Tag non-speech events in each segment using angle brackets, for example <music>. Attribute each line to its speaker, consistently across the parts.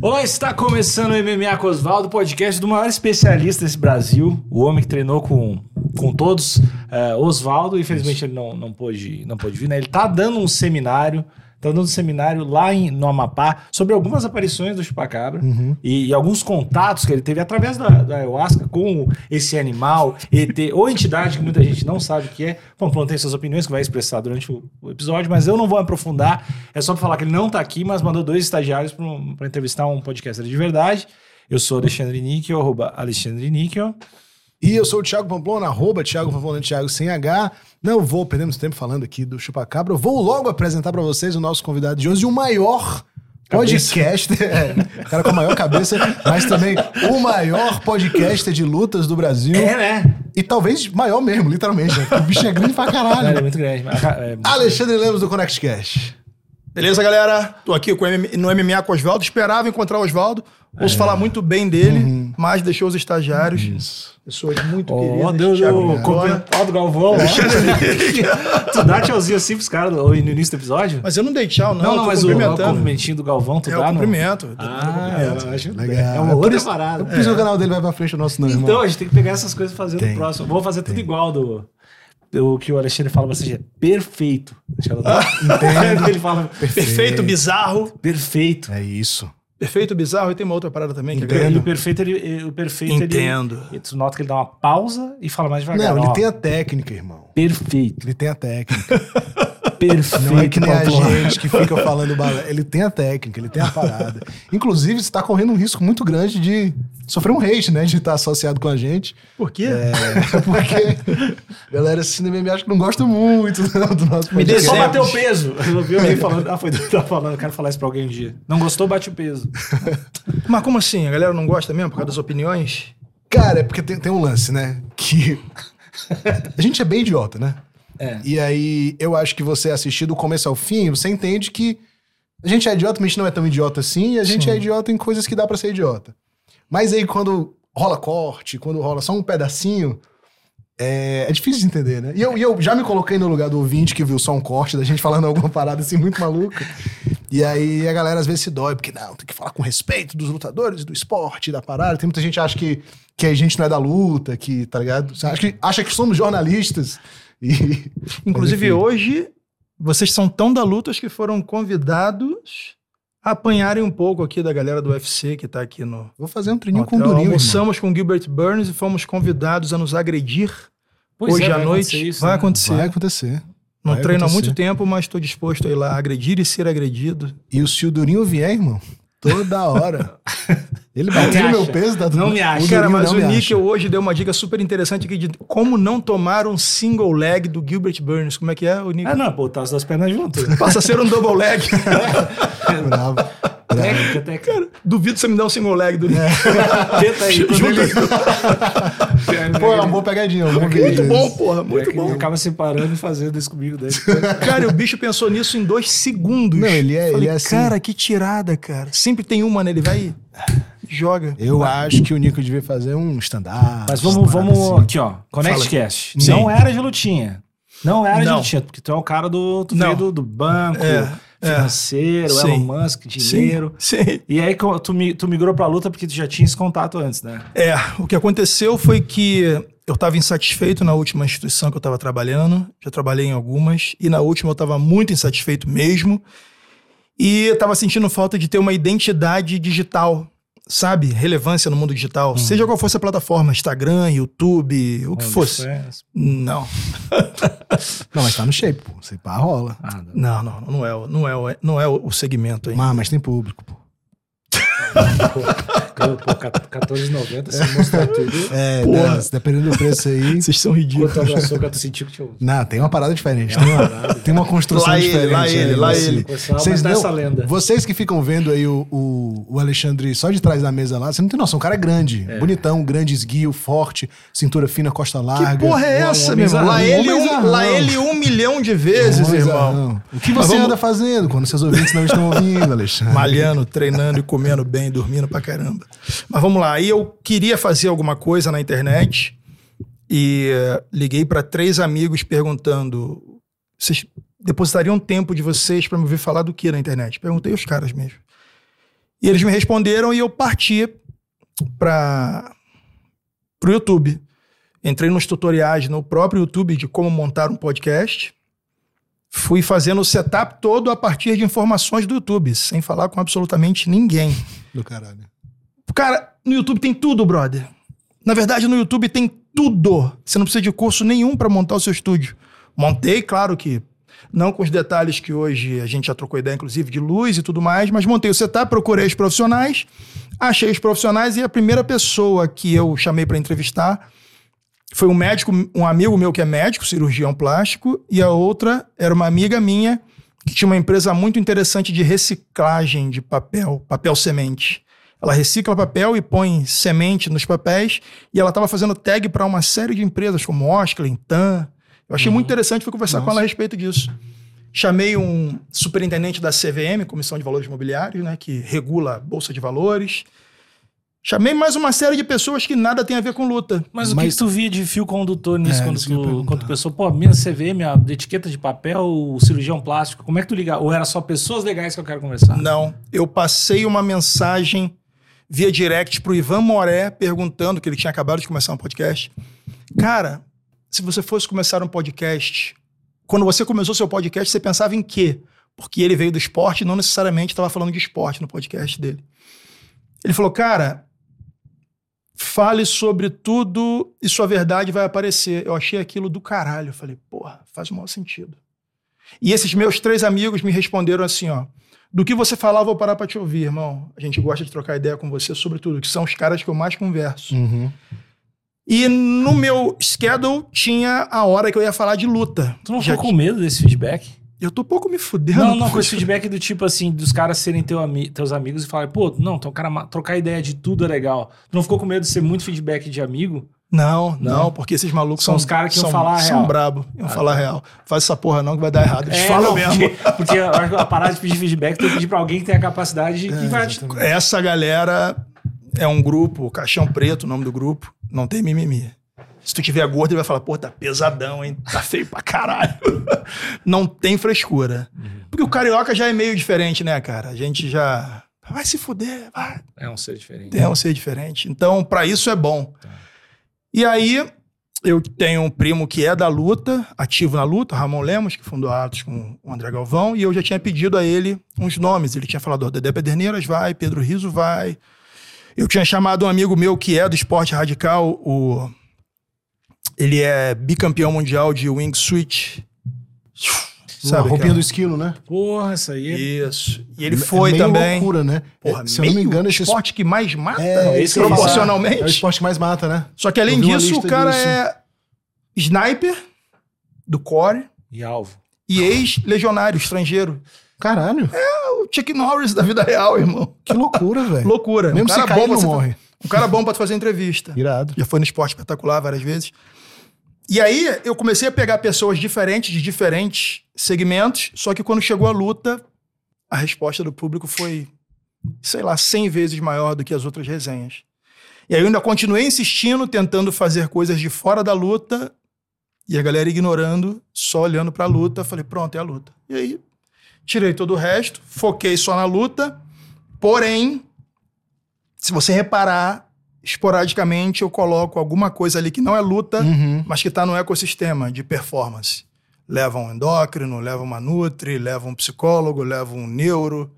Speaker 1: Olá, está começando o MMA com Osvaldo, podcast do maior especialista desse Brasil, o homem que treinou com, com todos, eh, Osvaldo. Infelizmente ele não, não, pôde, não pôde vir, né? Ele tá dando um seminário, tá dando um seminário lá em, no Amapá sobre algumas aparições do Chupacabra e, e alguns contatos que ele teve através da, da ayahuasca com esse animal, ET, ou entidade que muita gente não sabe o que é. Bom, Plano tem suas opiniões que vai expressar durante o, o episódio, mas eu não vou aprofundar. É só pra falar que ele não tá aqui, mas mandou dois estagiários pra um- pra entrevistar um podcaster de verdade. Eu sou Alexandre Níquel, arroba Alexandre Níquel.
Speaker 2: E eu sou o Thiago Pamplona, arroba Thiago Pamplona, Thiago sem H. Não vou perder muito tempo falando aqui do Chupacabra. Eu Vou logo apresentar pra vocês o nosso convidado de hoje, o maior
Speaker 1: Cabeça.
Speaker 2: podcaster. É, o cara com a maior cabeça, mas também o maior podcaster de lutas do Brasil.
Speaker 3: É,
Speaker 1: né?
Speaker 2: E talvez maior mesmo, literalmente. né? O bicho é grande pra
Speaker 1: Cara, ele é
Speaker 2: caralho.
Speaker 1: muito grande. mas, cara, é-
Speaker 3: Ah,
Speaker 2: Alexandre Lemos do Connect Cash.
Speaker 3: Beleza, galera? Tô aqui com o MM no MMA com o Oswaldo. Esperava encontrar o Oswaldo. Ouço
Speaker 1: É.
Speaker 3: falar muito bem dele,
Speaker 1: Uhum.
Speaker 3: mas deixou os estagiários. Pessoas muito
Speaker 1: Ó,
Speaker 3: queridas.
Speaker 1: Deus,
Speaker 3: Thiago
Speaker 1: o
Speaker 3: Pamplona.
Speaker 1: ó do Galvão. ó. tu dá tchauzinho assim pros caras no no início do episódio?
Speaker 3: Mas eu não dei tchau, não.
Speaker 1: Não, não,
Speaker 3: eu tô
Speaker 1: mas o, o
Speaker 3: cumprimentando.
Speaker 1: cumprimentinho do Galvão, tu
Speaker 3: É, eu
Speaker 1: dá? não?
Speaker 3: cumprimento. Eu tô-
Speaker 2: é,
Speaker 1: Ah, eu acho
Speaker 2: Legal.
Speaker 1: É uma outra
Speaker 2: Por isso-
Speaker 1: parada.
Speaker 2: Por isso que o canal dele vai pra frente, o nosso não,
Speaker 1: Então,
Speaker 2: irmão.
Speaker 1: a gente tem que pegar essas coisas e fazer no
Speaker 2: Tem.
Speaker 1: próximo. Vou fazer tudo igual do. O que o Alexandre fala bastante é perfeito. Acho que ela
Speaker 2: <laughs>
Speaker 1: tá- Ele fala
Speaker 3: Perfeito, bizarro.
Speaker 1: perfeito.
Speaker 2: É isso.
Speaker 3: Perfeito, bizarro. E tem uma outra parada também que
Speaker 1: E
Speaker 3: é
Speaker 1: o
Speaker 3: grande.
Speaker 1: perfeito, ele, e o perfeito
Speaker 3: Entendo.
Speaker 1: ele. Tu nota que ele dá uma pausa e fala mais devagar.
Speaker 2: Não,
Speaker 1: ó,
Speaker 2: ele tem a técnica, irmão.
Speaker 1: Perfeito,
Speaker 2: Ele tem a técnica.
Speaker 1: perfeito. tá
Speaker 2: Não é que nem a
Speaker 1: Pamplona.
Speaker 2: gente que fica falando bala. Ele tem a técnica, ele tem a parada. Inclusive, você tá correndo um risco muito grande de sofrer um hate, né? De estar associado com a gente.
Speaker 3: Por quê?
Speaker 2: É, <laughs> porque a galera assistindo MMA acho que não gosta muito não, do nosso
Speaker 3: Me dê
Speaker 1: Só
Speaker 3: exemplos.
Speaker 1: bateu o peso. Eu vi alguém falando. Ah, foi do que tava falando. Eu quero falar isso pra alguém um dia. Não gostou, bate o peso.
Speaker 3: Mas como assim? A galera não gosta mesmo por causa das opiniões?
Speaker 2: Cara, é porque tem, tem um lance, né? Que. <laughs> A gente é bem idiota, né?
Speaker 1: É.
Speaker 2: E aí, eu acho que você assistir do começo ao fim, você entende que a gente é idiota, mas a gente não é tão idiota assim, e a gente é idiota em coisas que dá pra ser idiota. Mas aí, quando rola corte, quando rola só um pedacinho, é, é difícil de entender, né? E eu, e eu já me coloquei no lugar do ouvinte que viu só um corte da gente falando alguma parada assim muito maluca. E aí a galera às vezes se dói, porque não, tem que falar com respeito dos lutadores, do esporte, da parada. Tem muita gente que acha que, que a gente não é da luta, que, tá ligado? Acha que, acha que somos jornalistas. E <laughs>
Speaker 3: Inclusive,
Speaker 2: enfim.
Speaker 3: hoje, vocês são tão da lutas que foram convidados a apanharem um pouco aqui da galera do UFC que tá aqui no,
Speaker 2: Vou fazer um treininho com
Speaker 3: Hotel,
Speaker 2: durinho. irmão.
Speaker 3: Almoçamos com Gilbert Burns e fomos convidados a nos agredir hoje
Speaker 1: é,
Speaker 3: à noite. é,
Speaker 1: né?
Speaker 3: vai né? acontecer.
Speaker 2: Vai é acontecer.
Speaker 3: Não
Speaker 2: vai
Speaker 3: treino há
Speaker 2: acontecer.
Speaker 3: muito tempo, mas estou disposto a ir lá agredir e ser agredido.
Speaker 2: E o se o Durinho vier, irmão, toda
Speaker 1: <laughs>
Speaker 2: hora. Ele bateu
Speaker 1: me
Speaker 2: no meu
Speaker 1: acha.
Speaker 2: peso, tá
Speaker 1: Não me acha.
Speaker 2: O
Speaker 3: Ah, Cara,
Speaker 2: Durinho
Speaker 3: mas
Speaker 2: não
Speaker 3: o
Speaker 2: me
Speaker 3: Níquel hoje deu uma dica super interessante aqui de como não tomar um single leg do Gilbert Burns. Como é que é, o Níquel?
Speaker 1: Ah, não, botar as duas pernas juntas.
Speaker 2: É.
Speaker 3: Passa a ser um double
Speaker 2: <laughs>
Speaker 3: leg.
Speaker 2: acha.
Speaker 1: <laughs>
Speaker 2: Bravo. Bravo.
Speaker 1: Técnica, técnica.
Speaker 3: Duvido você me dar um single leg do
Speaker 2: É.
Speaker 3: Níquel.
Speaker 1: Tenta aí. quando
Speaker 3: Junta-
Speaker 1: ele-
Speaker 3: <laughs>
Speaker 2: Pô, é uma boa pegadinha. é um bom
Speaker 3: Muito
Speaker 2: vídeo.
Speaker 3: bom, porra, muito
Speaker 1: Ele
Speaker 3: bom.
Speaker 1: acaba se parando e fazendo isso comigo. Daí.
Speaker 3: Cara, o bicho pensou nisso em dois segundos.
Speaker 2: Não, ele é- ele é assim.
Speaker 3: Cara, que tirada, cara. Sempre tem uma nele, vai e joga.
Speaker 2: Eu acho que o Nico devia fazer um stand-up.
Speaker 1: Mas vamos,
Speaker 2: umas
Speaker 1: vamos
Speaker 2: paradas assim.
Speaker 1: aqui, ó. ConnectCast.
Speaker 3: Sim.
Speaker 1: Não era de lutinha. Não era de
Speaker 3: Não.
Speaker 1: lutinha, porque tu é o cara do, tu
Speaker 3: Não.
Speaker 1: veio do, do banco,
Speaker 3: É, é.
Speaker 1: financeiro,
Speaker 3: Sim.
Speaker 1: Elon Musk, dinheiro.
Speaker 3: Sim, sim.
Speaker 1: E aí co- tu, mi- tu migrou pra luta porque tu já tinha esse contato antes, né?
Speaker 3: É, o que aconteceu foi que eu estava insatisfeito na última instituição que eu estava trabalhando, já trabalhei em algumas, e na última eu estava muito insatisfeito mesmo, e eu estava sentindo falta de ter uma identidade digital, sabe? Relevância no mundo digital, seja qual fosse a plataforma, Instagram, YouTube, o que fosse.
Speaker 1: OnlyFans.
Speaker 3: Não,
Speaker 2: Não, mas tá no shape, pô. Se pá, rola.
Speaker 1: Ah, não.
Speaker 3: não, não, não é, o- não é, o- não é o o segmento aí.
Speaker 2: Mas, Ah, mas tem público, pô.
Speaker 1: Pô, pô, 14,90, você mostrar
Speaker 3: <laughs>
Speaker 1: tudo.
Speaker 2: É,
Speaker 3: Porra.
Speaker 2: não, se dependendo do preço
Speaker 3: <laughs>
Speaker 2: aí.
Speaker 3: Vocês são ridículos.
Speaker 1: Quanto abraçou, quanto sentiu que tinha
Speaker 2: Não, tem uma parada diferente. Tem uma, tem uma construção
Speaker 3: É Lá ele,
Speaker 2: diferente.
Speaker 3: lá ele, lá
Speaker 2: nesse-
Speaker 3: ele.
Speaker 1: é
Speaker 2: Vocês, não,
Speaker 1: essa lenda.
Speaker 2: vocês que ficam vendo aí o, o, o Alexandre só de trás da mesa lá, você não tem noção, o cara é grande, bonitão, grande esguio, forte, cintura fina, costa larga.
Speaker 3: Que porra é
Speaker 1: Um
Speaker 3: essa,
Speaker 1: homem
Speaker 3: meu irmão? Lá
Speaker 2: zarrão,
Speaker 3: ele,
Speaker 2: homem
Speaker 3: um,
Speaker 2: zarrão.
Speaker 3: lá ele um milhão de vezes,
Speaker 2: Coisa,
Speaker 3: irmão.
Speaker 2: não. O que
Speaker 3: Mas
Speaker 2: você
Speaker 3: vamos-
Speaker 2: anda fazendo quando seus ouvintes não estão ouvindo, Alexandre?
Speaker 3: Malhando, treinando e comendo bem, dormindo pra caramba. Mas vamos lá, aí eu queria fazer alguma coisa na internet e eh, liguei pra três amigos perguntando: vocês depositariam tempo de vocês pra me ouvir falar do que na internet? Perguntei os caras mesmo. E eles me responderam e eu parti para o YouTube. Entrei nos tutoriais no próprio YouTube de como montar um podcast. Fui fazendo o setup todo a partir de informações do YouTube, sem falar com absolutamente ninguém.
Speaker 2: Do caralho.
Speaker 3: Cara, no YouTube tem tudo, brother. Na verdade, no YouTube tem tudo. Você não precisa de curso nenhum para montar o seu estúdio. Montei, claro que não com os detalhes que hoje a gente já trocou ideia, inclusive, de luz e tudo mais, mas montei o setup, procurei os profissionais, achei os profissionais e a primeira pessoa que eu chamei para entrevistar foi um médico, um amigo meu que é médico, cirurgião plástico, e a outra era uma amiga minha que tinha uma empresa muito interessante de reciclagem de papel, papel semente. Ela recicla papel e põe semente nos papéis, e ela estava fazendo tag para uma série de empresas como Osklin, TAM. Eu achei muito interessante, fui conversar com ela a respeito disso. Chamei um superintendente da CVM, Comissão de Valores Imobiliários, né, que regula a Bolsa de Valores. Chamei mais uma série de pessoas que nada tem a ver com luta.
Speaker 1: Mas, o que,
Speaker 2: Mas-
Speaker 1: que tu via de fio condutor nisso
Speaker 2: É,
Speaker 1: quando,
Speaker 2: isso que eu ia
Speaker 1: tu,
Speaker 2: perguntar.
Speaker 1: quando tu pensou, pô, menos CVM, a etiqueta de papel, o cirurgião plástico, como é que tu ligava? Ou era só pessoas legais que eu quero conversar?
Speaker 3: Não, eu passei uma mensagem via direct pro Ivan Moré perguntando que ele tinha acabado de começar um podcast. Cara, se você fosse começar um podcast, quando você começou seu podcast, você pensava em quê? Porque ele veio do esporte e não necessariamente estava falando de esporte no podcast dele. Ele falou, cara, fale sobre tudo e sua verdade vai aparecer. Eu achei aquilo do caralho. Eu falei, porra, faz o maior sentido. E esses meus três amigos me responderam assim, ó. Do que você falar, eu vou parar pra te ouvir, irmão. A gente gosta de trocar ideia com você sobre tudo, que são os caras que eu mais converso.
Speaker 2: Uhum.
Speaker 3: E no meu schedule tinha a hora que eu ia falar de luta.
Speaker 1: Tu não
Speaker 3: Já
Speaker 1: ficou com medo desse feedback?
Speaker 3: Eu tô pouco me fudendo.
Speaker 1: Não, não, com esse feedback do tipo assim, dos caras serem teu ami- teus amigos e falarem, pô, não, então, cara, ma- trocar ideia de tudo é legal. Tu não ficou com medo de ser muito feedback de amigo?
Speaker 3: Não, não,
Speaker 1: Não.
Speaker 3: porque esses malucos
Speaker 1: São
Speaker 3: são,
Speaker 1: os caras que iam
Speaker 3: são-
Speaker 1: falar a real. Ah, tá.
Speaker 3: São brabo, iam falar a real. Faz essa porra não que vai dar errado. Eles
Speaker 1: É,
Speaker 3: falam
Speaker 1: não,
Speaker 3: mesmo.
Speaker 1: Porque, <laughs> porque eu acho que a parada de pedir feedback tem que pedir pra alguém que tenha a capacidade
Speaker 3: É,
Speaker 1: de. que vai te-
Speaker 3: Essa galera é um grupo, o Caixão Preto, o nome do grupo, não tem mimimi. Se tu tiver gordo, ele vai falar, pô, tá pesadão, hein? Tá feio pra caralho. <laughs> não tem frescura.
Speaker 1: Uhum.
Speaker 3: Porque o carioca já é meio diferente, né, cara? A gente já. Vai se fuder, vai.
Speaker 1: É um ser diferente.
Speaker 3: É um ser diferente. Então, pra isso é bom. E aí, eu tenho um primo que é da luta, ativo na luta, Ramon Lemos, que fundou a Atos com o André Galvão, e eu já tinha pedido a ele uns nomes. Ele tinha falado, ó, Dedé Pederneiras vai, Pedro Riso vai. Eu tinha chamado um amigo meu que é do esporte radical, o... ele é bicampeão mundial de wingsuit.
Speaker 2: a
Speaker 3: Sabe,
Speaker 2: roupinha
Speaker 3: cara?
Speaker 2: do esquilo, né?
Speaker 1: Porra, isso aí. é-
Speaker 3: Isso. E ele
Speaker 2: É
Speaker 3: foi
Speaker 2: meio
Speaker 3: também.
Speaker 2: loucura, né?
Speaker 3: Porra,
Speaker 2: Se eu não me
Speaker 3: meio
Speaker 2: engano, esse esporte...
Speaker 3: esporte que mais mata
Speaker 2: É,
Speaker 1: esse que eu ia falar.
Speaker 3: proporcionalmente.
Speaker 2: É o esporte que mais mata, né?
Speaker 3: Só que além
Speaker 2: Eu vi uma
Speaker 3: disso, o
Speaker 2: lista
Speaker 3: cara
Speaker 2: disso.
Speaker 3: é sniper do core
Speaker 1: E alvo.
Speaker 2: Ah.
Speaker 3: e ex-legionário estrangeiro.
Speaker 2: Caralho,
Speaker 3: É o Chuck Norris da vida real, irmão.
Speaker 2: que <laughs> loucura, velho.
Speaker 3: Loucura.
Speaker 2: É. Mesmo se cair,
Speaker 3: pra
Speaker 2: não
Speaker 3: você-
Speaker 2: morre.
Speaker 3: Um cara bom pra tu fazer entrevista.
Speaker 2: Irado.
Speaker 3: Já foi no esporte espetacular várias vezes. E aí eu comecei a pegar pessoas diferentes, de diferentes segmentos, só que quando chegou a luta, a resposta do público foi, sei lá, 100 vezes maior do que as outras resenhas. E aí eu ainda continuei insistindo, tentando fazer coisas de fora da luta, e a galera ignorando, só olhando pra luta. Falei, pronto, é a luta. E aí tirei todo o resto, foquei só na luta, porém, se você reparar, esporadicamente eu coloco alguma coisa ali que não é luta,
Speaker 2: Uhum.
Speaker 3: mas que está no ecossistema de performance. Leva um endócrino, leva uma nutri, leva um psicólogo, leva um neuro.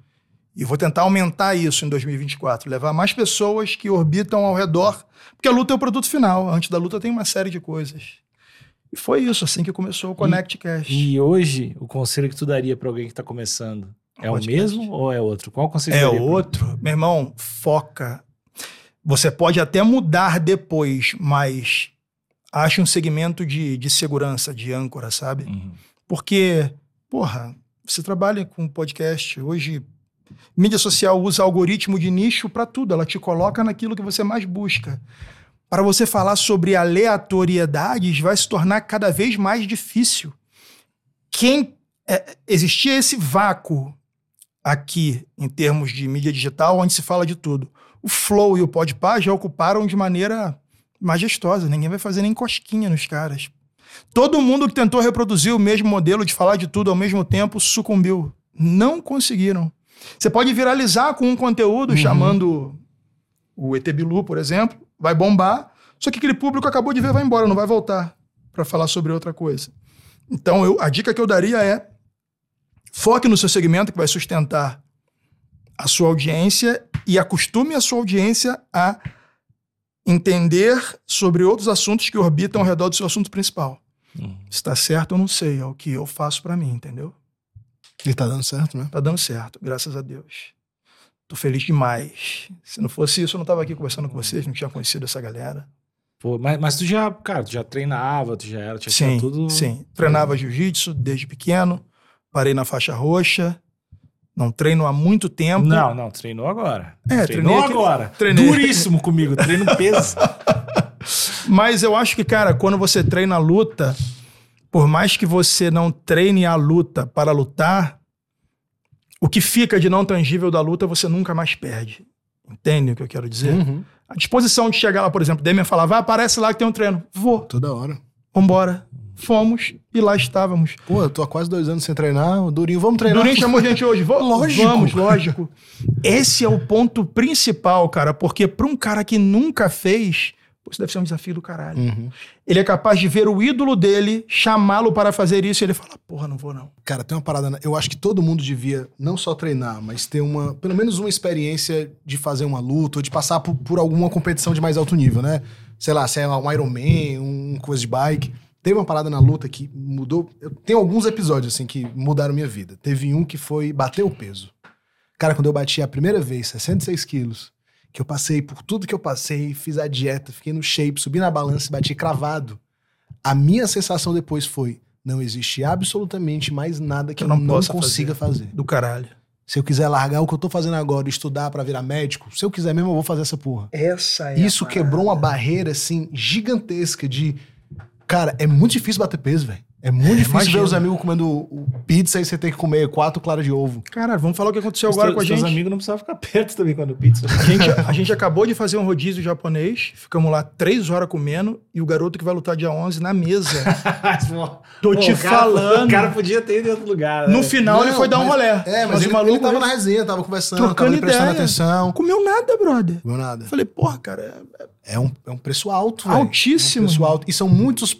Speaker 3: E vou tentar aumentar isso em 2024, levar mais pessoas que orbitam ao redor, porque a luta é o produto final. Antes da luta tem uma série de coisas. E foi isso, assim que começou o Connect Cash.
Speaker 1: E hoje, o conselho que tu daria pra alguém que tá começando é o
Speaker 3: Podcast.
Speaker 1: mesmo ou é outro? Qual conselho tu
Speaker 3: É
Speaker 1: daria pra-
Speaker 3: outro. Meu irmão, foca. Você pode até mudar depois, mas acha um segmento de, de segurança, de âncora, sabe?
Speaker 1: Uhum.
Speaker 3: Porque, porra, você trabalha com podcast. Hoje, mídia social usa algoritmo de nicho para tudo. Ela te coloca naquilo que você mais busca. Para você falar sobre aleatoriedades, vai se tornar cada vez mais difícil. Quem é, existia esse vácuo aqui em termos de mídia digital, onde se fala de tudo. O Flow e o Podpah já ocuparam de maneira majestosa. Ninguém vai fazer nem cosquinha nos caras. Todo mundo que tentou reproduzir o mesmo modelo de falar de tudo ao mesmo tempo sucumbiu. Não conseguiram. Você pode viralizar com um conteúdo chamando o ET Bilu, por exemplo, vai bombar, só que aquele público acabou de ver vai embora, não vai voltar para falar sobre outra coisa. Então, eu- a dica que eu daria é foque no seu segmento que vai sustentar a sua audiência e acostume a sua audiência a entender sobre outros assuntos que orbitam ao redor do seu assunto principal.
Speaker 1: Uhum.
Speaker 3: Está certo, eu não sei, é o que eu faço para mim, entendeu?
Speaker 2: E tá dando certo, né?
Speaker 3: Tá dando certo, graças a Deus. Tô feliz demais. Se não fosse isso, eu não tava aqui conversando com vocês, não tinha conhecido essa galera.
Speaker 1: Pô, mas, mas tu já, cara, tu já treinava, tu já era, tinha
Speaker 3: sim,
Speaker 1: tinha tudo.
Speaker 3: sim. Treinava jiu-jitsu desde pequeno, parei na faixa roxa, não treino há muito tempo.
Speaker 1: Não, não, treinou agora.
Speaker 3: um
Speaker 1: treinou
Speaker 3: É, treinei aqui-
Speaker 1: agora.
Speaker 3: treinei. <laughs>
Speaker 1: Duríssimo comigo, treino peso.
Speaker 3: Mas eu acho que, cara, quando você treina a luta, por mais que você não treine a luta para lutar, o que fica de não tangível da luta você nunca mais perde. Entende o que eu quero dizer?
Speaker 2: Uhum.
Speaker 3: A disposição de chegar lá, por exemplo, Demian falava, ah, aparece lá que tem um treino. Vou,
Speaker 2: Toda hora.
Speaker 3: vambora. Fomos e lá estávamos.
Speaker 2: Pô, eu tô há quase dois anos sem treinar. O Durinho, vamos treinar.
Speaker 3: Durinho chamou a gente hoje. Vo-
Speaker 2: Lógico.
Speaker 3: Vamos, lógico. Esse é o ponto principal, cara, porque para um cara que nunca fez, pô, isso deve ser um desafio do caralho.
Speaker 2: Uhum.
Speaker 3: Ele é capaz de ver o ídolo dele, chamá-lo para fazer isso, e ele fala: porra, não vou não.
Speaker 2: Cara, tem uma parada. na- Eu acho que todo mundo devia não só treinar, mas ter uma, pelo menos uma experiência de fazer uma luta ou de passar por, por alguma competição de mais alto nível, né? Sei lá, se é um Iron Man, um coisa de bike. Teve uma parada na luta que mudou. Eu, tem alguns episódios, assim, que mudaram minha vida. Teve um que foi bater o peso. Cara, quando eu bati a primeira vez, 66 quilos, que eu passei por tudo que eu passei, fiz a dieta, fiquei no shape, subi na balança e bati cravado. A minha sensação depois foi: não existe absolutamente mais nada que eu não,
Speaker 3: possa
Speaker 2: consiga fazer.
Speaker 3: Do caralho.
Speaker 2: Se eu quiser largar o que eu tô fazendo agora e estudar pra virar médico, se eu quiser mesmo, eu vou fazer essa é porra.
Speaker 3: Essa
Speaker 2: Isso quebrou uma barreira, assim, gigantesca de. Cara, é muito difícil bater peso, velho. É muito difícil ver
Speaker 3: imagino.
Speaker 2: os amigos comendo o- pizza e você ter que comer quatro claras de ovo.
Speaker 3: Cara, vamos falar o que aconteceu
Speaker 1: Os
Speaker 3: agora
Speaker 1: teus-
Speaker 3: com a
Speaker 1: teus
Speaker 3: gente.
Speaker 1: amigos não precisavam ficar perto também quando pizza. <laughs>
Speaker 3: A gente,
Speaker 2: <laughs>
Speaker 3: a gente acabou de fazer um rodízio japonês, ficamos lá três horas comendo, e o garoto que vai lutar dia 11
Speaker 2: <laughs>
Speaker 3: na mesa. Tô te
Speaker 1: o cara-
Speaker 3: falando.
Speaker 1: O cara podia ter ido em outro lugar. né?
Speaker 3: No final ele
Speaker 2: Não,
Speaker 3: foi dar um
Speaker 2: mas-
Speaker 3: rolé.
Speaker 2: É, mas,
Speaker 3: o
Speaker 2: ele,
Speaker 3: maluco
Speaker 2: ele tava
Speaker 3: ele
Speaker 2: na resenha, tava conversando,
Speaker 3: Trocando
Speaker 2: tava ali prestando
Speaker 3: ideia.
Speaker 2: atenção.
Speaker 3: não comeu nada, brother.
Speaker 2: Não nada.
Speaker 3: Eu falei, porra, cara, é
Speaker 2: É um, é um preço alto, velho. É um
Speaker 3: altíssimo.
Speaker 2: preço alto. E são muitos.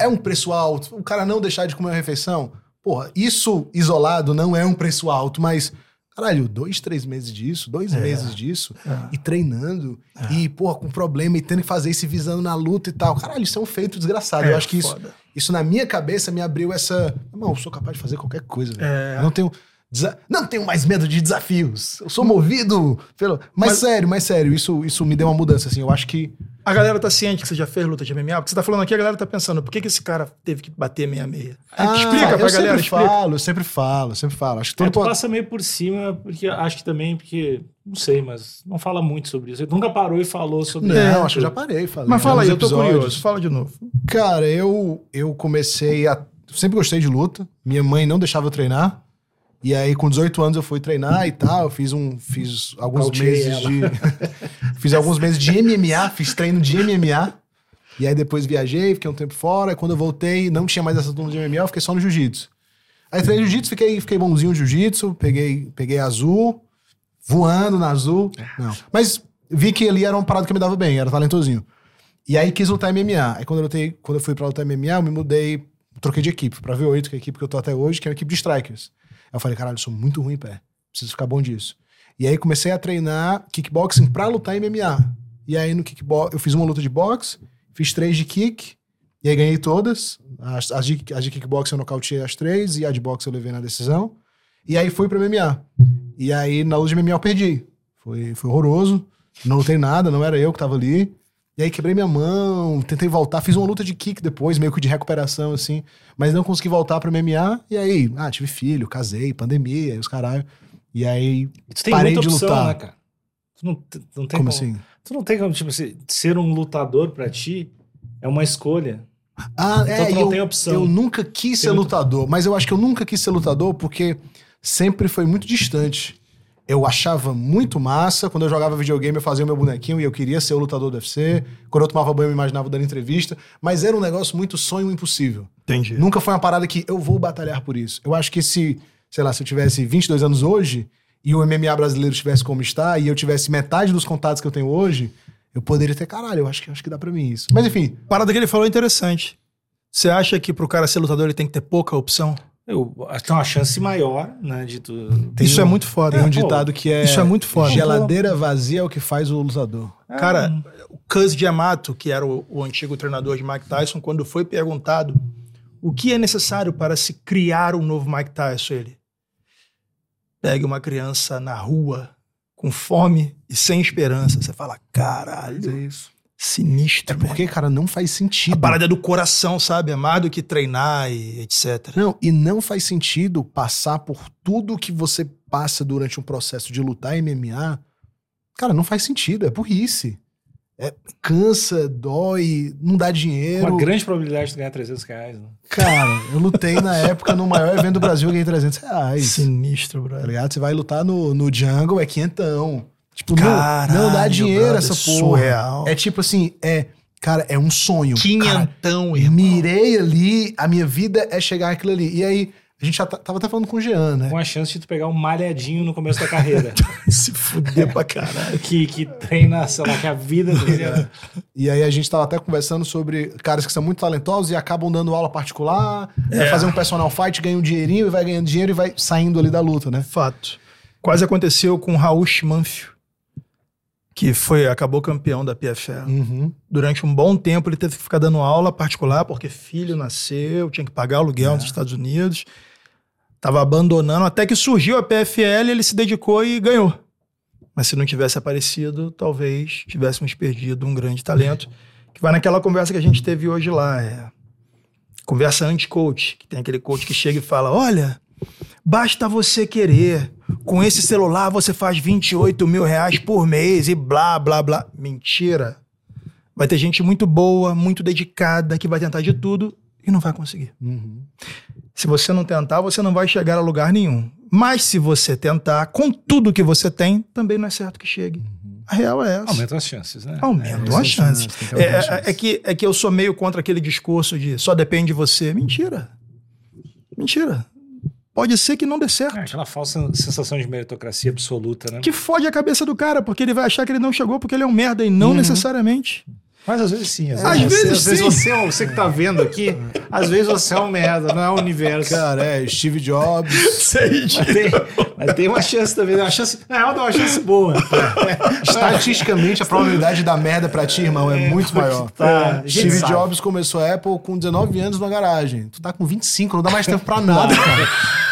Speaker 2: É um preço alto. O cara não deixar de comer uma refeição. Porra, isso isolado não é um preço alto, mas. Caralho, dois, três meses disso, dois
Speaker 3: É.
Speaker 2: meses disso,
Speaker 3: É.
Speaker 2: e treinando, e, porra, com problema, e tendo que fazer isso, e visando na luta e tal. Caralho, isso é um feito desgraçado.
Speaker 3: É,
Speaker 2: eu acho que isso,
Speaker 3: foda.
Speaker 2: isso, na minha cabeça, me abriu essa. Não, eu sou capaz de fazer qualquer coisa, velho.
Speaker 3: É.
Speaker 2: Eu Não tenho. desa- Não tenho mais medo de desafios. Eu sou movido pelo. Mas,
Speaker 3: Mas-
Speaker 2: sério, mas sério, isso, isso me deu uma mudança, assim. Eu acho que.
Speaker 3: A galera tá ciente que você já fez luta de MMA? Porque você tá falando aqui, a galera tá pensando, por que, que esse cara teve que bater meia-meia? É, explica pra
Speaker 2: Ah, eu
Speaker 3: galera,
Speaker 2: sempre
Speaker 3: explica.
Speaker 2: falo, eu sempre falo, eu sempre falo. Acho que
Speaker 3: Então,
Speaker 1: É,
Speaker 2: todo
Speaker 1: tu
Speaker 2: po-
Speaker 1: passa meio por cima, porque acho que também, porque, não sei, mas não fala muito sobre isso. Ele nunca parou e falou sobre isso.
Speaker 2: Não, acho que eu já parei, falei. né,
Speaker 3: Mas fala
Speaker 2: Nos
Speaker 3: aí, eu tô
Speaker 2: episódios.
Speaker 3: curioso, fala de novo.
Speaker 2: Cara, eu, eu comecei a. Sempre gostei de luta. Minha mãe não deixava eu treinar. E aí, com 18 anos, eu fui treinar e tal. Eu fiz um. Fiz alguns
Speaker 1: Cauteei
Speaker 2: meses de. <laughs> fiz alguns meses de MMA, fiz treino de MMA. E aí depois viajei, fiquei um tempo fora. E quando eu voltei, não tinha mais essa turma de MMA, eu fiquei só no jiu-jitsu. Aí treinei jiu-jitsu, fiquei, fiquei bonzinho no jiu-jitsu, peguei, peguei azul, voando na azul. Não. Mas vi que ali era uma parada que eu me dava bem, era talentosinho. E aí quis lutar MMA. Aí quando eu, lutei, quando eu fui pra lutar MMA, eu me mudei, troquei de equipe pra V8, que é a equipe que eu tô até hoje, que é uma equipe de strikers. Aí eu falei, caralho, eu sou muito ruim em pé. Preciso ficar bom disso. E aí comecei a treinar kickboxing pra lutar MMA. E aí no kickbox eu fiz uma luta de boxe, fiz três de kick, e aí ganhei todas. As, as, de, as de kickboxing eu nocauteei as três, e a de boxe eu levei na decisão. E aí fui pra MMA. E aí na luta de MMA eu perdi. Foi, foi horroroso. Não lutei nada, não era eu que tava ali. E aí quebrei minha mão, tentei voltar, fiz uma luta de kick depois, meio que de recuperação, assim, mas não consegui voltar pra MMA. E aí, ah, tive filho, casei, pandemia, e os caralho. E aí,
Speaker 1: Tu tem
Speaker 2: Parei
Speaker 1: muita
Speaker 2: de
Speaker 1: opção,
Speaker 2: lutar.
Speaker 1: né, cara? Tu não, tu não tem
Speaker 2: como
Speaker 1: como-
Speaker 2: assim?
Speaker 1: Tu não tem como, tipo assim, ser um lutador pra ti é uma escolha.
Speaker 2: Ah,
Speaker 1: Então
Speaker 2: é,
Speaker 1: tu
Speaker 2: e
Speaker 1: não
Speaker 2: eu,
Speaker 1: tem opção.
Speaker 2: eu nunca quis
Speaker 1: Tem
Speaker 2: ser
Speaker 1: muita-
Speaker 2: lutador, mas eu acho que eu nunca quis ser lutador porque sempre foi muito distante. Eu achava muito massa. Quando eu jogava videogame, eu fazia o meu bonequinho e eu queria ser o lutador do UFC. Quando eu tomava banho, eu me imaginava dando entrevista. Mas era um negócio muito sonho impossível.
Speaker 3: Entendi.
Speaker 2: Nunca foi uma parada que eu vou batalhar por isso. Eu acho que se, sei lá, se eu tivesse 22 anos hoje e o MMA brasileiro estivesse como está e eu tivesse metade dos contatos que eu tenho hoje, eu poderia ter, caralho, eu acho que, acho que dá pra mim isso. Mas enfim,
Speaker 3: A parada que ele falou é interessante. Você acha que pro cara ser lutador ele tem que ter pouca opção?
Speaker 1: Eu acho que é uma chance maior, né? De tu.
Speaker 2: Tem
Speaker 3: Isso
Speaker 2: um-
Speaker 3: é muito foda.
Speaker 2: tem um
Speaker 1: pô,
Speaker 2: ditado que é,
Speaker 3: Isso é muito foda.
Speaker 2: geladeira vazia é o que faz o lutador.
Speaker 1: Ah.
Speaker 3: Cara, o Cus Diamato, que era o, o antigo treinador de Mike Tyson, quando foi perguntado o que é necessário para se criar um novo Mike Tyson, ele pegue uma criança na rua com fome e sem esperança. Você fala, caralho,
Speaker 2: isso. É
Speaker 3: sinistro. velho.
Speaker 2: porque, cara, não faz
Speaker 3: A
Speaker 2: sentido.
Speaker 3: parada é do coração, sabe? É mais do que treinar e etc.
Speaker 2: Não, e não faz sentido passar por tudo que você passa durante um processo de lutar MMA. Cara, não faz sentido, é burrice. É, cansa, dói, não dá dinheiro.
Speaker 1: Uma grande probabilidade de tu ganhar 300 reais. Né?
Speaker 2: Cara, eu lutei na época no maior evento do Brasil, eu ganhei 300 reais.
Speaker 3: Sinistro,
Speaker 2: Tá
Speaker 3: brother.
Speaker 2: ligado? Você vai lutar no, no jungle, é quinhentão. Tipo, não-
Speaker 3: Caralho,
Speaker 2: não dá dinheiro
Speaker 3: brother, é
Speaker 2: essa porra.
Speaker 3: Surreal.
Speaker 2: É tipo assim, é. Cara, é um sonho. Cara,
Speaker 3: Quinhentão, irmão. <laughs>
Speaker 2: mirei ali, a minha vida é chegar àquilo ali. E aí, a gente já tá- tava até falando com o Jean, né?
Speaker 1: Com a chance de tu pegar um malhadinho no começo da
Speaker 3: <laughs>
Speaker 1: carreira.
Speaker 3: Se fuder pra caralho.
Speaker 1: que, que treina, sei lá, que a
Speaker 3: <laughs>
Speaker 1: vida dele.
Speaker 2: E aí a gente tava até conversando sobre caras que são muito talentosos e acabam dando aula particular,
Speaker 1: É.
Speaker 2: vai fazer um personal fight, ganha um dinheirinho e vai ganhando dinheiro e vai saindo ali da luta, né?
Speaker 3: Fato. Quase aconteceu com o Raul Schmanfio, que foi acabou campeão da PFL.
Speaker 2: Uhum.
Speaker 3: Durante um bom tempo ele teve que ficar dando aula particular porque filho nasceu, tinha que pagar aluguel nos Estados Unidos. Tava abandonando até que surgiu a PFL, ele se dedicou e ganhou. Mas se não tivesse aparecido, talvez tivéssemos perdido um grande talento. Que vai naquela conversa que a gente teve hoje lá, é conversa anti-coach, que tem aquele coach que chega e fala: Olha, basta você querer. Com esse celular você faz 28 mil reais por mês e blá, blá, blá. Mentira. Vai ter gente muito boa, muito dedicada, que vai tentar de tudo e não vai conseguir.
Speaker 2: Uhum.
Speaker 3: Se você não tentar, você não vai chegar a lugar nenhum. Mas se você tentar, com tudo que você tem, também não é certo que chegue. A real é essa.
Speaker 1: Uhum. Aumenta as chances, né?
Speaker 3: Aumentam as chances. É, é- é que, é que eu sou meio contra aquele discurso de só depende de você. Mentira. Mentira. Pode ser que não dê certo.
Speaker 1: É, aquela falsa sensação de meritocracia absoluta, né?
Speaker 3: Que fode a cabeça do cara, porque ele vai achar que ele não chegou porque ele é um merda e
Speaker 1: Uhum.
Speaker 3: não necessariamente.
Speaker 1: Mas às vezes sim. Às
Speaker 3: Às
Speaker 1: vezes,
Speaker 3: vezes
Speaker 1: às vezes
Speaker 3: sim.
Speaker 1: você, é um- você que tá vendo aqui, às vezes você é um merda, não é o universo.
Speaker 2: Cara, é, Steve Jobs.
Speaker 1: Mas tem, mas tem uma chance também, né? uma chance, na real, dá uma chance boa.
Speaker 2: <laughs> Estatisticamente, a probabilidade da merda pra ti, irmão, é, muito maior. É.
Speaker 1: tá, a gente
Speaker 2: Steve
Speaker 1: sabe.
Speaker 2: Jobs começou a Apple com 19 anos na garagem. Tu tá com 25, não dá mais tempo pra nada, cara.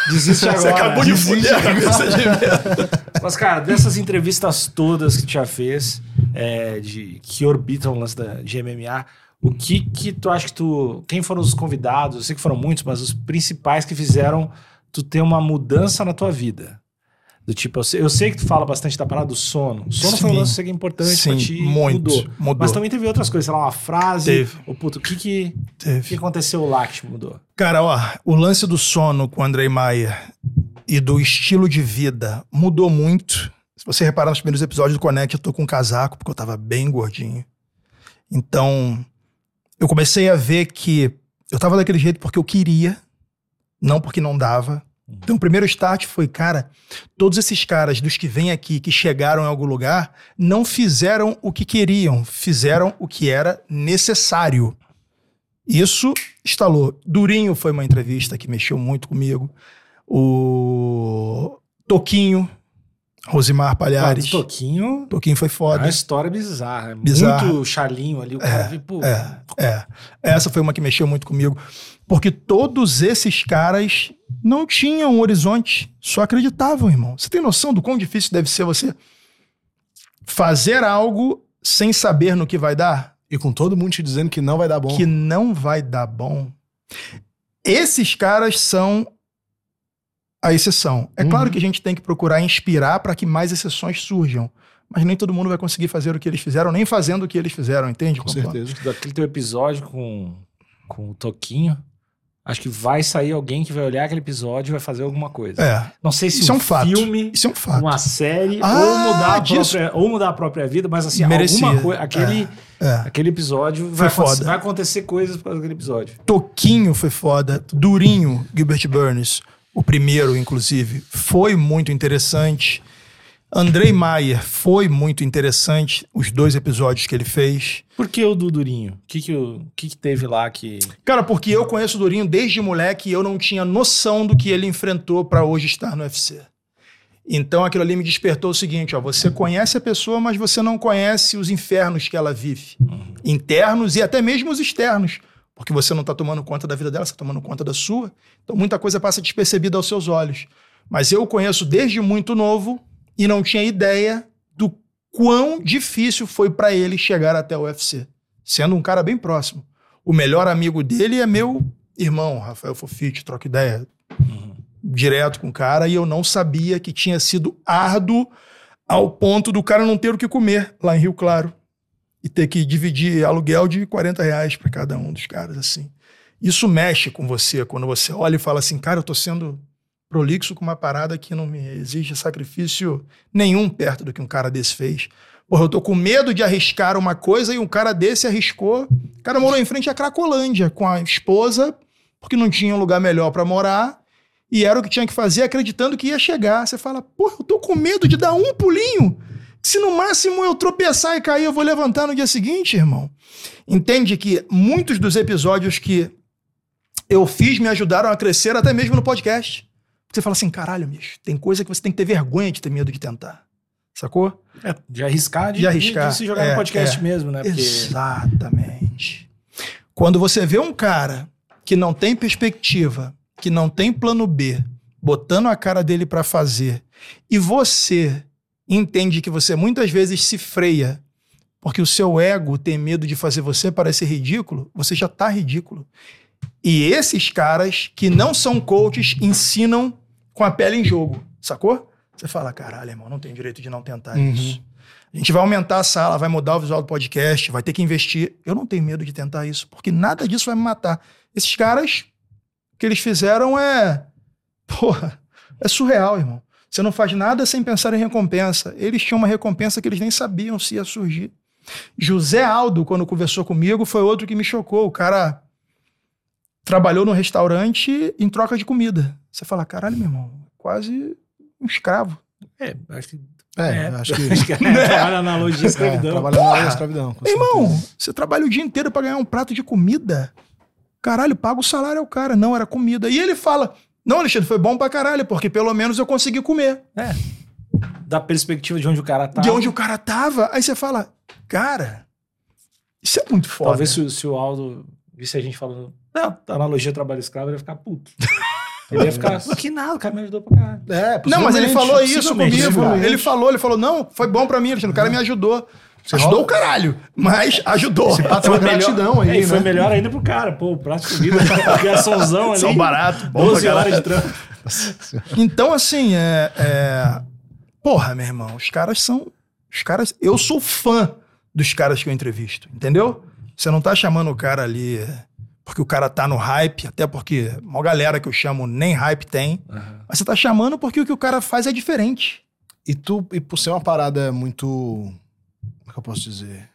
Speaker 1: Desiste agora.
Speaker 2: Desiste.
Speaker 1: Mas, cara, dessas entrevistas todas que tu já fez, é, de, que orbitam o lance da, de MMA, o que que tu acha que tu... Quem foram os convidados? Eu sei que foram muitos, mas os principais que fizeram tu ter uma mudança na tua vida. Do tipo, eu sei, eu sei que tu fala bastante da parada do sono. O sono foi um
Speaker 3: Sim.
Speaker 1: lance que é importante pra ti. e Mudou.
Speaker 3: muito. Mudou.
Speaker 1: Mas tá também teve outras coisas, sei lá, uma frase.
Speaker 3: Teve.
Speaker 1: Ô, puto, o que que, o que
Speaker 3: Teve.
Speaker 1: aconteceu lá que te mudou?
Speaker 3: Cara, ó, o lance do sono com o Andrei Maia e do estilo de vida mudou muito. Se você reparar nos primeiros episódios do Connect, eu tô com um casaco, porque eu tava bem gordinho. Então, eu comecei a ver que eu tava daquele jeito porque eu queria, não porque não dava.
Speaker 1: Uhum.
Speaker 3: Então, o primeiro start foi, cara, todos esses caras dos que vêm aqui, que chegaram em algum lugar, não fizeram o que queriam, fizeram o que era necessário. Isso instalou. Durinho foi uma entrevista que mexeu muito comigo. O Toquinho, Rosimar Palhares.
Speaker 1: Ah, do Toquinho,
Speaker 3: Toquinho foi
Speaker 1: é uma
Speaker 3: foda.
Speaker 1: história bizarra. é
Speaker 3: Bizarra.
Speaker 1: Muito chalinho ali. O cara, pô,
Speaker 3: É, é. Essa foi uma que mexeu muito comigo. Porque todos esses caras não tinham um horizonte, só acreditavam, irmão. Você tem noção do quão difícil deve ser você fazer algo sem saber no que vai dar?
Speaker 2: E com todo mundo te dizendo que não vai dar bom.
Speaker 3: que não vai dar bom. Esses caras são a exceção. É
Speaker 2: Uhum.
Speaker 3: claro que a gente tem que procurar inspirar para que mais exceções surjam, mas nem todo mundo vai conseguir fazer o que eles fizeram, nem fazendo o que eles fizeram, entende?
Speaker 2: Com certeza.
Speaker 1: daquele teu episódio com, com o Toquinho, acho que vai sair alguém que vai olhar aquele episódio e vai fazer alguma coisa.
Speaker 3: É,
Speaker 1: Não sei se
Speaker 3: isso é
Speaker 1: um
Speaker 3: um fato.
Speaker 1: filme,
Speaker 3: Isso é um fato.
Speaker 1: uma série,
Speaker 3: Ah,
Speaker 1: ou, mudar a
Speaker 3: disso.
Speaker 1: própria, ou mudar a própria vida, mas assim,
Speaker 3: Merecia.
Speaker 1: alguma coisa. Aquele,
Speaker 3: É.
Speaker 1: aquele episódio vai,
Speaker 3: Foi
Speaker 1: acontecer-
Speaker 3: foda.
Speaker 1: vai acontecer coisas por causa daquele episódio.
Speaker 3: Toquinho foi foda, Durinho, Gilbert Burns, o primeiro, inclusive, foi muito interessante. Andrei Maier foi muito interessante, os dois episódios que ele fez.
Speaker 1: Por que o do Durinho? O que, que, o que, que teve lá que.
Speaker 3: Cara, porque eu conheço o Durinho desde moleque e eu não tinha noção do que ele enfrentou para hoje estar no UFC. Então aquilo ali me despertou o seguinte: ó, você conhece a pessoa, mas você não conhece os infernos que ela vive, internos e até mesmo os externos, porque você não está tomando conta da vida dela, você está tomando conta da sua. Então muita coisa passa despercebida aos seus olhos. Mas eu o conheço desde muito novo e não tinha ideia do quão difícil foi para ele chegar até o UFC, sendo um cara bem próximo. O melhor amigo dele é meu irmão, Rafael Fofite, troca ideia direto com o cara e eu não sabia que tinha sido árduo ao ponto do cara não ter o que comer lá em Rio Claro e ter que dividir aluguel de 40 reais para cada um dos caras, assim. Isso mexe com você quando você olha e fala assim, cara, eu tô sendo prolixo com uma parada que não me exige sacrifício nenhum perto do que um cara desse fez. Porra, eu tô com medo de arriscar uma coisa e um cara desse arriscou. O cara morou em frente à Cracolândia com a esposa, porque não tinha um lugar melhor para morar e era o que tinha que fazer, acreditando que ia chegar. Você fala, pô, eu tô com medo de dar um pulinho. Se no máximo eu tropeçar e cair, eu vou levantar no dia seguinte, irmão. Entende que muitos dos episódios que eu fiz me ajudaram a crescer até mesmo no podcast. Você fala assim, caralho, bicho, tem coisa que você tem que ter vergonha de ter medo de tentar. Sacou?
Speaker 1: É, de arriscar, de,
Speaker 3: De arriscar,
Speaker 1: de se jogar
Speaker 3: é,
Speaker 1: no podcast
Speaker 3: é.
Speaker 1: mesmo, né? Porque
Speaker 3: Exatamente. Quando você vê um cara que não tem perspectiva, que não tem plano B, botando a cara dele pra fazer, e você entende que você muitas vezes se freia porque o seu ego tem medo de fazer você parecer ridículo, você já tá ridículo. E esses caras que não são coaches ensinam com a pele em jogo, sacou? Você fala, caralho, irmão, não tem direito de não tentar
Speaker 2: Uhum.
Speaker 3: isso. A gente vai aumentar a sala, vai mudar o visual do podcast, vai ter que investir. Eu não tenho medo de tentar isso, porque nada disso vai me matar. Esses caras, o que eles fizeram é. Porra, é surreal, irmão. Você não faz nada sem pensar em recompensa. Eles tinham uma recompensa que eles nem sabiam se ia surgir. José Aldo, quando conversou comigo, foi outro que me chocou. O cara trabalhou no restaurante em troca de comida. Você fala, caralho, meu irmão, quase um escravo.
Speaker 1: É, acho que.
Speaker 2: É,
Speaker 1: É.
Speaker 2: acho que.
Speaker 1: Acho que
Speaker 3: <laughs>
Speaker 1: é, trabalha na loja de <laughs>
Speaker 2: É,
Speaker 1: escravidão.
Speaker 2: trabalhando na área da escravidão. com
Speaker 3: Meu irmão,
Speaker 2: certeza.
Speaker 3: você trabalha o dia inteiro pra ganhar um prato de comida? Caralho, paga o salário ao cara. Não, era comida. E ele fala: Não, Alexandre, foi bom pra caralho, porque pelo menos eu consegui comer.
Speaker 1: Da perspectiva de onde o cara tá.
Speaker 3: De onde o cara tava. Aí você fala: Cara, isso é muito foda.
Speaker 1: Talvez se, o- se o Aldo visse a gente falando. né? Não, tá. analogia trabalho escravo, ele ia ficar puto. Ele ia <laughs> ficar. que nada, o cara me ajudou pra caralho.
Speaker 2: É,
Speaker 3: Não, mas ele
Speaker 2: possivelmente,
Speaker 3: falou isso
Speaker 2: possivelmente,
Speaker 3: comigo.
Speaker 2: possivelmente.
Speaker 3: Ele falou, ele falou: Não, foi bom pra mim, Alexandre. O cara me ajudou. ajudou o caralho, mas ajudou.
Speaker 2: Esse pato é uma
Speaker 1: Foi melhor-
Speaker 2: gratidão
Speaker 1: É,
Speaker 2: aí,
Speaker 1: e foi
Speaker 2: né?
Speaker 1: melhor ainda pro cara. Pô, o prato de comida, garçomzão
Speaker 2: um
Speaker 1: ali.
Speaker 3: São barato, bom pra
Speaker 1: 12
Speaker 3: caralho.
Speaker 1: horas de trampo.
Speaker 3: Então, assim, é, é- Porra, meu irmão, os caras são. Os caras. Eu sou fã dos caras que eu entrevisto, entendeu? Você não tá chamando o cara ali é, porque o cara tá no hype, até porque uma galera que eu chamo nem hype tem. Mas você tá chamando porque o que o cara faz é diferente.
Speaker 2: E tu, e por ser uma parada muito. Como é que eu posso dizer?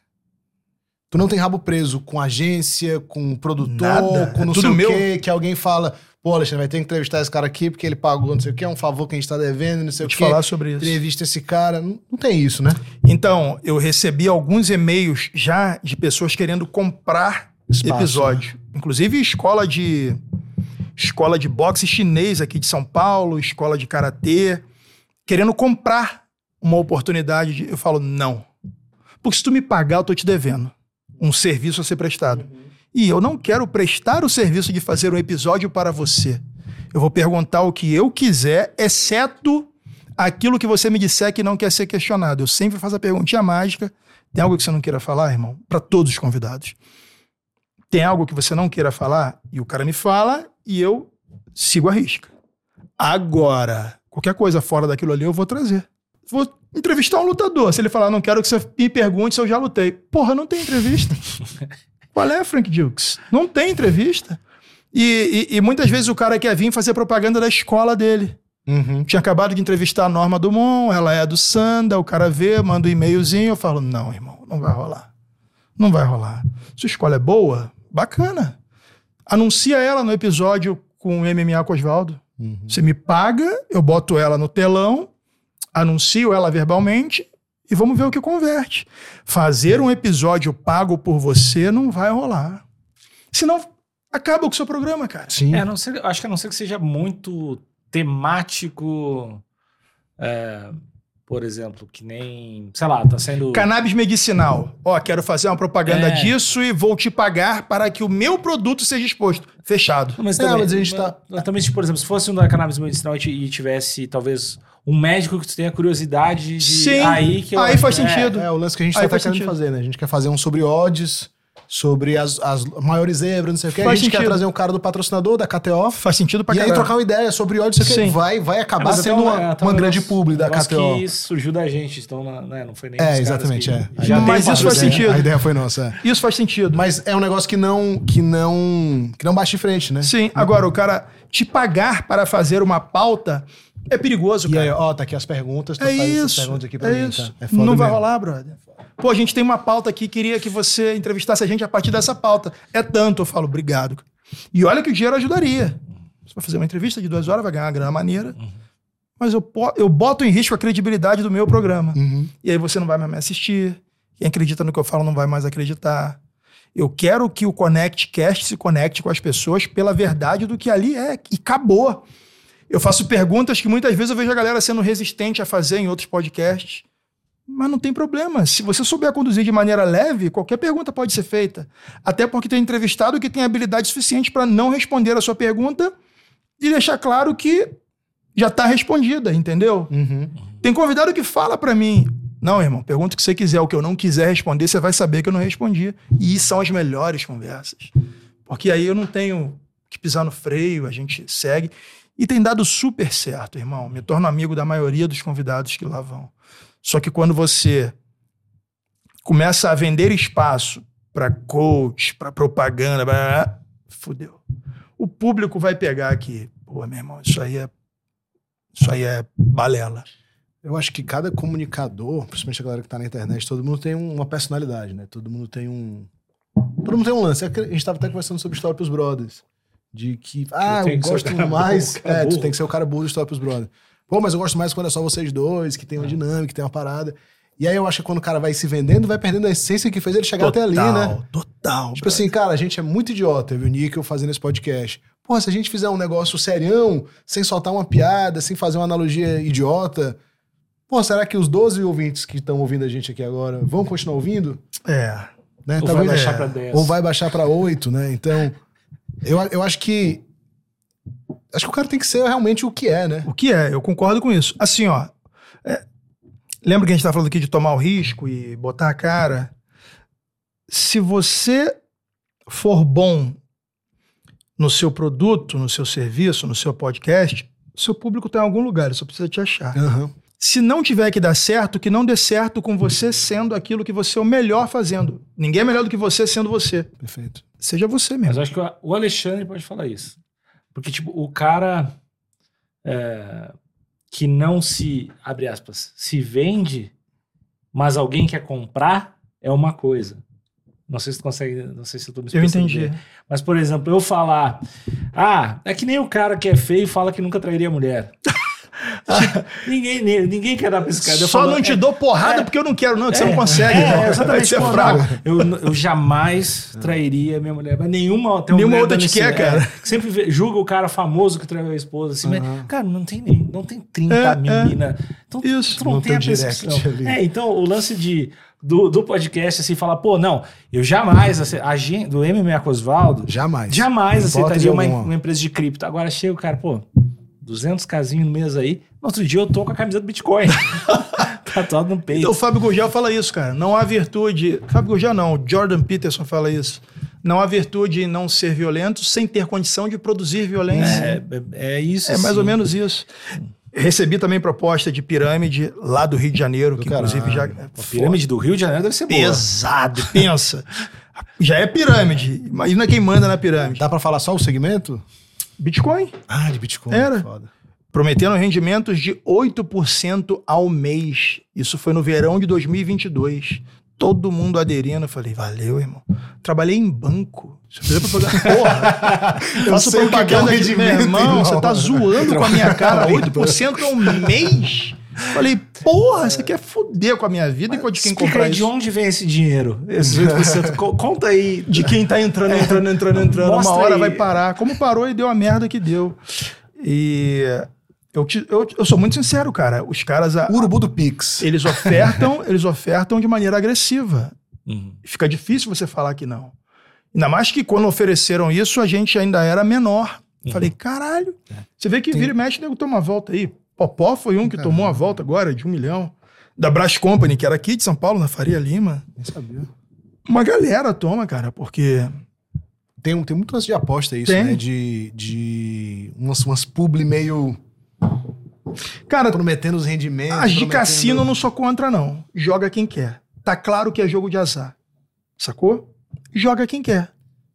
Speaker 2: Tu não tem rabo preso com agência, com produtor,
Speaker 3: Nada.
Speaker 2: com não
Speaker 3: É tudo
Speaker 2: sei
Speaker 3: meu.
Speaker 2: o quê, que alguém fala, pô, Alexandre, vai ter que entrevistar esse cara aqui porque ele pagou não sei o quê, é um favor que a gente tá devendo, não sei
Speaker 3: Vou te
Speaker 2: o quê.
Speaker 3: falar sobre isso.
Speaker 2: Entrevista esse cara. Não, não tem isso, né?
Speaker 3: Então, eu recebi alguns e-mails já de pessoas querendo comprar
Speaker 2: Espaço,
Speaker 3: episódio. Inclusive escola de escola de boxe chinês aqui de São Paulo, escola de karatê, querendo comprar uma oportunidade. de- eu falo não. Porque se tu me pagar, eu tô te devendo um serviço a ser prestado. E eu não quero prestar o serviço de fazer um episódio para você. Eu vou perguntar o que eu quiser, exceto aquilo que você me disser que não quer ser questionado. Eu sempre faço a perguntinha mágica. Tem algo que você não queira falar, irmão? Para todos os convidados. Tem algo que você não queira falar? E o cara me fala e eu sigo a risca. Agora, qualquer coisa fora daquilo ali eu vou trazer. Vou entrevistar um lutador. Se ele falar, não quero que você me pergunte se eu já lutei. Porra, não tem entrevista. Qual é, Frank Dukes? Não tem entrevista. E- e- e muitas vezes o cara quer vir fazer propaganda da escola dele.
Speaker 2: Uhum.
Speaker 3: Tinha acabado de entrevistar a Norma Dumont, ela é do Sanda, o cara vê, manda um e-mailzinho, eu falo, não, irmão, não vai rolar. Não vai rolar. Sua escola é boa, bacana. Anuncia ela no episódio com o MMA com Oswaldo.
Speaker 2: Uhum.
Speaker 3: Você me paga, eu boto ela no telão, anuncio ela verbalmente e vamos ver o que converte. Fazer um episódio pago por você não vai rolar. Senão acaba com o seu programa, cara.
Speaker 2: Sim.
Speaker 1: É, a não ser, acho que a não ser que seja muito temático. é, por exemplo, que nem. Sei lá, tá sendo.
Speaker 3: Cannabis medicinal. Ó, quero fazer uma propaganda
Speaker 1: É.
Speaker 3: disso e vou te pagar para que o meu produto seja exposto. Fechado.
Speaker 1: Não, Mas,
Speaker 2: É, mas a gente tá-
Speaker 1: mas também, tipo, por exemplo, se fosse um da cannabis medicinal e ti- e tivesse, talvez, um médico que tu tenha curiosidade de.
Speaker 3: Sim,
Speaker 1: Aí, que eu
Speaker 3: aí
Speaker 1: acho-
Speaker 3: faz
Speaker 1: é,
Speaker 3: sentido.
Speaker 2: É, o lance que a gente
Speaker 3: Aí
Speaker 2: tá
Speaker 3: faz
Speaker 2: querendo
Speaker 3: sentido.
Speaker 2: fazer, né? A gente quer fazer um sobre odds, sobre as, as maiores zebras, não sei o quê. A
Speaker 3: Faz
Speaker 2: gente quer
Speaker 3: sentido.
Speaker 2: trazer um cara do patrocinador, da KTO,
Speaker 3: Faz sentido pra
Speaker 2: e aí
Speaker 3: caralho.
Speaker 2: trocar uma ideia sobre odds, não sei o quê.
Speaker 3: Sim.
Speaker 2: Vai, vai
Speaker 1: É,
Speaker 2: acabar
Speaker 1: mas até
Speaker 2: sendo uma,
Speaker 1: é, até
Speaker 2: uma
Speaker 1: um
Speaker 2: grande
Speaker 1: negócio-
Speaker 2: publi da
Speaker 1: negócio
Speaker 2: KTO.
Speaker 1: que surgiu da gente, então não, né, não foi nem.
Speaker 2: É,
Speaker 1: dos caras
Speaker 2: exatamente,
Speaker 1: que
Speaker 2: é.
Speaker 1: Já tem
Speaker 3: Mas
Speaker 1: um
Speaker 3: isso faz
Speaker 1: patrocínio.
Speaker 3: sentido.
Speaker 2: A ideia foi nossa. é.
Speaker 3: Isso faz sentido.
Speaker 2: Mas é um negócio que não, que não, que não bate de frente, né?
Speaker 3: Sim, agora o cara te pagar para fazer uma pauta é perigoso,
Speaker 2: E
Speaker 3: cara.
Speaker 2: aí, ó, tá aqui as perguntas, tu
Speaker 3: É
Speaker 2: faz essas
Speaker 3: isso.
Speaker 2: perguntas aqui pra
Speaker 3: é
Speaker 2: mim,
Speaker 3: isso.
Speaker 2: tá? É
Speaker 3: Não
Speaker 2: foda
Speaker 3: vai
Speaker 2: mesmo.
Speaker 3: rolar, brother. Pô, a gente tem uma pauta aqui, queria que você entrevistasse a gente a partir dessa pauta. É tanto, eu falo, obrigado. E olha que o dinheiro ajudaria. Você vai fazer uma entrevista de duas horas, vai ganhar uma grana maneira.
Speaker 2: Uhum.
Speaker 3: Mas eu, po- eu boto em risco a credibilidade do meu programa.
Speaker 2: Uhum.
Speaker 3: E aí você não vai mais me assistir. Quem acredita no que eu falo não vai mais acreditar. Eu quero que o ConnectCast se conecte com as pessoas pela verdade do que ali é. E acabou. Eu faço perguntas que muitas vezes eu vejo a galera sendo resistente a fazer em outros podcasts. Mas não tem problema. Se você souber conduzir de maneira leve, qualquer pergunta pode ser feita. Até porque tem entrevistado que tem habilidade suficiente para não responder a sua pergunta e deixar claro que já está respondida, entendeu?
Speaker 2: Uhum.
Speaker 3: Tem convidado que fala pra mim. Não, irmão, pergunta o que você quiser. O que eu não quiser responder, você vai saber que eu não respondi. E são as melhores conversas. Porque aí eu não tenho que pisar no freio, a gente segue. E tem dado super certo, irmão. Me torno amigo da maioria dos convidados que lá vão. Só que quando você começa a vender espaço pra coach, pra propaganda, blá, blá, blá, fudeu. O público vai pegar aqui. Pô, meu irmão, isso aí é. Isso aí é balela.
Speaker 2: Eu acho que cada comunicador, principalmente a galera que tá na internet, todo mundo tem um- uma personalidade, né? Todo mundo tem um. Todo mundo tem um lance. É que A gente tava até conversando sobre Story pros Brothers. De que, ah,
Speaker 1: tem
Speaker 2: eu
Speaker 1: que ser o
Speaker 2: gosto
Speaker 1: cara burro,
Speaker 2: mais.
Speaker 1: o cara
Speaker 2: é, tu
Speaker 1: burro.
Speaker 2: tem que ser o cara burro do Story pros Brothers. Pô, mas eu gosto mais quando é só vocês dois, que tem uma dinâmica, que tem uma parada. E aí eu acho que quando o cara vai se vendendo, vai perdendo a essência que fez ele chegar até ali, né?
Speaker 3: Total.
Speaker 2: Tipo assim, cara, a gente é muito idiota, eu vi o Nickel fazendo esse podcast. Porra, se a gente fizer um negócio serião, sem soltar uma piada, sem fazer uma analogia idiota, pô, será que os 12 ouvintes que estão ouvindo a gente aqui agora vão continuar ouvindo?
Speaker 3: É.
Speaker 2: Né?
Speaker 1: Ou vai
Speaker 2: Talvez-
Speaker 1: baixar
Speaker 3: é.
Speaker 1: pra 10.
Speaker 2: Ou vai baixar pra 8, né? Então, eu, eu acho que. Acho que o cara tem que ser realmente o que é, né?
Speaker 3: O que é? Eu concordo com isso. Assim, ó. é, lembra que a gente tá falando aqui de tomar o risco e botar a cara? Se você for bom no seu produto, no seu serviço, no seu podcast, seu público tá em algum lugar, ele só precisa te achar.
Speaker 2: Aham.
Speaker 3: Se não tiver que dar certo, que não dê certo com você sendo aquilo que você é o melhor fazendo. Ninguém é melhor do que você sendo você.
Speaker 2: Perfeito.
Speaker 3: Seja você
Speaker 1: Mas eu
Speaker 3: mesmo.
Speaker 1: acho que o Alexandre pode falar isso. Porque, tipo, o cara é, que não se, abre aspas, se vende, mas alguém quer comprar, é uma coisa. Não sei se tu consegue, não sei se eu tô me
Speaker 3: Eu
Speaker 1: expressando
Speaker 3: entendi.
Speaker 1: bem. Mas, por exemplo, eu falar, ah, é que nem o cara que é feio fala que nunca trairia
Speaker 3: <laughs>
Speaker 1: mulher. Tipo, ninguém, ni- ninguém quer dar piscada. Eu
Speaker 3: Ah. Só
Speaker 1: falo,
Speaker 3: não te
Speaker 1: "É,
Speaker 3: dou porrada
Speaker 1: é.
Speaker 3: porque eu não quero, não, que você
Speaker 1: É,
Speaker 3: não consegue.
Speaker 1: é,
Speaker 3: irmão.
Speaker 1: exatamente,
Speaker 3: Você é
Speaker 1: pô,
Speaker 3: fraco.
Speaker 1: Eu, n- eu jamais trairia minha mulher. Mas nenhuma. Tem uma
Speaker 3: Nenhuma
Speaker 1: mulher
Speaker 3: outra
Speaker 1: dando
Speaker 3: te quer,
Speaker 1: esse-
Speaker 3: cara.
Speaker 1: é, sempre vê- julga o cara famoso que traiu a esposa. Assim, mas,
Speaker 2: Aham.
Speaker 1: cara, não tem, nem- não tem 30
Speaker 3: É,
Speaker 1: menina. Então,
Speaker 3: Isso, um
Speaker 1: tu não,
Speaker 2: não
Speaker 1: tem a
Speaker 2: tem direct
Speaker 1: percepção.
Speaker 2: ali.
Speaker 1: É, então o lance de, do, do podcast, assim, falar, pô, não, eu jamais, assim, a gente, do MMA Cosvaldo,
Speaker 2: Jamais.
Speaker 1: jamais
Speaker 2: Em hipótese
Speaker 1: aceitaria uma,
Speaker 2: alguma.
Speaker 1: uma empresa de cripto. Agora chega o cara, pô, 200 casinhos no mês aí. No outro dia eu tô com a camisa do Bitcoin. <laughs> Tatuado no peito.
Speaker 3: Então, o Fábio Gurgel fala isso, cara. Não há virtude. Fábio Gurgel não, o Jordan Peterson fala isso. Não há virtude em não ser violento sem ter condição de produzir violência.
Speaker 1: É, é, é isso.
Speaker 3: É, mais ou
Speaker 1: sim.
Speaker 3: menos isso. Recebi também proposta de pirâmide lá do Rio de Janeiro,
Speaker 2: Do
Speaker 3: que inclusive já.
Speaker 2: caralho.
Speaker 1: A pirâmide do Rio de Janeiro deve ser boa.
Speaker 3: pesado, pensa. Já é pirâmide. Imagina quem manda na pirâmide.
Speaker 2: Dá pra falar só o segmento?
Speaker 3: Bitcoin.
Speaker 2: Ah, de Bitcoin.
Speaker 3: Era.
Speaker 2: Foda.
Speaker 3: prometendo rendimentos de 8% ao mês. Isso foi no verão de 2022. todo mundo aderindo. Eu falei, valeu, irmão. Trabalhei em banco. Deixa eu
Speaker 2: <laughs>
Speaker 3: fazer propaganda. Porra!
Speaker 2: Eu
Speaker 3: faço
Speaker 2: sei o que é
Speaker 3: propaganda
Speaker 2: o
Speaker 3: de meu
Speaker 2: rendimento,
Speaker 3: irmão.
Speaker 2: irmão.
Speaker 3: Você tá zoando com a minha cara.
Speaker 2: <laughs>
Speaker 3: 8% ao mês? Falei, porra, isso aqui é fuder com a minha vida e com a de quem
Speaker 1: Explica
Speaker 3: comprar
Speaker 1: aí de
Speaker 3: isso.
Speaker 1: onde vem esse dinheiro? Esse <laughs> 8%. Co- Conta aí.
Speaker 3: De quem tá entrando, entrando, entrando, entrando.
Speaker 1: É. Mostra
Speaker 3: uma hora
Speaker 1: aí.
Speaker 3: vai parar. Como parou e deu a merda que deu. E eu, te- eu, eu sou muito sincero, cara. Os caras, a-
Speaker 2: O urubu do Pix.
Speaker 3: eles ofertam, eles ofertam de maneira agressiva. Fica difícil você falar que não. Ainda mais que quando ofereceram isso, a gente ainda era menor. Falei, caralho. Você vê que vira e mexe, nego toma uma volta aí. Popó foi um que tomou a volta agora de um milhão. Da Brás Company, que era aqui de São Paulo, na Faria Lima.
Speaker 2: Nem sabia.
Speaker 3: Uma galera toma, cara, porque
Speaker 2: Tem, um- tem muito lance de aposta isso,
Speaker 3: Tem.
Speaker 2: né? De, de umas, umas publi meio
Speaker 3: Cara,
Speaker 2: prometendo os rendimentos.
Speaker 3: as de
Speaker 2: prometendo-
Speaker 3: cassino eu Ah, não sou contra, não. Joga quem quer. Tá claro que é jogo de azar. Sacou? Joga quem quer.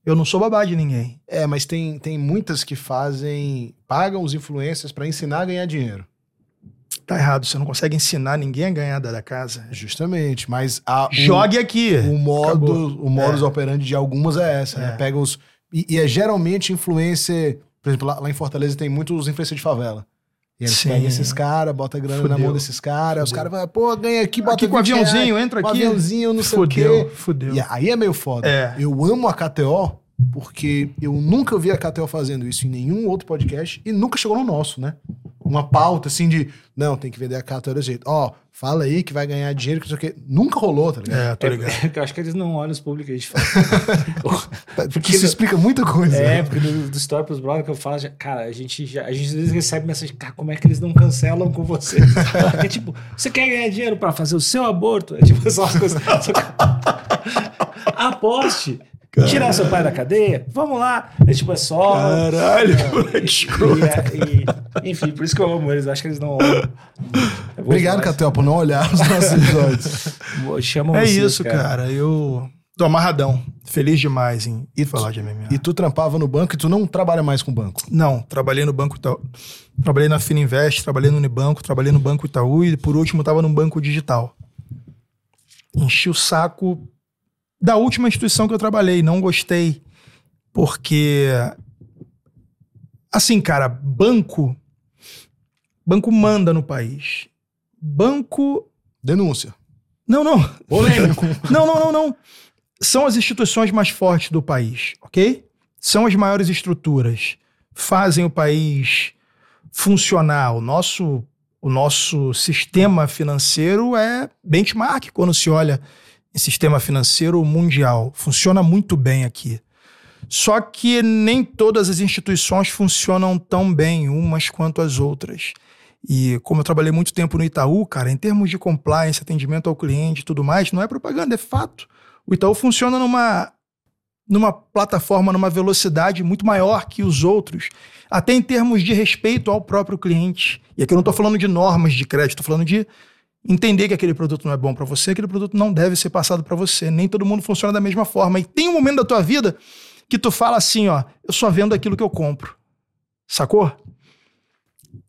Speaker 3: Eu não sou babá de ninguém.
Speaker 2: É, mas tem, tem muitas que fazem... Pagam os influencers pra ensinar a ganhar dinheiro.
Speaker 3: Tá errado, você não consegue ensinar ninguém a ganhar da da casa.
Speaker 2: Justamente, mas a, o-
Speaker 3: Jogue aqui.
Speaker 2: o, modo,
Speaker 3: Acabou.
Speaker 2: o modus operandi de algumas é essa, né?
Speaker 3: É.
Speaker 2: Pega os... E, e é geralmente influencer... Por exemplo, lá, lá em Fortaleza tem muitos influencers de favela. E eles
Speaker 3: Sim.
Speaker 2: pegam esses caras, bota grana na
Speaker 3: Fudeu.
Speaker 2: mão desses caras, os
Speaker 3: Fudeu.
Speaker 2: caras vão, pô, ganha aqui, bota
Speaker 3: aqui com o
Speaker 2: 20 reais,
Speaker 3: aviãozinho, entra
Speaker 2: com
Speaker 3: aqui.
Speaker 2: Um aviãozinho, não sei o quê.
Speaker 3: fudeu, fudeu.
Speaker 2: E aí é meio foda.
Speaker 3: É.
Speaker 2: Eu amo a KTO porque eu nunca vi a KTO fazendo isso em nenhum outro podcast e nunca chegou no nosso, né? Uma pauta assim de, não, tem que vender a KTO desse jeito. Ó, fala aí que vai ganhar dinheiro, que não sei o quê. Nunca rolou, tá ligado?
Speaker 3: É, tô ligado.
Speaker 2: <laughs>
Speaker 1: Eu acho que eles não olham os públicos. <laughs> eles
Speaker 3: É,
Speaker 2: Porque isso explica muita coisa.
Speaker 1: É,
Speaker 2: né?
Speaker 1: porque do, do Story pros Brothers que eu falo, já- cara, a gente, já, a gente às vezes recebe mensagem, cara, como é que eles não cancelam com
Speaker 3: <laughs>
Speaker 1: você? é tipo, você quer ganhar dinheiro pra fazer o seu aborto? É tipo, só as coisas. só que- <laughs> Aposte! Tirar seu pai da cadeia? Vamos lá! É tipo, é só. é,
Speaker 3: Caralho, moleque escroto.
Speaker 1: E, e- enfim, por isso que eu amo eles, eu acho que eles não olham. É bom
Speaker 2: Obrigado,
Speaker 1: demais.
Speaker 2: KTO, por não olhar os nossos episódios.
Speaker 1: Mo- Chamam
Speaker 3: É
Speaker 1: vocês,
Speaker 3: isso, cara. Eu tô amarradão. Feliz demais em
Speaker 2: E
Speaker 3: falar de MMA.
Speaker 2: E tu trampava no banco e tu não trabalha mais com banco.
Speaker 3: Não, trabalhei no Banco Itaú. Trabalhei na Fininvest, trabalhei no Unibanco, trabalhei no Banco Itaú e por último estava no Banco Digital. Enchi o saco da última instituição que eu trabalhei, não gostei. Porque assim, cara, banco banco manda no país. Banco
Speaker 2: Denúncia.
Speaker 3: não, não. <laughs> Não, não, não, não. São as instituições mais fortes do país, ok? São as maiores estruturas. Fazem o país funcionar. O nosso, o nosso sistema financeiro é benchmark quando se olha em sistema financeiro mundial. Funciona muito bem aqui. Só que nem todas as instituições funcionam tão bem umas quanto as outras. E como eu trabalhei muito tempo no Itaú, cara, em termos de compliance, atendimento ao cliente e tudo mais, não é propaganda, é fato. O Itaú funciona numa, numa plataforma, numa velocidade muito maior que os outros, até em termos de respeito ao próprio cliente. E aqui eu não estou falando de normas de crédito, estou falando de entender que aquele produto não é bom para você, aquele produto não deve ser passado para você. Nem todo mundo funciona da mesma forma. E tem um momento da tua vida que tu fala assim, ó, eu só vendo aquilo que eu compro. Sacou?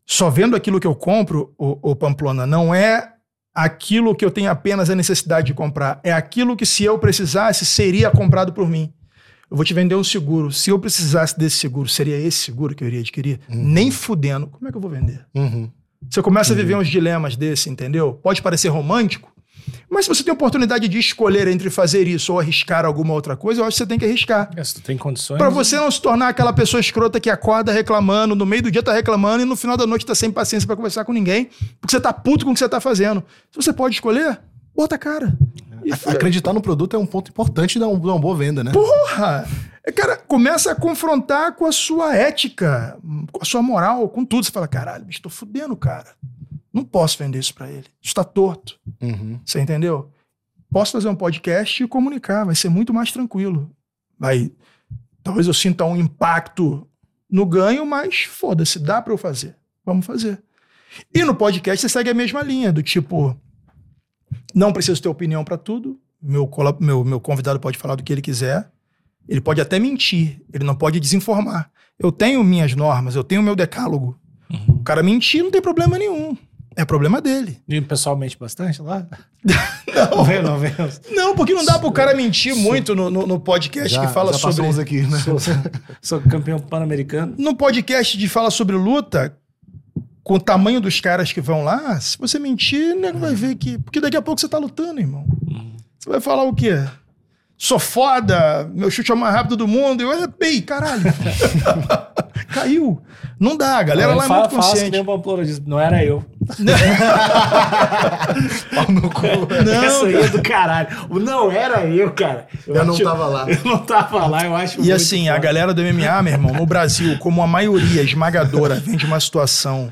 Speaker 3: só vendo aquilo que eu compro, o, Pamplona, não é aquilo que eu tenho apenas a necessidade de comprar. É aquilo que, se eu precisasse, seria comprado por mim. Eu vou te vender um seguro. Se eu precisasse desse seguro, seria esse seguro que eu iria adquirir? Nem fudendo. Como é que eu vou vender?
Speaker 2: Uhum.
Speaker 3: Você começa a viver uns dilemas desse, entendeu? Pode parecer romântico, mas se você tem a oportunidade de escolher entre fazer isso ou arriscar alguma outra coisa, eu acho que você tem que arriscar.
Speaker 1: É, se tu tem condições.
Speaker 3: Pra você não se tornar aquela pessoa escrota que acorda reclamando, no meio do dia tá reclamando e no final da noite tá sem paciência pra conversar com ninguém, porque você tá puto com o que você tá fazendo. Se você pode escolher, bota a cara. E
Speaker 2: Ac- Acreditar no produto é um ponto importante da um- da uma boa venda, né?
Speaker 3: Porra! é, Cara, começa a confrontar com a sua ética, com a sua moral, com tudo. Você fala, caralho, bicho, tô fudendo, cara. Não posso vender isso pra ele. Isso tá torto.
Speaker 2: Uhum.
Speaker 3: Você entendeu? Posso fazer um podcast e comunicar, vai ser muito mais tranquilo. Vai, talvez eu sinta um impacto no ganho, mas foda-se, dá pra eu fazer. Vamos fazer. E no podcast você segue a mesma linha, do tipo, não preciso ter opinião pra tudo, meu, cola- meu, meu convidado pode falar do que ele quiser, ele pode até mentir, ele não pode desinformar. Eu tenho minhas normas, eu tenho meu decálogo. O cara mentir não tem problema nenhum. É problema dele.
Speaker 1: E o pessoal mente bastante
Speaker 3: <laughs>
Speaker 1: lá? não. vem, não vem.
Speaker 3: Não, porque não dá pro cara mentir muito no, no, no podcast
Speaker 2: Já-
Speaker 3: que fala
Speaker 2: já
Speaker 3: sobre.
Speaker 2: passamos aqui,
Speaker 3: <laughs>
Speaker 2: né?
Speaker 1: Sou, sou campeão pan-americano.
Speaker 3: No podcast de fala sobre luta, com o tamanho dos caras que vão lá, se você mentir, o nego vai ver que. Porque daqui a pouco você tá lutando, irmão. Você vai falar o quê? Sou foda, meu chute é o mais rápido do mundo. Eu, ei, caralho. Caiu. Não dá, a galera lá é
Speaker 1: fala,
Speaker 3: muito
Speaker 1: fala que nem
Speaker 3: consciente.
Speaker 1: o Pamplona diz, não era eu.
Speaker 2: Pau no cu.
Speaker 3: Não,
Speaker 1: <laughs> Essa aí é do caralho. O não era eu, cara.
Speaker 2: Eu não
Speaker 1: acho-
Speaker 2: tava lá.
Speaker 1: <laughs> Eu não tava lá, eu acho
Speaker 3: E
Speaker 1: muito
Speaker 3: assim, a
Speaker 1: foda.
Speaker 3: galera do MMA, meu irmão, no Brasil, como a maioria esmagadora vem de uma situação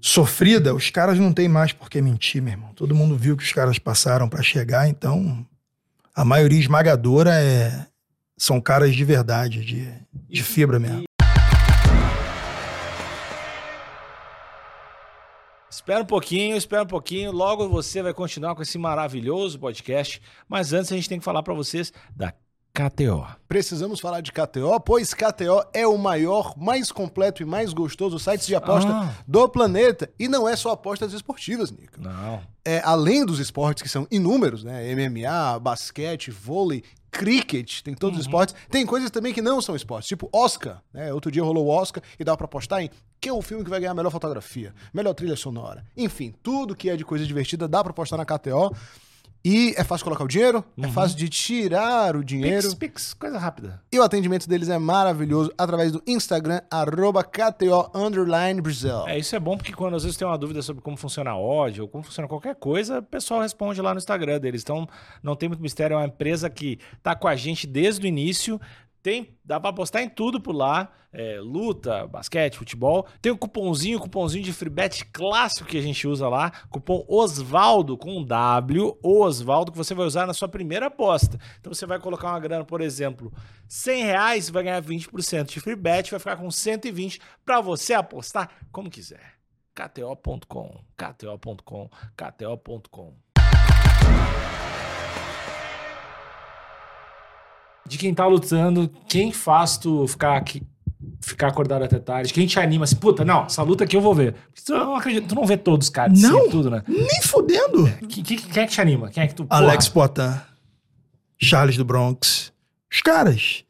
Speaker 3: sofrida, os caras não têm mais por que mentir, meu irmão. Todo mundo viu o que os caras passaram pra chegar, então a maioria esmagadora é são caras de verdade, de, de fibra mesmo.
Speaker 1: Espera um pouquinho, espera um pouquinho. Logo você vai continuar com esse maravilhoso podcast. Mas antes a gente tem que falar pra vocês da KTO.
Speaker 2: Precisamos falar de KTO, pois KTO é o maior, mais completo e mais gostoso site de aposta
Speaker 1: Ah.
Speaker 2: do planeta. E não é só apostas esportivas, Nica.
Speaker 1: Não.
Speaker 2: É, além dos esportes que são inúmeros, né? MMA, basquete, vôlei, cricket, tem todos os
Speaker 1: Uhum.
Speaker 2: esportes. Tem coisas também que não são esportes, tipo Oscar. Né? Outro dia rolou o Oscar e dava pra apostar em que é o filme que vai ganhar a melhor fotografia, melhor trilha sonora. Enfim, tudo que é de coisa divertida dá pra apostar na KTO. E é fácil colocar o dinheiro, é fácil de tirar o dinheiro.
Speaker 1: Uhum. Pix, pix, coisa rápida.
Speaker 2: E o atendimento deles é maravilhoso através do Instagram, arroba KTO underline Brazil.
Speaker 1: É, isso é bom porque quando às vezes tem uma dúvida sobre como funciona a odd ou como funciona qualquer coisa, o pessoal responde lá no Instagram deles. Então, não tem muito mistério, é uma empresa que tá com a gente desde o início. Tem, dá pra apostar em tudo por lá. é, luta, basquete, futebol. Tem o cupomzinho, cupomzinho de free bet clássico que a gente usa lá. Cupom Osvaldo com um W, Osvaldo, que você vai usar na sua primeira aposta. Então você vai colocar uma grana, por exemplo, 100 reais, você vai ganhar 20% de free bet, vai ficar com 120 para você apostar como quiser. KTO.com, KTO.com, KTO.com. De quem tá lutando, quem faz tu ficar aqui, ficar acordado até tarde? Quem te anima assim, puta, não, essa luta aqui eu vou ver. Porque Tu não acredita, tu não vê todos os caras,
Speaker 3: Não.
Speaker 1: Assim, tudo, né?
Speaker 3: Nem fudendo.
Speaker 1: Quem, quem, quem é que te anima? Quem é que tu. porra,
Speaker 3: Alex Poitin, Charles do Bronx, os caras.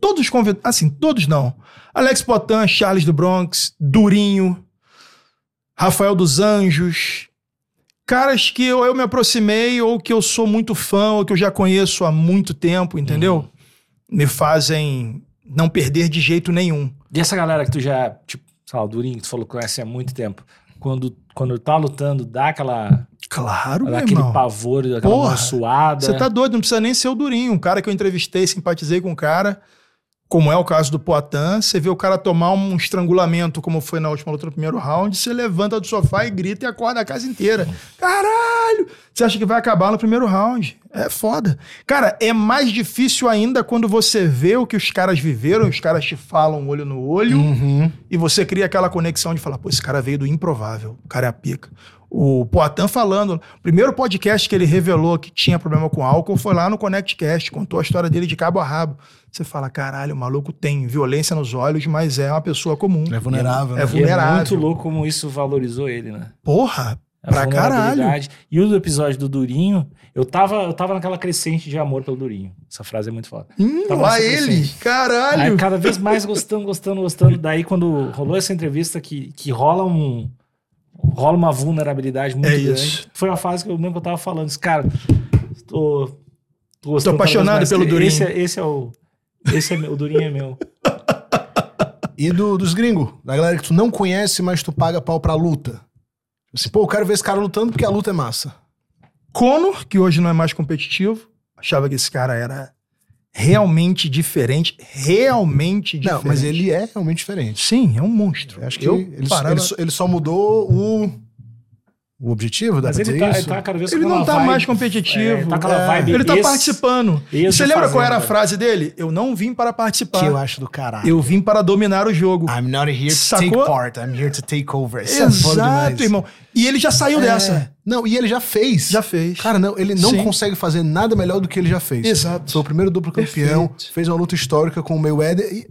Speaker 3: Todos convidados. Assim, todos não. Alex Poitin, Charles do Bronx, Durinho, Rafael dos Anjos. Caras que eu, eu me aproximei, ou que eu sou muito fã, ou que eu já conheço há muito tempo, entendeu? Me fazem não perder de jeito nenhum.
Speaker 1: E essa galera que tu já, tipo, sei lá, o Durinho, que tu falou que conhece há muito tempo, quando, quando tá lutando, dá aquela.
Speaker 3: Claro,
Speaker 1: dá
Speaker 3: meu
Speaker 1: aquele
Speaker 3: irmão.
Speaker 1: pavor, aquela
Speaker 3: Porra,
Speaker 1: mão suada. né?
Speaker 3: Você tá doido, não precisa nem ser o Durinho. Um cara que eu entrevistei, simpatizei com o cara, como é o caso do Poitin, você vê o cara tomar um estrangulamento, como foi na última luta no primeiro round, você levanta do sofá e grita e acorda a casa inteira. Caralho! Você acha que vai acabar no primeiro round. É foda. Cara, é mais difícil ainda quando você vê o que os caras viveram, os caras te falam olho no olho, e você cria aquela conexão de falar, pô, esse cara veio do improvável, o cara é a pica. O Poitin falando, o primeiro podcast que ele revelou que tinha problema com álcool foi lá no ConnectCast, contou a história dele de cabo a rabo. Você fala, caralho, o maluco tem violência nos olhos, mas é uma pessoa comum.
Speaker 2: É vulnerável,
Speaker 3: É,
Speaker 1: E
Speaker 2: né?
Speaker 1: é
Speaker 3: vulnerável.
Speaker 1: muito louco como isso valorizou ele, né?
Speaker 3: Porra,
Speaker 1: A
Speaker 3: pra caralho.
Speaker 1: vulnerabilidade. E o do episódio do Durinho, eu tava, eu tava naquela crescente de amor pelo Durinho. Essa frase é muito foda.
Speaker 3: Hum,
Speaker 1: Tava
Speaker 3: lá
Speaker 1: nessa
Speaker 3: ele,
Speaker 1: crescente.
Speaker 3: caralho.
Speaker 1: Aí cada vez mais gostando, gostando, gostando. Daí quando rolou essa entrevista que, que rola um. Rola uma vulnerabilidade muito
Speaker 3: É
Speaker 1: grande.
Speaker 3: isso.
Speaker 1: Foi a fase que eu mesmo que eu tava falando, disse, cara, tô. Tô, gostando cada
Speaker 3: Tô
Speaker 1: vez
Speaker 3: apaixonado
Speaker 1: mais.
Speaker 3: pelo Durinho.
Speaker 1: Esse, é- esse é o. Esse é meu, o Durinho é meu.
Speaker 2: E do- dos gringos, da galera que tu não conhece, mas tu paga pau pra luta. Assim, pô, eu quero ver esse cara lutando porque a luta é massa.
Speaker 3: Conor, que hoje não é mais competitivo, achava que esse cara era realmente diferente, realmente diferente.
Speaker 2: Não, mas ele é realmente diferente.
Speaker 3: Sim, é um monstro.
Speaker 2: Eu acho que
Speaker 3: Eu
Speaker 2: ele,
Speaker 3: parava-
Speaker 2: ele só- ele só mudou o, o objetivo, dá
Speaker 1: Mas
Speaker 2: pra
Speaker 1: ele
Speaker 2: dizer
Speaker 1: tá, ele
Speaker 2: isso?
Speaker 1: tá cada vez
Speaker 3: é Ele
Speaker 1: com
Speaker 3: não
Speaker 1: uma
Speaker 3: tá
Speaker 1: vibe-
Speaker 3: mais competitivo.
Speaker 1: É, tá aquela
Speaker 2: É.
Speaker 1: vibe.
Speaker 3: Ele tá
Speaker 1: esse-
Speaker 3: participando.
Speaker 1: esse
Speaker 3: Você lembra qual era a
Speaker 1: fazendo.
Speaker 3: frase dele? Eu não vim para participar.
Speaker 2: Que eu
Speaker 3: tá- eu...
Speaker 2: acho do caralho.
Speaker 3: vim para dominar o jogo.
Speaker 2: I'm not here to
Speaker 3: Sacou?
Speaker 2: take part, I'm here to take over. Isso é foda demais.
Speaker 3: Exato, irmão. E ele já saiu
Speaker 2: É.
Speaker 3: dessa.
Speaker 2: Não, e ele já fez.
Speaker 3: Já fez.
Speaker 2: Cara, não, ele não
Speaker 3: Sim.
Speaker 2: consegue fazer nada melhor do que ele já fez.
Speaker 3: Exato.
Speaker 2: Foi o primeiro duplo campeão,
Speaker 3: Perfeito.
Speaker 2: fez uma luta histórica com o Mayweather e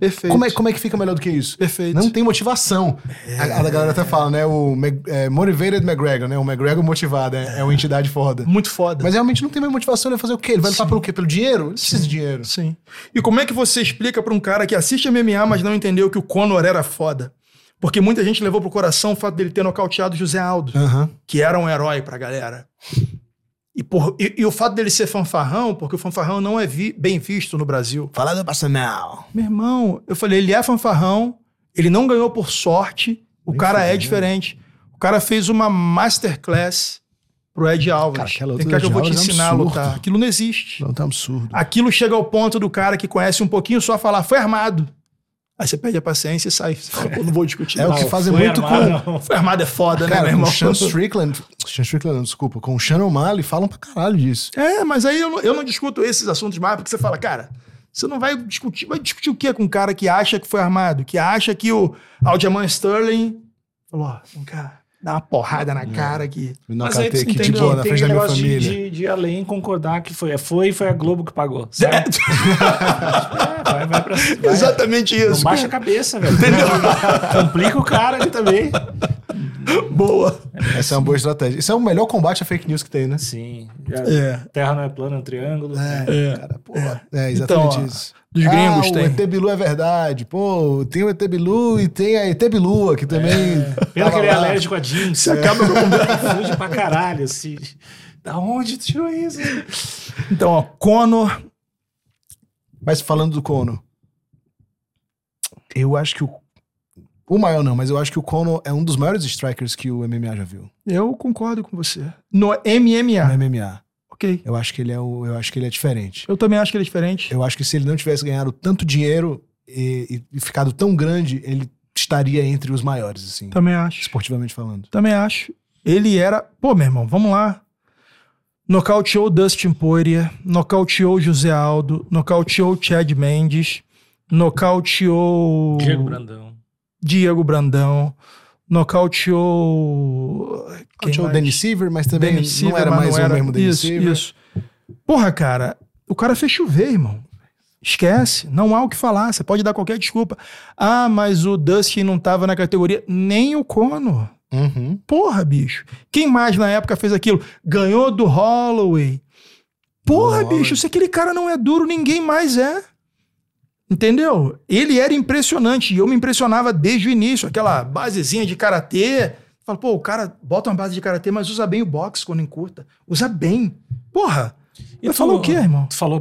Speaker 3: Perfeito.
Speaker 2: Como é, como é que fica melhor do que isso?
Speaker 3: Perfeito.
Speaker 2: Não tem motivação. A, a galera até fala, né? O Mag- é, Motivated McGregor, né? O McGregor motivado é, é uma entidade foda.
Speaker 3: Muito foda.
Speaker 2: Mas realmente não tem mais motivação. Ele vai fazer o quê? Ele vai lutar pelo quê? Pelo dinheiro? Ele precisa de dinheiro.
Speaker 3: Sim. E como é que você explica pra um cara que assiste MMA, mas não entendeu que o Conor era foda? Porque muita gente levou pro coração o fato dele ter nocauteado José Aldo,
Speaker 2: Aham.
Speaker 3: que era um herói pra galera. E, por- e- e o fato dele ser fanfarrão, porque o fanfarrão não é vi- bem visto no Brasil.
Speaker 2: Falar do Passanal.
Speaker 3: Meu irmão, eu falei, ele é fanfarrão, ele não ganhou por sorte, o
Speaker 2: Nem
Speaker 3: cara é
Speaker 2: fudendo.
Speaker 3: diferente. O cara fez uma masterclass pro Ed
Speaker 2: Cara,
Speaker 3: Alves.
Speaker 2: aquela
Speaker 3: Tem
Speaker 2: luta
Speaker 3: cara
Speaker 2: do
Speaker 3: que eu
Speaker 2: Ed
Speaker 3: vou te
Speaker 2: Alves é um
Speaker 3: ensinar a
Speaker 2: absurdo.
Speaker 3: lutar. Aquilo não existe.
Speaker 2: Não tá absurdo.
Speaker 3: Aquilo chega ao ponto do cara que conhece um pouquinho só falar, foi armado. Aí você perde a paciência e sai. <laughs> Você fala, Pô, não vou discutir.
Speaker 2: É o
Speaker 3: não.
Speaker 2: que fazem
Speaker 1: foi
Speaker 2: muito com.
Speaker 3: <laughs>
Speaker 1: armado, não.
Speaker 3: Foi armado é foda, né,
Speaker 2: Cara,
Speaker 3: meu
Speaker 2: com o
Speaker 3: irmão?
Speaker 2: Sean Strickland. Sean Strickland, não, desculpa. Com o Sean O'Malley falam pra caralho disso.
Speaker 3: É, mas aí eu não, eu não discuto esses assuntos mais, porque você fala, cara, você não vai discutir. Vai discutir o quê com um cara que acha que foi armado? Que acha que o Aldiaman Sterling falou, ó, vem cá, dá uma porrada
Speaker 2: É.
Speaker 3: na cara aqui.
Speaker 2: Me
Speaker 1: Mas aí
Speaker 2: nocatei
Speaker 1: você
Speaker 2: aqui de
Speaker 1: entende,
Speaker 2: boa na
Speaker 1: tem
Speaker 2: frente da minha
Speaker 1: negócio de-
Speaker 2: família.
Speaker 1: De, de ir além concordar que foi, é, foi, foi a Globo que pagou. sabe?
Speaker 3: <laughs>
Speaker 1: É, vai, vai pra cima. vai.
Speaker 3: É, Exatamente
Speaker 1: Não
Speaker 3: isso.
Speaker 1: baixa a cabeça, velho. <laughs> Complica o cara ali também.
Speaker 3: <laughs> Boa.
Speaker 2: Essa é uma boa estratégia. Isso é o melhor combate a fake news que tem, né?
Speaker 1: Sim. A
Speaker 3: É.
Speaker 1: Terra não é plana, é um triângulo.
Speaker 3: É.
Speaker 2: Cara, pô, é exatamente
Speaker 3: Então, ó,
Speaker 2: isso.
Speaker 3: Dos gringos
Speaker 2: ah,
Speaker 3: tem.
Speaker 2: o ET Bilu é verdade. Pô, tem o ET Bilu e tem a ET Bilua, que também...
Speaker 1: Pena que
Speaker 2: tava
Speaker 1: ele é
Speaker 2: lá.
Speaker 1: alérgico a jeans. É.
Speaker 3: Você acaba com
Speaker 1: <laughs> Fude pra caralho, assim. Da onde tu tirou isso?
Speaker 3: Então, ó, Conor.
Speaker 2: Mas falando do Kono, eu acho que o... O maior não, mas eu acho que o Kono é um dos maiores strikers que o MMA já viu.
Speaker 3: Eu concordo com você. No MMA.
Speaker 2: No MMA.
Speaker 3: Ok.
Speaker 2: Eu acho que ele é, o, eu acho que ele é diferente.
Speaker 3: Eu também acho que ele é diferente.
Speaker 2: Eu acho que se ele não tivesse ganhado tanto dinheiro e, e- e ficado tão grande, ele estaria entre os maiores, assim,
Speaker 3: Também acho.
Speaker 2: esportivamente falando.
Speaker 3: Também acho. Ele era. Pô, meu irmão, vamos lá. Nocauteou Dustin Poirier, nocauteou José Aldo, nocauteou Chad Mendes, nocauteou
Speaker 1: Diego Brandão.
Speaker 3: Diego Brandão, nocauteou. quem
Speaker 2: Tinha o
Speaker 3: mais?
Speaker 2: Danny Silver, mas também
Speaker 3: Dennis Silva,
Speaker 2: não era
Speaker 3: mas
Speaker 2: mais o mesmo Danny
Speaker 3: isso,
Speaker 2: Silver.
Speaker 3: isso. Porra, cara, o cara fez chover, irmão. Esquece, não há o que falar, você pode dar qualquer desculpa. Ah, mas o Dustin não tava na categoria, nem o Conor.
Speaker 2: Uhum.
Speaker 3: Porra, bicho. Quem mais na época fez aquilo? Ganhou do Holloway. Porra,
Speaker 2: Do Holloway.
Speaker 3: bicho, se aquele cara não é duro, ninguém mais é. Entendeu? Ele era impressionante e eu me impressionava desde o início. Aquela basezinha de karatê. Fala, pô, o cara bota uma base de karatê, mas usa bem o boxe quando encurta. Usa bem. Porra.
Speaker 1: E
Speaker 3: eu
Speaker 1: tu-
Speaker 3: falo o quê, irmão?
Speaker 1: Tu falou,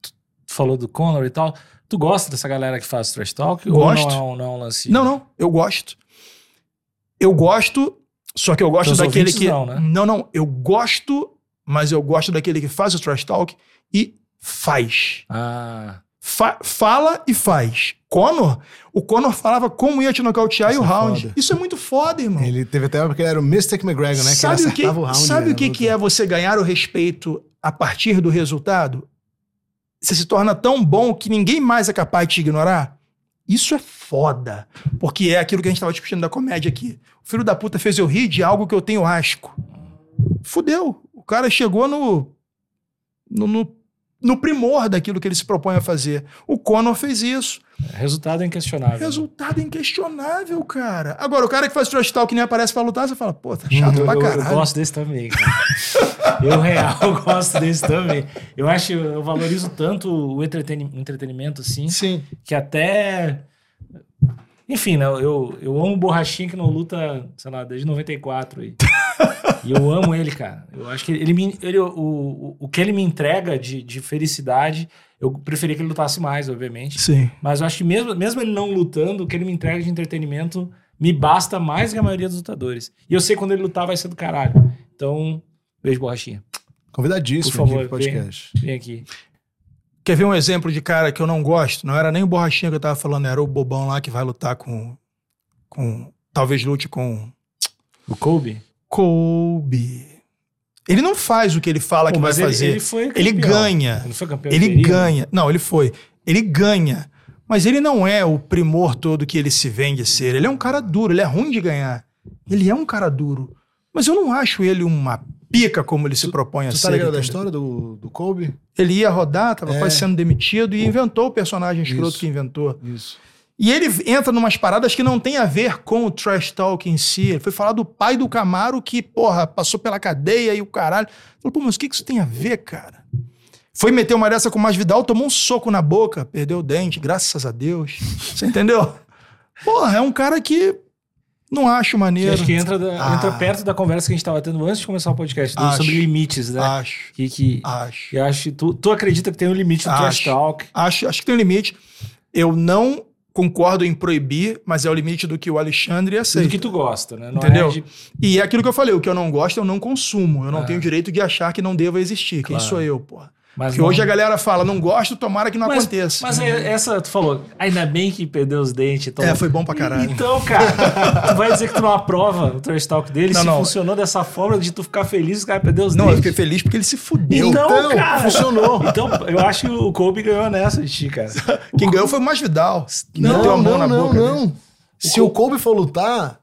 Speaker 1: tu, tu falou do Conor e tal. Tu gosta dessa galera que faz trash talk? Ou não,
Speaker 3: Gosto.
Speaker 1: é um- não é um lance?
Speaker 3: Não, não, eu gosto. Eu gosto, só que eu gosto
Speaker 1: Teus
Speaker 3: daquele
Speaker 1: ouvintes
Speaker 3: que.
Speaker 1: não, né?
Speaker 3: não, não, eu gosto, mas eu gosto daquele que faz o trash talk e faz.
Speaker 1: Ah,
Speaker 3: Fa- fala e faz. Conor, o Conor falava como ia te nocautear
Speaker 2: Isso
Speaker 3: e o
Speaker 2: é
Speaker 3: round.
Speaker 2: foda.
Speaker 3: Isso é muito foda, irmão.
Speaker 2: Ele teve até porque ele era o Mystic McGregor, né? que ele
Speaker 3: sabe o que,
Speaker 2: acertava o round.
Speaker 3: sabe
Speaker 2: né,
Speaker 3: o que,
Speaker 2: na
Speaker 3: que é
Speaker 2: luta.
Speaker 3: você ganhar o respeito a partir do resultado? Você se torna tão bom que ninguém mais é capaz de te ignorar? Isso é foda. Porque é aquilo que a gente estava discutindo da comédia aqui. O filho da puta fez eu rir de algo que eu tenho asco. Fudeu. O cara chegou no. no, no no primor daquilo que ele se propõe a fazer. O Conor fez isso.
Speaker 1: resultado é
Speaker 2: Tá, né?
Speaker 1: inquestionável.
Speaker 3: Resultado inquestionável, cara. Agora, o cara que faz trash talk que nem aparece pra lutar, você fala, pô, tá
Speaker 2: Uhum.
Speaker 3: chato pra
Speaker 1: eu, eu
Speaker 3: caralho.
Speaker 1: gosto desse também, cara. <laughs> eu real <laughs> gosto desse também. Eu acho, eu valorizo tanto o entreteni- o entretenimento, assim,
Speaker 3: Sim.
Speaker 1: que até. Enfim, né? Eu, eu amo o borrachinha que não luta, sei lá, desde 94. E, e eu amo ele, cara. Eu acho que ele me. Ele, o, o, o que ele me entrega de, de felicidade, eu preferia que ele lutasse mais, obviamente.
Speaker 3: Sim.
Speaker 1: Mas eu acho que mesmo, mesmo ele não lutando, o que ele me entrega de entretenimento me basta mais que a maioria dos lutadores. E eu sei quando ele lutar vai ser do caralho. Então, beijo, borrachinha.
Speaker 2: Convidadíssimo
Speaker 1: Por favor,
Speaker 2: aqui pro podcast.
Speaker 1: Vem aqui.
Speaker 3: Quer ver um exemplo de cara que eu não gosto? Não era nem o Borrachinha que eu tava falando, era o bobão lá que vai lutar com. com talvez lute com.
Speaker 1: O Kobe?
Speaker 3: Kobe. Ele não faz o que ele fala que
Speaker 1: Pô, mas
Speaker 3: vai fazer. Ele,
Speaker 1: foi campeão.
Speaker 3: ganha.
Speaker 1: Ele não foi campeão
Speaker 3: Ele
Speaker 1: interino?
Speaker 3: ganha. Não, ele foi. Ele ganha. Mas ele não é o primor todo que ele se vende ser. Ele é um cara duro, ele é ruim de ganhar. Ele é um cara duro. Mas eu não acho ele uma pica como ele se propõe a
Speaker 2: Tu
Speaker 3: ser.
Speaker 2: tá ligado da
Speaker 3: entendeu?
Speaker 2: história do, do Kobe?
Speaker 3: Ele ia rodar, tava
Speaker 2: É.
Speaker 3: quase sendo demitido e inventou o personagem escroto
Speaker 2: Isso.
Speaker 3: que inventou.
Speaker 2: Isso.
Speaker 3: E ele entra numas paradas que não tem a ver com o trash talk em si. Ele foi falar do pai do Camaro que, porra, passou pela cadeia e o caralho. Falou, pô, mas o que que isso tem a ver, cara? Foi meter uma dessa com o Masvidal, tomou um soco na boca, perdeu o dente, graças a Deus. Você entendeu? Porra, é um cara que não acho
Speaker 1: Eu
Speaker 3: maneiro.
Speaker 1: acho que entra, da-
Speaker 2: Ah.
Speaker 1: entra perto da conversa que a gente estava tendo antes de começar o podcast, do-
Speaker 3: Acho. Ah.
Speaker 1: sobre limites, né?
Speaker 3: Acho,
Speaker 1: Que, que,
Speaker 3: acho.
Speaker 1: eu acho que tu, tu acredita que tem um limite do trash
Speaker 3: Acho.
Speaker 1: talk.
Speaker 3: Acho, acho que tem um limite. Eu não concordo em proibir, mas é o limite do que o Alexandre aceita.
Speaker 1: do que tu gosta, né? Não
Speaker 3: Entendeu?
Speaker 1: É de-
Speaker 3: E é aquilo que eu falei, o que eu não gosto, eu não consumo. Eu não
Speaker 1: É.
Speaker 3: tenho o direito de achar que não deva existir. Quem
Speaker 1: Claro.
Speaker 3: sou eu, porra?
Speaker 1: mas
Speaker 3: Porque
Speaker 1: não-
Speaker 3: hoje a galera fala, não gosto, tomara que não
Speaker 1: Mas-
Speaker 3: aconteça.
Speaker 1: Mas é- essa, tu falou, ainda bem que perdeu os dentes. Então...
Speaker 3: É, foi bom pra caralho.
Speaker 1: Então, cara, tu vai dizer que tu não aprova o trash talk dele?
Speaker 3: Não,
Speaker 1: se
Speaker 3: não.
Speaker 1: funcionou dessa forma de tu ficar feliz, o cara perdeu os
Speaker 3: Não, eu
Speaker 1: dentes.
Speaker 3: fiquei feliz porque ele se fudeu.
Speaker 1: Então,
Speaker 2: Então,
Speaker 1: cara.
Speaker 2: funcionou.
Speaker 1: Então, eu acho que o Kobe ganhou nessa de ti, cara.
Speaker 3: Quem ganhou foi o Masvidal. que
Speaker 2: Não,
Speaker 3: meteu a
Speaker 2: não,
Speaker 3: mão
Speaker 2: não,
Speaker 3: na
Speaker 2: não.
Speaker 3: boca dele.
Speaker 2: Se o Kobe for lutar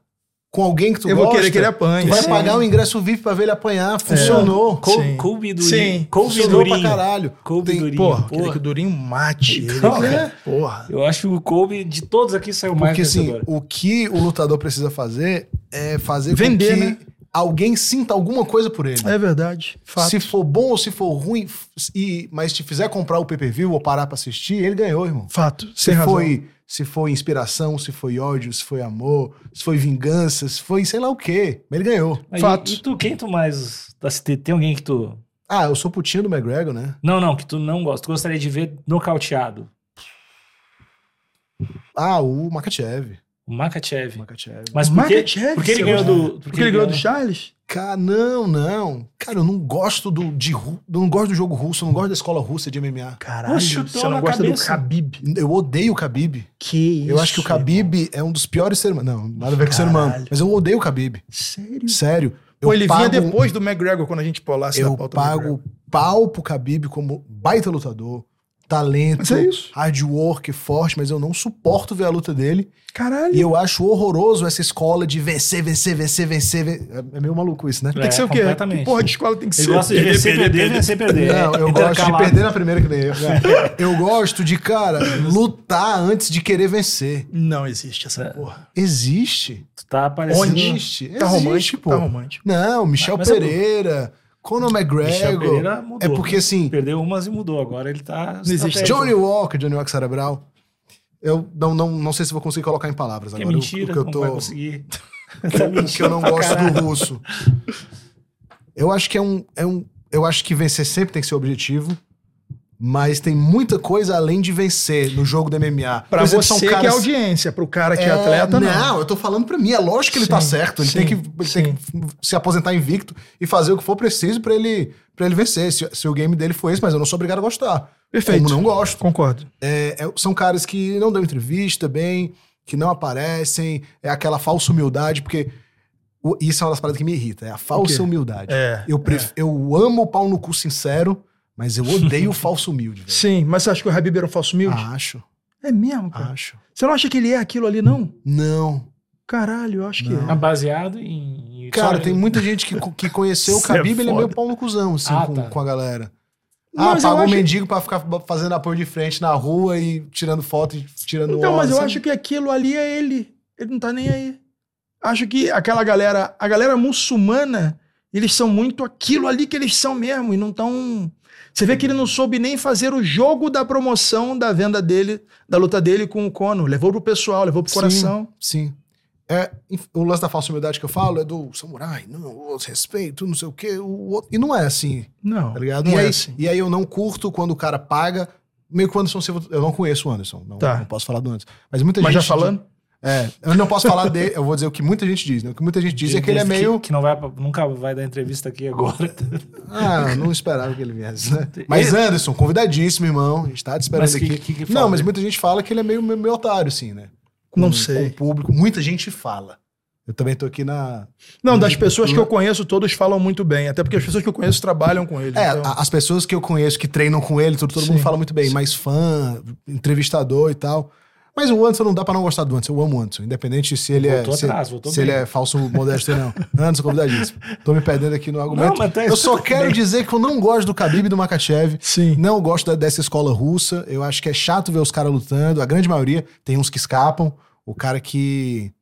Speaker 2: com alguém que tu
Speaker 3: Eu
Speaker 2: gosta,
Speaker 3: vou querer que ele apanhe.
Speaker 2: tu vai
Speaker 3: Sim.
Speaker 2: pagar um ingresso VIP pra ver ele apanhar. Funcionou.
Speaker 1: Co-
Speaker 3: Sim.
Speaker 1: Kobe do
Speaker 3: Sim.
Speaker 1: Kobe
Speaker 2: Funcionou pra
Speaker 1: Durinho.
Speaker 2: caralho.
Speaker 1: Kobe
Speaker 2: Tem-
Speaker 1: Durinho.
Speaker 3: Porra, eu
Speaker 1: porra.
Speaker 3: queria que o Durinho mate
Speaker 1: Então,
Speaker 3: ele, cara.
Speaker 2: né?
Speaker 3: Porra.
Speaker 1: Eu acho que o Kobe de todos aqui saiu mais
Speaker 2: Porque assim,
Speaker 1: vencedor.
Speaker 2: o que o lutador precisa fazer é fazer
Speaker 3: Vender,
Speaker 2: com que
Speaker 3: né?
Speaker 2: alguém sinta alguma coisa por ele.
Speaker 3: É verdade. Fato.
Speaker 2: Se for bom ou se for ruim, f- e, mas te fizer comprar o PPV ou parar pra assistir, ele ganhou, irmão.
Speaker 3: Fato.
Speaker 2: Se
Speaker 3: Sem razão.
Speaker 2: foi, se foi inspiração, se foi ódio, se foi amor, se foi vingança, se foi sei lá o quê. Mas ele ganhou.
Speaker 1: Aí,
Speaker 3: fato.
Speaker 1: E tu, quem tu mais... tá, se Tem tem alguém que tu...
Speaker 2: Ah, eu sou putinho do McGregor, né?
Speaker 1: Não, não, que tu não gosta. Tu gostaria de ver nocauteado.
Speaker 2: Ah, o Makachev.
Speaker 1: O Makachev.
Speaker 2: Makachev.
Speaker 1: Mas por quê?
Speaker 3: Makachev,
Speaker 1: Porque ele
Speaker 3: você
Speaker 1: ganhou
Speaker 3: gosta?
Speaker 1: do...
Speaker 3: Porque ele ganhou do Charles?
Speaker 2: Cara, não, não. Cara, eu não gosto do, de, ru- eu não gosto do jogo russo, eu não gosto da escola russa de MMA.
Speaker 3: Caralho,
Speaker 1: chutou
Speaker 3: você não
Speaker 1: na
Speaker 3: gosta
Speaker 1: cabeça.
Speaker 3: do Khabib.
Speaker 2: Eu odeio o Khabib.
Speaker 3: Que isso.
Speaker 2: eu acho que o Khabib é um dos piores seres humanos. Não, nada a ver com ser humano.
Speaker 3: Caralho.
Speaker 2: Mas eu odeio o Khabib.
Speaker 3: Sério?
Speaker 2: Sério. Eu
Speaker 3: Pô, ele vinha
Speaker 2: pago- um-
Speaker 3: depois do McGregor quando a gente polasse
Speaker 2: Eu
Speaker 3: na pauta. do McGregor.
Speaker 2: pago pau pro Khabib como baita lutador, talento,
Speaker 3: Mas é isso.
Speaker 2: hard work, forte, mas eu não suporto ver a luta dele.
Speaker 3: Caralho.
Speaker 2: E eu acho horroroso essa escola de vencer, vencer, vencer, vencer. ven- É é meio maluco isso, né?
Speaker 3: Tem que ser o quê?
Speaker 1: Completamente.
Speaker 3: Que porra de escola tem que
Speaker 1: Ele
Speaker 3: ser?
Speaker 1: gosta de vencer, perder, vencer, perder.
Speaker 2: Não, eu
Speaker 1: É
Speaker 2: gosto de
Speaker 1: intercalado.
Speaker 2: perder na primeira que nem eu. É. Eu gosto de, cara, lutar antes de querer vencer.
Speaker 3: Não existe
Speaker 1: É.
Speaker 3: essa porra.
Speaker 2: Existe.
Speaker 1: Tu tá aparecendo...
Speaker 3: Onde?
Speaker 2: Existe. Existe,
Speaker 3: Tá romântico,
Speaker 2: pô.
Speaker 3: tá romântico.
Speaker 2: Não, Michel
Speaker 1: Mas- mas é
Speaker 2: Pereira, Conor McGregor.
Speaker 1: Michel Pereira um mudou. né?
Speaker 2: é porque, assim,
Speaker 1: Perdeu umas e mudou. Agora ele tá...
Speaker 3: Não existe.
Speaker 1: estratégico.
Speaker 2: Johnny Walker, Johnny Walker Cerebral. Eu não, não, não sei se vou conseguir colocar em palavras
Speaker 1: Que é
Speaker 2: agora o-
Speaker 1: mentira,
Speaker 2: o que eu
Speaker 1: não
Speaker 2: tô.
Speaker 1: vai
Speaker 2: O <laughs>
Speaker 1: conseguir. tá mentindo
Speaker 2: que eu
Speaker 3: <laughs>
Speaker 2: não
Speaker 1: pra
Speaker 2: gosto
Speaker 1: caralho.
Speaker 2: do russo. Eu acho que é um, é um. Eu acho que vencer sempre tem que ser objetivo. Mas tem muita coisa além de vencer no jogo do MMA.
Speaker 3: Pra
Speaker 2: Por exemplo,
Speaker 3: você que é audiência, pro cara que é, atleta, não.
Speaker 2: eu tô falando pra mim. É lógico que ele
Speaker 3: Sim,
Speaker 2: tá certo. Ele,
Speaker 3: sim,
Speaker 2: tem que, ele tem
Speaker 3: sim.
Speaker 2: que se aposentar invicto e fazer o que for preciso pra ele, pra ele vencer. Se, se o game dele for esse, mas eu não sou obrigado a gostar.
Speaker 3: Perfeito.
Speaker 2: Como não gosto.
Speaker 3: Concordo.
Speaker 2: É, é- são caras que não dão entrevista bem, que não aparecem, é aquela falsa humildade, porque o- isso é uma das paradas que me irrita, é a
Speaker 3: O
Speaker 2: falsa
Speaker 3: quê?
Speaker 2: humildade.
Speaker 3: É.
Speaker 2: Eu, pref- eu amo o pau no cu sincero, mas eu
Speaker 3: <laughs>
Speaker 2: odeio o falso humilde, velho.
Speaker 3: Sim, mas você acha que o Habib era um falso humilde?
Speaker 2: Acho,
Speaker 3: É mesmo, cara.
Speaker 2: acho.
Speaker 3: Você não acha que ele é aquilo ali, não?
Speaker 2: Não.
Speaker 3: Caralho, eu acho que
Speaker 2: Não.
Speaker 3: é.
Speaker 1: Tá Baseado em... em-
Speaker 2: Cara,
Speaker 1: só-
Speaker 3: <laughs>
Speaker 2: tem muita gente que, co- que conheceu o
Speaker 3: Isso é
Speaker 2: Khabib, ele é
Speaker 3: foda.
Speaker 2: meio pau no cuzão, assim,
Speaker 1: Ah,
Speaker 2: com,
Speaker 1: tá.
Speaker 2: com a galera. Ah,
Speaker 3: Mas eu
Speaker 2: pagou um
Speaker 3: acho-
Speaker 2: mendigo pra ficar b- fazendo apoio de frente na rua e tirando foto e tirando
Speaker 3: Então, mas
Speaker 2: onda,
Speaker 3: eu
Speaker 2: sabe?
Speaker 3: acho que aquilo ali é ele. Ele não tá nem aí. Acho que aquela galera, a galera muçulmana, eles são muito aquilo ali que eles são mesmo e não tão. Você vê que ele não soube nem fazer o jogo da promoção da venda dele, da luta dele com o Conor. Levou pro pessoal, levou pro
Speaker 2: Sim.
Speaker 3: coração.
Speaker 2: Sim. É, inf- o lance da falsa humildade que eu falo é do samurai, não, os respeito, não sei o quê. O, outro- e não é assim,
Speaker 3: Não.
Speaker 2: tá ligado?
Speaker 3: Não
Speaker 2: e,
Speaker 3: é
Speaker 2: aí,
Speaker 3: assim.
Speaker 2: e aí eu não curto quando o cara paga. Meio que o Anderson Silva. Eu não conheço o Anderson, não,
Speaker 3: Tá.
Speaker 2: não posso falar do Anderson. Mas muita
Speaker 3: Mas
Speaker 2: gente.
Speaker 3: já falando?
Speaker 2: É, eu não posso falar dele, eu vou dizer o que muita gente diz, né? O que muita gente diz é que ele é meio.
Speaker 1: Que, não vai, pra- nunca vai dar entrevista aqui
Speaker 2: <laughs>
Speaker 1: agora.
Speaker 2: Ah, não esperava que ele viesse, né? Mas Anderson, convidadíssimo, irmão. A gente tá te esperando
Speaker 1: Mas que-
Speaker 2: aqui.
Speaker 1: que que fala
Speaker 2: não, mas
Speaker 1: dele?
Speaker 2: muita gente fala que ele é meio, meio, meio otário, assim, né?
Speaker 3: Não
Speaker 2: Com- Com
Speaker 3: sei.
Speaker 2: o público. Muita gente fala. Eu também tô aqui na,
Speaker 3: Não, das pessoas que eu conheço, todos falam muito bem. Até porque as pessoas que eu conheço trabalham com ele.
Speaker 2: É,
Speaker 3: então-
Speaker 2: a- as pessoas que eu conheço que treinam com ele, todo, todo
Speaker 3: Sim,
Speaker 2: mundo fala muito bem,
Speaker 3: sim.
Speaker 2: mas fã, entrevistador e tal. Mas o Anderson não dá pra não gostar do Anderson. Eu amo o Anderson, independente se ele
Speaker 1: Voltou
Speaker 2: é. se-
Speaker 1: atrás, voltou
Speaker 2: se ele
Speaker 1: bem.
Speaker 2: é falso modesto ou não. Anderson, convidadíssimo. Tô me perdendo aqui no argumento.
Speaker 1: mas tá-
Speaker 2: eu só
Speaker 1: tudo
Speaker 2: quero
Speaker 1: bem.
Speaker 2: dizer que eu não gosto do Khabib e do Makachev.
Speaker 3: Sim.
Speaker 2: Não gosto da- dessa escola russa. Eu acho que é chato ver os caras lutando. A grande maioria tem uns que escapam. O cara que.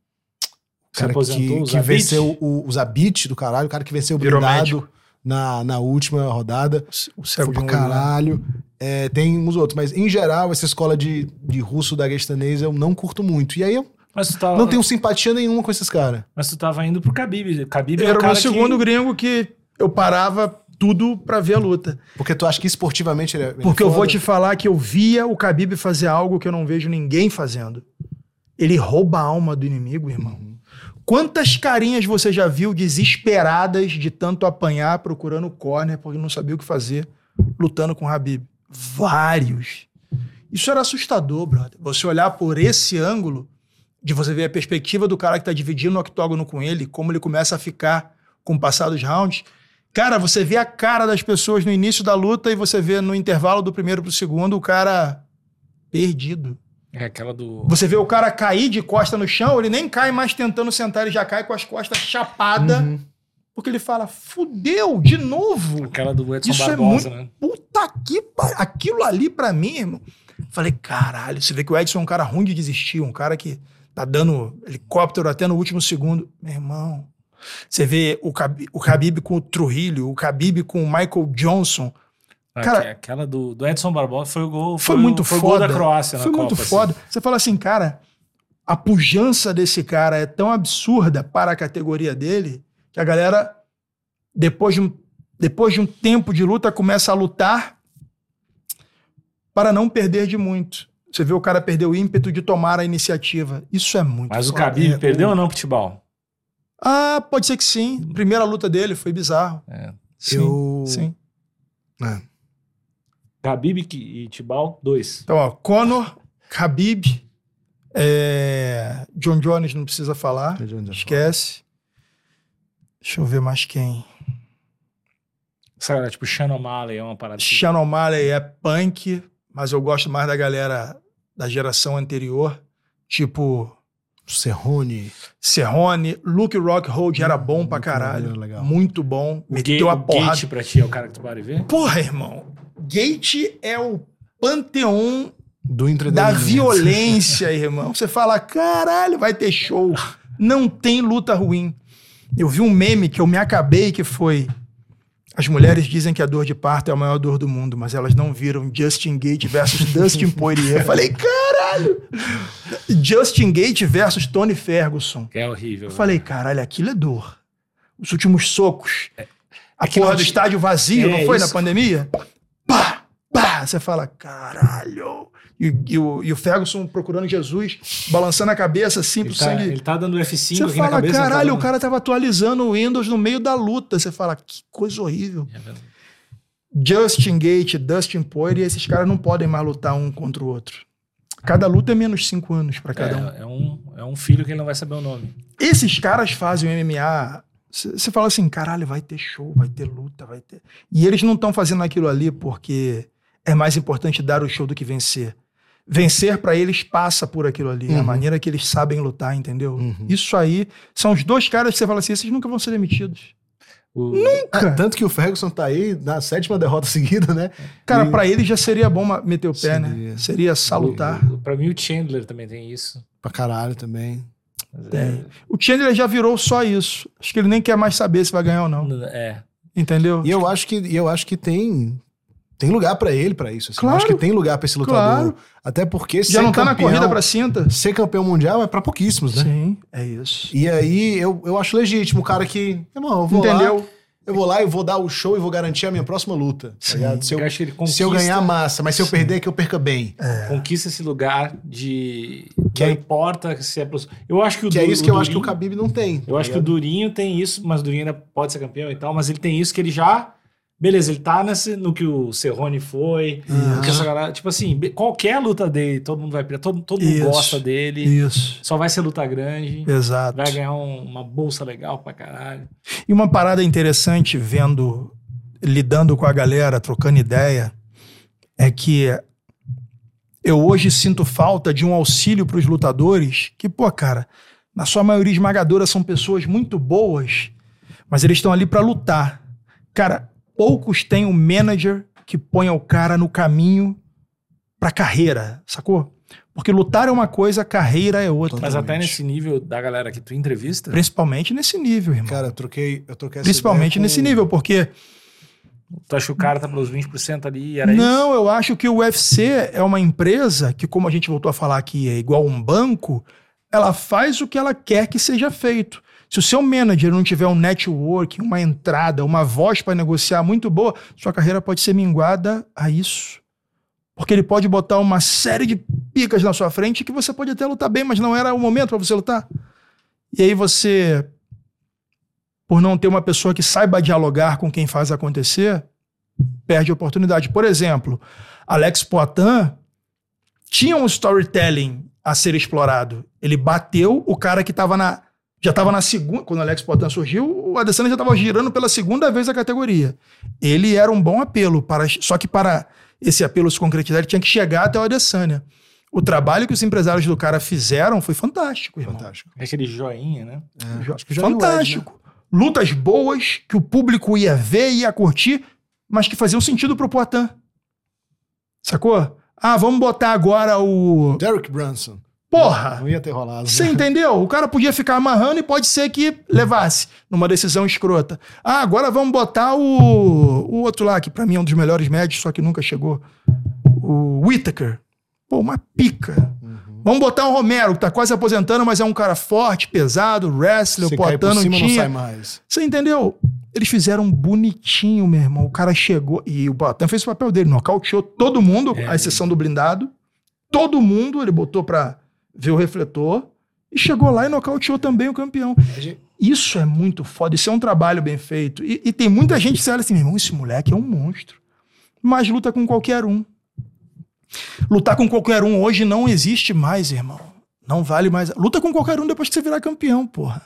Speaker 2: O
Speaker 1: Se
Speaker 2: cara
Speaker 1: aposentou,
Speaker 2: que,
Speaker 1: o
Speaker 2: que
Speaker 1: Zabit.
Speaker 2: venceu o, o Zabit do caralho, o cara que venceu o
Speaker 3: Virou
Speaker 2: blindado na, na última rodada.
Speaker 3: O cego
Speaker 2: Foi pra
Speaker 3: de um olho, né?
Speaker 2: caralho. É, tem uns outros, mas em geral, essa escola de, de russo daguestanês eu não curto muito. E aí eu
Speaker 1: Mas tu tava,
Speaker 2: não um- tenho simpatia nenhuma com esses caras.
Speaker 1: mas tu tava indo pro Khabib. Khabib é
Speaker 3: Era
Speaker 1: o
Speaker 3: o meu
Speaker 1: cara
Speaker 3: segundo
Speaker 1: que...
Speaker 3: gringo que eu parava tudo pra ver a luta.
Speaker 2: Porque tu acha que esportivamente ele é. ele é
Speaker 3: Porque eu vou
Speaker 2: foda?
Speaker 3: te falar que eu via o Khabib fazer algo que eu não vejo ninguém fazendo. Ele rouba a alma do inimigo, irmão. Quantas carinhas você já viu desesperadas de tanto apanhar procurando o corner porque não sabia o que fazer lutando com o Habib? Vários. Isso era assustador, brother. Você olhar por esse ângulo de você ver a perspectiva do cara que tá dividindo o octógono com ele, como ele começa a ficar com o passar dos rounds. Cara, você vê a cara das pessoas no início da luta e você vê no intervalo do primeiro pro segundo o cara perdido.
Speaker 1: É aquela do...
Speaker 3: Você vê o cara cair de costa no chão, ele nem cai mais tentando sentar, ele já cai com as costas chapada,
Speaker 2: Uhum.
Speaker 3: porque ele fala: "Fudeu, de novo".
Speaker 1: Aquela do Edson
Speaker 3: Isso é
Speaker 1: Barbosa, né?
Speaker 3: Puta que pa- aquilo ali pra mim, irmão. Falei: "Caralho, você vê que o Edson é um cara ruim de desistir, um cara que tá dando helicóptero até no último segundo, meu irmão". Você vê o Khabib, o Khabib com o Trujillo, o Khabib com o Michael Johnson, Cara-
Speaker 1: Aque- aquela do, do Edson Barbosa foi o gol.
Speaker 3: Foi
Speaker 1: o-
Speaker 3: muito
Speaker 1: foi o
Speaker 3: foda.
Speaker 1: gol da Croácia na
Speaker 3: Foi
Speaker 1: Copa,
Speaker 3: muito
Speaker 1: assim.
Speaker 3: foda. Você fala assim, cara, a pujança desse cara é tão absurda para a categoria dele que a galera, depois de um, depois de um tempo de luta, começa a lutar para não perder de muito. Você vê o cara perder o ímpeto de tomar a iniciativa. Isso é muito
Speaker 1: Mas o
Speaker 3: foda.
Speaker 1: Khabib
Speaker 3: É,
Speaker 1: perdeu ou não, Futebol?
Speaker 3: Ah, pode ser que sim. Primeira luta dele foi bizarro.
Speaker 1: É.
Speaker 3: Sim,
Speaker 2: Eu-
Speaker 3: sim.
Speaker 1: Khabib que- e Tibal, dois.
Speaker 3: Então, ó, Conor, Khabib, é, John Jones não precisa falar.
Speaker 2: John Jones.
Speaker 3: Esquece. Deixa eu ver mais quem.
Speaker 1: Sei lá, tipo, Shannon O'Malley é uma parada. assim.
Speaker 3: Shannon O'Malley é punk, mas eu gosto mais da galera da geração anterior, tipo
Speaker 2: Cerrone.
Speaker 3: Cerrone, Luke Rockhold era bom pra
Speaker 2: Luke
Speaker 3: caralho.
Speaker 2: Rockhold era é legal.
Speaker 3: Muito bom.
Speaker 1: O, Ga-
Speaker 3: Meteu a
Speaker 1: o
Speaker 3: porrada.
Speaker 1: Gate pra ti é o cara que tu para e vê?
Speaker 3: Porra, irmão. Gate é o panteão
Speaker 2: Do
Speaker 3: da
Speaker 2: entretenimento.
Speaker 3: violência, irmão. Você fala, caralho, vai ter show. Não tem luta ruim. Eu vi um meme que eu me acabei que foi. As mulheres dizem que a dor de parto é a maior dor do mundo, mas elas não viram Justin Gate versus Dustin Poirier. Eu falei, caralho! Justin Gate versus Tony Ferguson.
Speaker 1: Que é horrível.
Speaker 3: Eu falei, caralho, aquilo é dor. Os últimos socos. A porra do estádio vazio,
Speaker 1: É
Speaker 3: não foi na
Speaker 1: isso.
Speaker 3: pandemia? Pá, pá. Você fala, caralho. E, e o, e o Ferguson procurando Jesus, balançando a cabeça assim pro
Speaker 1: ele, tá,
Speaker 3: sangue.
Speaker 1: ele tá dando F5
Speaker 3: Você
Speaker 1: aqui na
Speaker 3: fala,
Speaker 1: cabeça. não tá
Speaker 3: caralho,
Speaker 1: dando-
Speaker 3: o cara tava atualizando o Windows no meio da luta. Você fala, que coisa horrível.
Speaker 1: É verdade.
Speaker 3: Justin Gate, Dustin Poirier, esses caras não podem mais lutar um contra o outro. Cada luta é menos cinco anos pra cada um.
Speaker 1: É, é um, é um filho que ele não vai saber o nome.
Speaker 3: Esses caras fazem o MMA. Você fala assim, caralho, vai ter show, vai ter luta, vai ter. E eles não estão fazendo aquilo ali porque é mais importante dar o show do que vencer. Vencer pra eles passa por aquilo ali, é a
Speaker 2: Uhum.
Speaker 3: maneira que eles sabem lutar, entendeu?
Speaker 2: Uhum.
Speaker 3: Isso aí são os dois caras que você fala assim, esses nunca vão ser demitidos.
Speaker 1: O-
Speaker 2: Ah, <laughs> tanto que o Ferguson tá aí na sétima derrota <laughs> seguida, né?
Speaker 3: Cara,
Speaker 2: E-
Speaker 3: pra eles já seria bom ma- meter o pé, né?
Speaker 2: Seria.
Speaker 3: Seria salutar.
Speaker 1: o- pra mim, o Chandler também tem isso.
Speaker 2: Pra caralho também.
Speaker 1: Mas
Speaker 3: Tem. É. O Chandler já virou só isso. Acho que ele nem quer mais saber se vai ganhar ou não.
Speaker 1: É, é.
Speaker 3: Entendeu?
Speaker 2: E eu acho que, e eu acho que tem, tem lugar pra ele pra isso. assim.
Speaker 3: Claro.
Speaker 2: Eu acho que tem lugar pra esse lutador.
Speaker 3: Claro.
Speaker 2: Até porque
Speaker 3: Já não tá na corrida pra cinta.
Speaker 2: ser campeão mundial é pra pouquíssimos, né?
Speaker 3: Sim, é isso.
Speaker 2: E aí eu, eu acho legítimo o cara que, irmão, eu vou lá,
Speaker 3: Entendeu?
Speaker 2: eu vou lá e vou dar o show e vou garantir a minha próxima luta. tá
Speaker 3: Sim.
Speaker 2: ligado? se,
Speaker 1: Eu
Speaker 2: eu,
Speaker 1: acho que ele
Speaker 2: se eu
Speaker 1: conquista-
Speaker 2: ganhar massa, mas se eu
Speaker 3: Sim. É,
Speaker 2: perder é que eu perca bem.
Speaker 1: conquista esse lugar de
Speaker 2: Que
Speaker 1: não
Speaker 2: é-
Speaker 1: importa se é pros- eu acho que o
Speaker 2: Que é
Speaker 1: Du-
Speaker 2: isso que eu
Speaker 1: Durinho-
Speaker 2: acho que o Khabib não tem. tá
Speaker 1: eu acho que o Durinho tem isso mas o Durinho ainda pode ser campeão e tal mas ele tem isso que ele já beleza ele tá nesse no que o Cerrone foi no que essa galera- tipo assim be- qualquer luta dele todo mundo vai pirar, todo todo mundo
Speaker 3: Isso.
Speaker 1: gosta dele
Speaker 3: Isso.
Speaker 1: só vai ser luta grande
Speaker 3: Exato.
Speaker 1: vai ganhar um- uma bolsa legal pra caralho
Speaker 3: E uma parada interessante vendo, lidando com a galera, trocando ideia, é que Eu hoje sinto falta de um auxílio para os lutadores que, pô, cara, na sua maioria esmagadora são pessoas muito boas, mas eles estão ali para lutar. Cara, poucos têm um manager que ponha o cara no caminho pra carreira, sacou? Porque lutar é uma coisa, carreira é outra.
Speaker 1: Mas até
Speaker 2: Totalmente.
Speaker 1: nesse nível da galera que tu entrevista,
Speaker 3: Principalmente nesse nível, irmão.
Speaker 2: Cara, eu troquei, eu troquei essa
Speaker 3: Principalmente
Speaker 2: ideia é com-
Speaker 3: nesse nível, porque
Speaker 1: tu acha que o cara tá pelos 20% ali e era
Speaker 3: não, eu acho que o UFC é uma empresa que, como a gente voltou a falar aqui, é igual um banco, ela faz o que ela quer que seja feito. Se o seu manager não tiver um network, uma entrada, uma voz para negociar muito boa, sua carreira pode ser minguada a isso. Porque ele pode botar uma série de picas na sua frente que você pode até lutar bem, mas não era o momento para você lutar. E aí você, por não ter uma pessoa que saiba dialogar com quem faz acontecer, perde a oportunidade. Por exemplo, Alex Poitin tinha um storytelling a ser explorado. Ele bateu o cara que estava na. Já estava na segunda. Quando o Alex Poitin surgiu, o Adesanya já estava girando pela segunda vez a categoria. Ele era um bom apelo, para, só que para esse apelo se concretizar, ele tinha que chegar até o Adesanya. O trabalho que os empresários do cara fizeram foi fantástico, irmão.
Speaker 2: Fantástico.
Speaker 1: É aquele joinha, né?
Speaker 2: É, acho que já
Speaker 3: Fantástico. Lutas boas que o público ia ver e ia curtir, mas que faziam sentido pro Poitin. Sacou? Ah, vamos botar agora o.
Speaker 2: Derek Brunson.
Speaker 3: Porra!
Speaker 2: Não ia ter rolado. né?
Speaker 3: Você entendeu? O cara podia ficar amarrando e pode ser que levasse numa decisão escrota. Ah, agora vamos botar o, o outro lá, que pra mim é um dos melhores médios, só que nunca chegou. O Whittaker. Pô, uma pica. Vamos botar o Romero, que tá quase aposentando, mas é um cara forte, pesado, wrestler,
Speaker 2: Se cair por
Speaker 3: Poitin não
Speaker 2: cima, não
Speaker 3: tinha.
Speaker 2: sai mais.
Speaker 3: Você entendeu? Eles fizeram bonitinho, meu irmão. O cara chegou e o Batan fez o papel dele, nocauteou todo mundo,
Speaker 1: É.
Speaker 3: à exceção do blindado. Todo mundo ele botou pra ver o refletor e chegou lá e nocauteou também o campeão.
Speaker 2: A gente-
Speaker 3: Isso é muito foda, isso é um trabalho bem feito. E, e tem muita gente que olha assim, meu irmão, esse moleque é um monstro. Mas luta com qualquer um. Lutar com qualquer um hoje não existe mais, irmão. Não vale mais. Luta com qualquer um depois que você virar campeão, porra.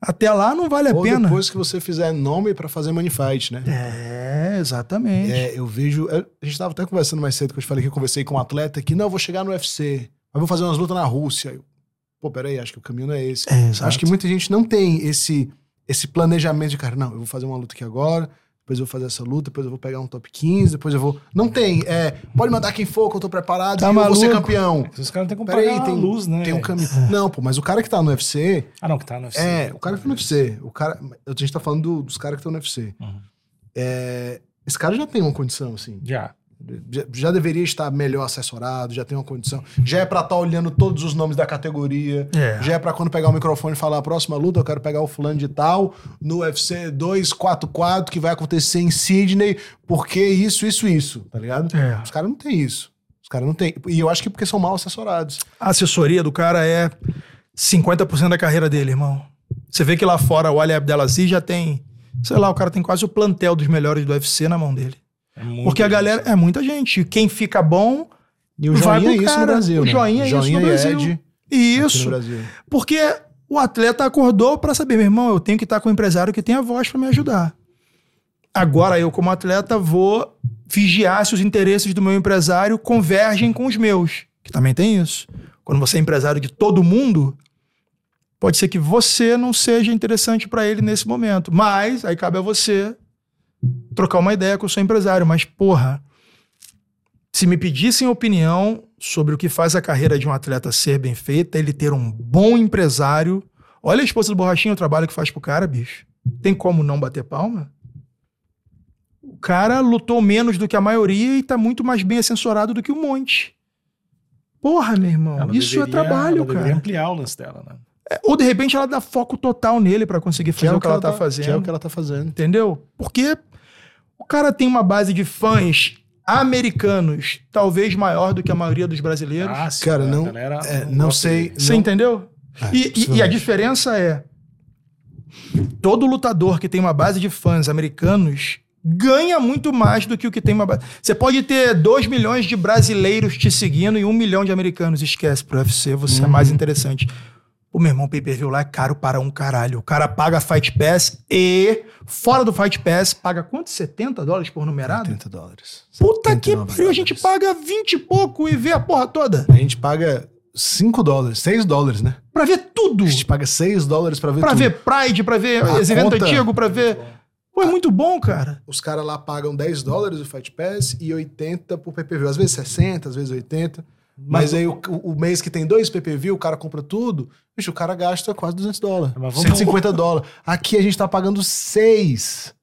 Speaker 3: Até lá não vale a
Speaker 2: Ou
Speaker 3: É pena.
Speaker 2: depois que você fizer nome pra fazer manifight, né?
Speaker 3: É, exatamente.
Speaker 2: É, eu vejo. eu- A gente tava até conversando mais cedo que eu te falei que eu conversei com um atleta que, não, eu vou chegar no UFC, mas vou fazer umas lutas na Rússia. Eu, Pô, peraí, acho que o caminho não é esse.
Speaker 3: É, exato.
Speaker 2: Acho que muita gente não tem esse, esse planejamento de, cara, não, eu vou fazer uma luta aqui agora, depois eu vou fazer essa luta, depois eu vou pegar um top 15, depois eu vou. Não tem. É, pode mandar quem for, que eu tô preparado,
Speaker 3: Tá
Speaker 2: e eu vou ser
Speaker 3: maluco?
Speaker 2: campeão.
Speaker 1: Os caras não têm como
Speaker 2: Peraí,
Speaker 3: É
Speaker 1: pagar
Speaker 2: tem-
Speaker 1: a luz, né?
Speaker 2: Tem um caminho. Não, pô, mas o cara que tá no UFC,
Speaker 1: Ah, não, que tá no UFC.
Speaker 2: é, o cara que tá no UFC. O cara, a gente tá falando do- dos caras que estão no UFC.
Speaker 1: Uhum.
Speaker 2: É, esse cara já tem uma condição, assim.
Speaker 1: Já.
Speaker 2: Já, já deveria estar melhor assessorado, já tem uma condição. Já é pra estar olhando todos os nomes da categoria.
Speaker 3: É.
Speaker 2: Já é pra quando pegar o microfone e falar a próxima luta, eu quero pegar o fulano de tal no UFC 244 que vai acontecer em Sydney, porque isso, isso, isso, tá ligado?
Speaker 3: É.
Speaker 2: Os caras não têm isso. Os caras não têm. E eu acho que porque são mal assessorados.
Speaker 3: A assessoria do cara é 50% da carreira dele, irmão. Você vê que lá fora o Ali Abdelaziz já tem, sei lá, o cara tem quase o plantel dos melhores do UFC na mão dele.
Speaker 1: É muito
Speaker 3: Porque a galera é muita gente. Quem fica bom,
Speaker 2: E o
Speaker 3: Vai
Speaker 2: joinha é
Speaker 3: pro
Speaker 2: isso no
Speaker 3: cara.
Speaker 2: Brasil.
Speaker 3: O
Speaker 2: né?
Speaker 3: joinha é isso no
Speaker 2: e
Speaker 3: Brasil.
Speaker 2: Ed aqui
Speaker 3: e
Speaker 2: no
Speaker 3: isso.
Speaker 2: Brasil.
Speaker 3: Porque o atleta acordou pra saber, meu irmão, eu tenho que estar com um empresário que tenha voz pra me ajudar. Agora eu, como atleta, vou vigiar se os interesses do meu empresário convergem com os meus, que também tem isso. Quando você é empresário de todo mundo, pode ser que você não seja interessante pra ele nesse momento, mas aí cabe a você trocar uma ideia com o seu empresário, mas porra, se me pedissem opinião sobre o que faz a carreira de um atleta ser bem feita, ele ter um bom empresário. Olha a esposa do Borrachinho, o trabalho que faz pro cara, bicho. Tem como não bater palma? O cara lutou menos do que a maioria e tá muito mais bem assessorado do que um monte. Porra, meu irmão,
Speaker 1: Ela
Speaker 3: isso é
Speaker 1: deveria-
Speaker 3: trabalho,
Speaker 1: ela
Speaker 3: cara.
Speaker 1: deveria ampliar o lance dela, né?
Speaker 3: Ou de repente ela dá foco total nele pra conseguir fazer o que ela, tá, fazendo.
Speaker 2: Que é o que ela tá fazendo.
Speaker 3: Entendeu? Porque o cara tem uma base de fãs americanos, talvez maior do que a maioria dos brasileiros.
Speaker 1: Ah, sim,
Speaker 2: Cara,
Speaker 1: a
Speaker 2: não-
Speaker 1: galera
Speaker 2: é, não
Speaker 1: gosta
Speaker 2: sei-
Speaker 1: dele.
Speaker 3: Você
Speaker 2: não-
Speaker 3: entendeu?
Speaker 2: É,
Speaker 3: E- e, e a
Speaker 2: possivelmente.
Speaker 3: diferença é: todo lutador que tem uma base de fãs americanos ganha muito mais do que o que tem uma base. Você pode ter 2 milhões
Speaker 2: Uhum.
Speaker 3: de brasileiros te seguindo e 1 um milhão de americanos. Esquece, pro UFC você é mais interessante. Pô, meu irmão, o pay-per-view lá é caro para um caralho. O cara paga Fight Pass e, fora do Fight Pass, paga quanto? 70 dólares por numerado?
Speaker 2: 30 dólares.
Speaker 3: Puta que
Speaker 2: 79
Speaker 3: pariu, a gente
Speaker 2: dólares.
Speaker 3: paga 20 e pouco e vê a porra toda.
Speaker 2: A gente paga 5 dólares, 6 dólares, né?
Speaker 3: Pra ver tudo.
Speaker 2: A gente paga 6 dólares pra ver
Speaker 3: Pra
Speaker 2: tudo.
Speaker 3: ver Pride, pra ver
Speaker 2: A
Speaker 3: esse evento
Speaker 2: conta-
Speaker 3: antigo, pra ver. Pô, é muito bom, cara.
Speaker 2: Os caras lá pagam 10 dólares o Fight Pass e 80 por PPV. Às vezes 60, às vezes 80. Mas, aí o, o mês que tem dois PPV, o cara compra tudo, bicho, o cara gasta quase 200 dólares.
Speaker 1: Mas vamos-
Speaker 2: 150 dólares. Aqui a gente tá pagando 6.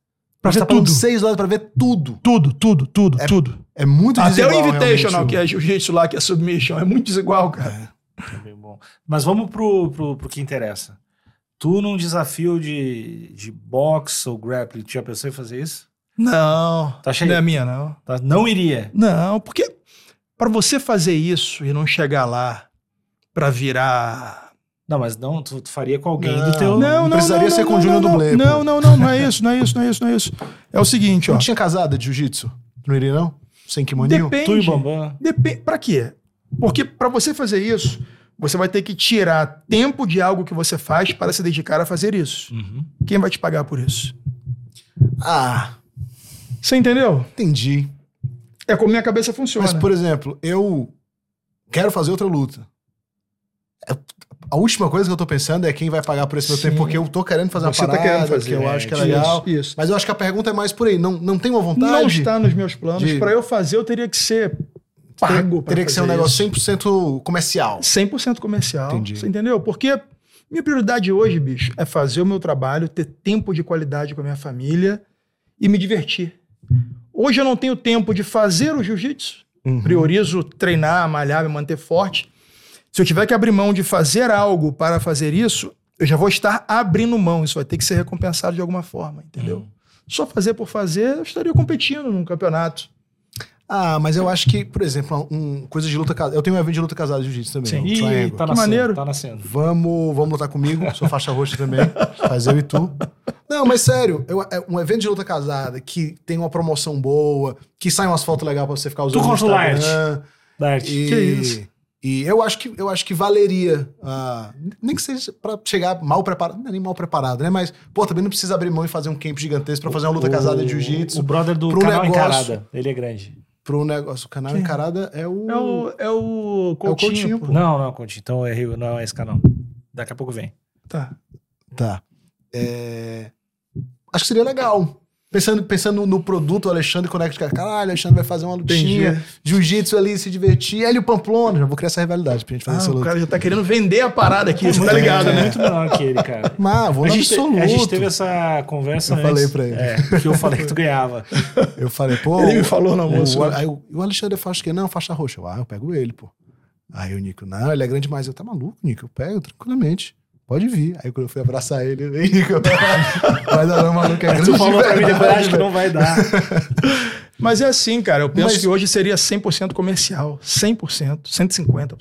Speaker 3: Pra
Speaker 2: a gente
Speaker 3: ver
Speaker 2: tá pagando
Speaker 3: tudo.
Speaker 2: 6 dólares pra ver tudo.
Speaker 3: Tudo, tudo, tudo, tudo.
Speaker 2: É muito
Speaker 3: Até o
Speaker 2: desigual,
Speaker 3: Invitational,
Speaker 2: realmente,
Speaker 3: que é jiu-jitsu lá, que é submission, é muito desigual, cara.
Speaker 1: É bem bom. Mas vamos pro, pro, pro que interessa. Tu num desafio de, de boxe ou grappling, tu já pensou em fazer isso?
Speaker 3: Não.
Speaker 1: Tá cheio.
Speaker 3: Não é minha, não.
Speaker 1: Tá? Não iria.
Speaker 3: Não, porque pra você fazer isso e não chegar lá pra virar.
Speaker 1: Não, mas não, tu, tu faria com alguém
Speaker 2: Não.
Speaker 1: do teu.
Speaker 2: Não, precisaria ser com o Júnior
Speaker 3: não,
Speaker 2: Dublê,
Speaker 3: Não,
Speaker 2: pô.
Speaker 3: não, não, não é isso, não é isso, não é isso, não é isso. É o seguinte,
Speaker 2: Não
Speaker 3: ó.
Speaker 2: tinha casada de jiu-jitsu? Não iria, não? Sem kimoninho?
Speaker 1: Tu e
Speaker 3: Depende.
Speaker 1: Bambam. Tá
Speaker 3: Depende. Pra quê? Porque pra você fazer isso, você vai ter que tirar tempo de algo que você faz para se dedicar a fazer isso.
Speaker 1: Uhum.
Speaker 3: Quem vai te pagar por isso?
Speaker 2: Ah,
Speaker 3: Você entendeu?
Speaker 2: entendi.
Speaker 3: É como minha cabeça funciona.
Speaker 2: Mas, por exemplo, eu quero fazer outra luta. É- A última coisa que eu tô pensando é quem vai pagar por esse meu
Speaker 3: Sim.
Speaker 2: tempo, porque eu tô querendo fazer uma
Speaker 3: Você tá
Speaker 2: parada,
Speaker 3: querendo fazer,
Speaker 2: que eu
Speaker 1: é,
Speaker 2: acho que é
Speaker 3: isso,
Speaker 2: legal.
Speaker 3: Isso.
Speaker 2: Mas eu acho que a pergunta é mais por aí. Não, não tem uma vontade?
Speaker 3: Não está nos meus planos.
Speaker 2: de-
Speaker 3: Pra eu fazer, eu teria que ser pago.
Speaker 2: Teria,
Speaker 3: pra
Speaker 2: teria que ser um
Speaker 3: fazer
Speaker 2: negócio 100% comercial.
Speaker 3: 100% comercial.
Speaker 2: Entendi.
Speaker 3: Você entendeu? Porque minha prioridade hoje, bicho, é fazer o meu trabalho, ter tempo de qualidade com a minha família e me divertir. Hoje eu não tenho tempo de fazer o jiu-jitsu.
Speaker 2: Uhum.
Speaker 3: Priorizo treinar, malhar, me manter forte. Se eu tiver que abrir mão de fazer algo para fazer isso, eu já vou estar abrindo mão. Isso vai ter que ser recompensado de alguma forma, entendeu?
Speaker 2: Uhum.
Speaker 3: Só fazer por fazer, eu estaria competindo num campeonato.
Speaker 2: Ah, mas eu acho que, por exemplo, um, coisa de luta casada. Eu tenho um evento de luta casada de jiu-jitsu também.
Speaker 3: Sim.
Speaker 2: um
Speaker 1: Ih,
Speaker 2: triângulo.
Speaker 1: tá
Speaker 3: Que
Speaker 1: nascendo.
Speaker 3: maneiro.
Speaker 1: Tá nascendo.
Speaker 2: Vamos, vamos lutar comigo, sou faixa roxa também, faz eu e tu. Não, mas sério, eu- é um evento de luta casada que tem uma promoção boa, que sai umas fotos legais pra você ficar usando
Speaker 1: Tu
Speaker 2: no
Speaker 1: contra o Laerte.
Speaker 2: Instagram.
Speaker 1: Dart.
Speaker 2: E,
Speaker 3: Que isso.
Speaker 2: E eu acho que, eu acho que valeria, ah, nem que seja pra chegar mal preparado, não é nem mal preparado, né? Mas, pô, também não precisa abrir mão e fazer um camp gigantesco pra fazer uma luta casada de
Speaker 1: O
Speaker 2: jiu-jitsu,
Speaker 1: brother do
Speaker 2: pro
Speaker 1: canal
Speaker 2: negócio.
Speaker 1: Encarada. Ele é grande.
Speaker 2: pro negócio. O canal Encarada é o...
Speaker 3: É o,
Speaker 2: É
Speaker 3: é o
Speaker 2: o
Speaker 3: Coutinho.
Speaker 2: Coutinho,
Speaker 3: pô.
Speaker 2: pô.
Speaker 1: Não, não, Conti. Então eu errei. Não é esse canal. Daqui a pouco vem.
Speaker 3: Tá.
Speaker 2: Tá. É, Acho que seria legal. Pensando, pensando no produto, o Alexandre Connect, cara, caralho, o Alexandre vai fazer uma lutinha,
Speaker 3: Entendi.
Speaker 2: jiu-jitsu ali, se divertir. Hélio Pamplona, já vou criar essa rivalidade pra gente fazer
Speaker 3: Ah,
Speaker 2: essa
Speaker 3: o
Speaker 2: luta.
Speaker 3: cara já tá querendo vender a parada aqui, você
Speaker 1: Muito
Speaker 3: tá ligado,
Speaker 1: menor,
Speaker 3: né?
Speaker 1: É Muito menor que ele, cara.
Speaker 2: Mas vou
Speaker 1: A
Speaker 2: no
Speaker 1: gente, te-
Speaker 2: absoluto.
Speaker 1: a gente teve essa conversa
Speaker 2: Eu
Speaker 1: antes.
Speaker 2: falei pra ele.
Speaker 1: É, que eu falei que tu ganhava.
Speaker 2: Eu falei, pô...
Speaker 3: Ele me falou no
Speaker 2: o-
Speaker 3: almoço.
Speaker 2: o-
Speaker 1: né?"
Speaker 2: aí o, o Alexandre é faixa que não, faixa roxa. Eu, ah, eu pego ele, pô. Aí o Nico, não, ele é grande demais. Eu, tá maluco, Nico? Eu pego tranquilamente. Pode vir. Aí quando eu fui abraçar ele, eu, ei, Nico, <laughs> mas não, não, o maluco, é grande
Speaker 1: Tu falou
Speaker 2: de <laughs>
Speaker 1: pra mim depois,
Speaker 2: verdade,
Speaker 1: acho que não vai dar.
Speaker 3: Mas é assim, cara, eu penso
Speaker 2: Mas-
Speaker 3: que hoje seria 100% comercial, 100%, 150%.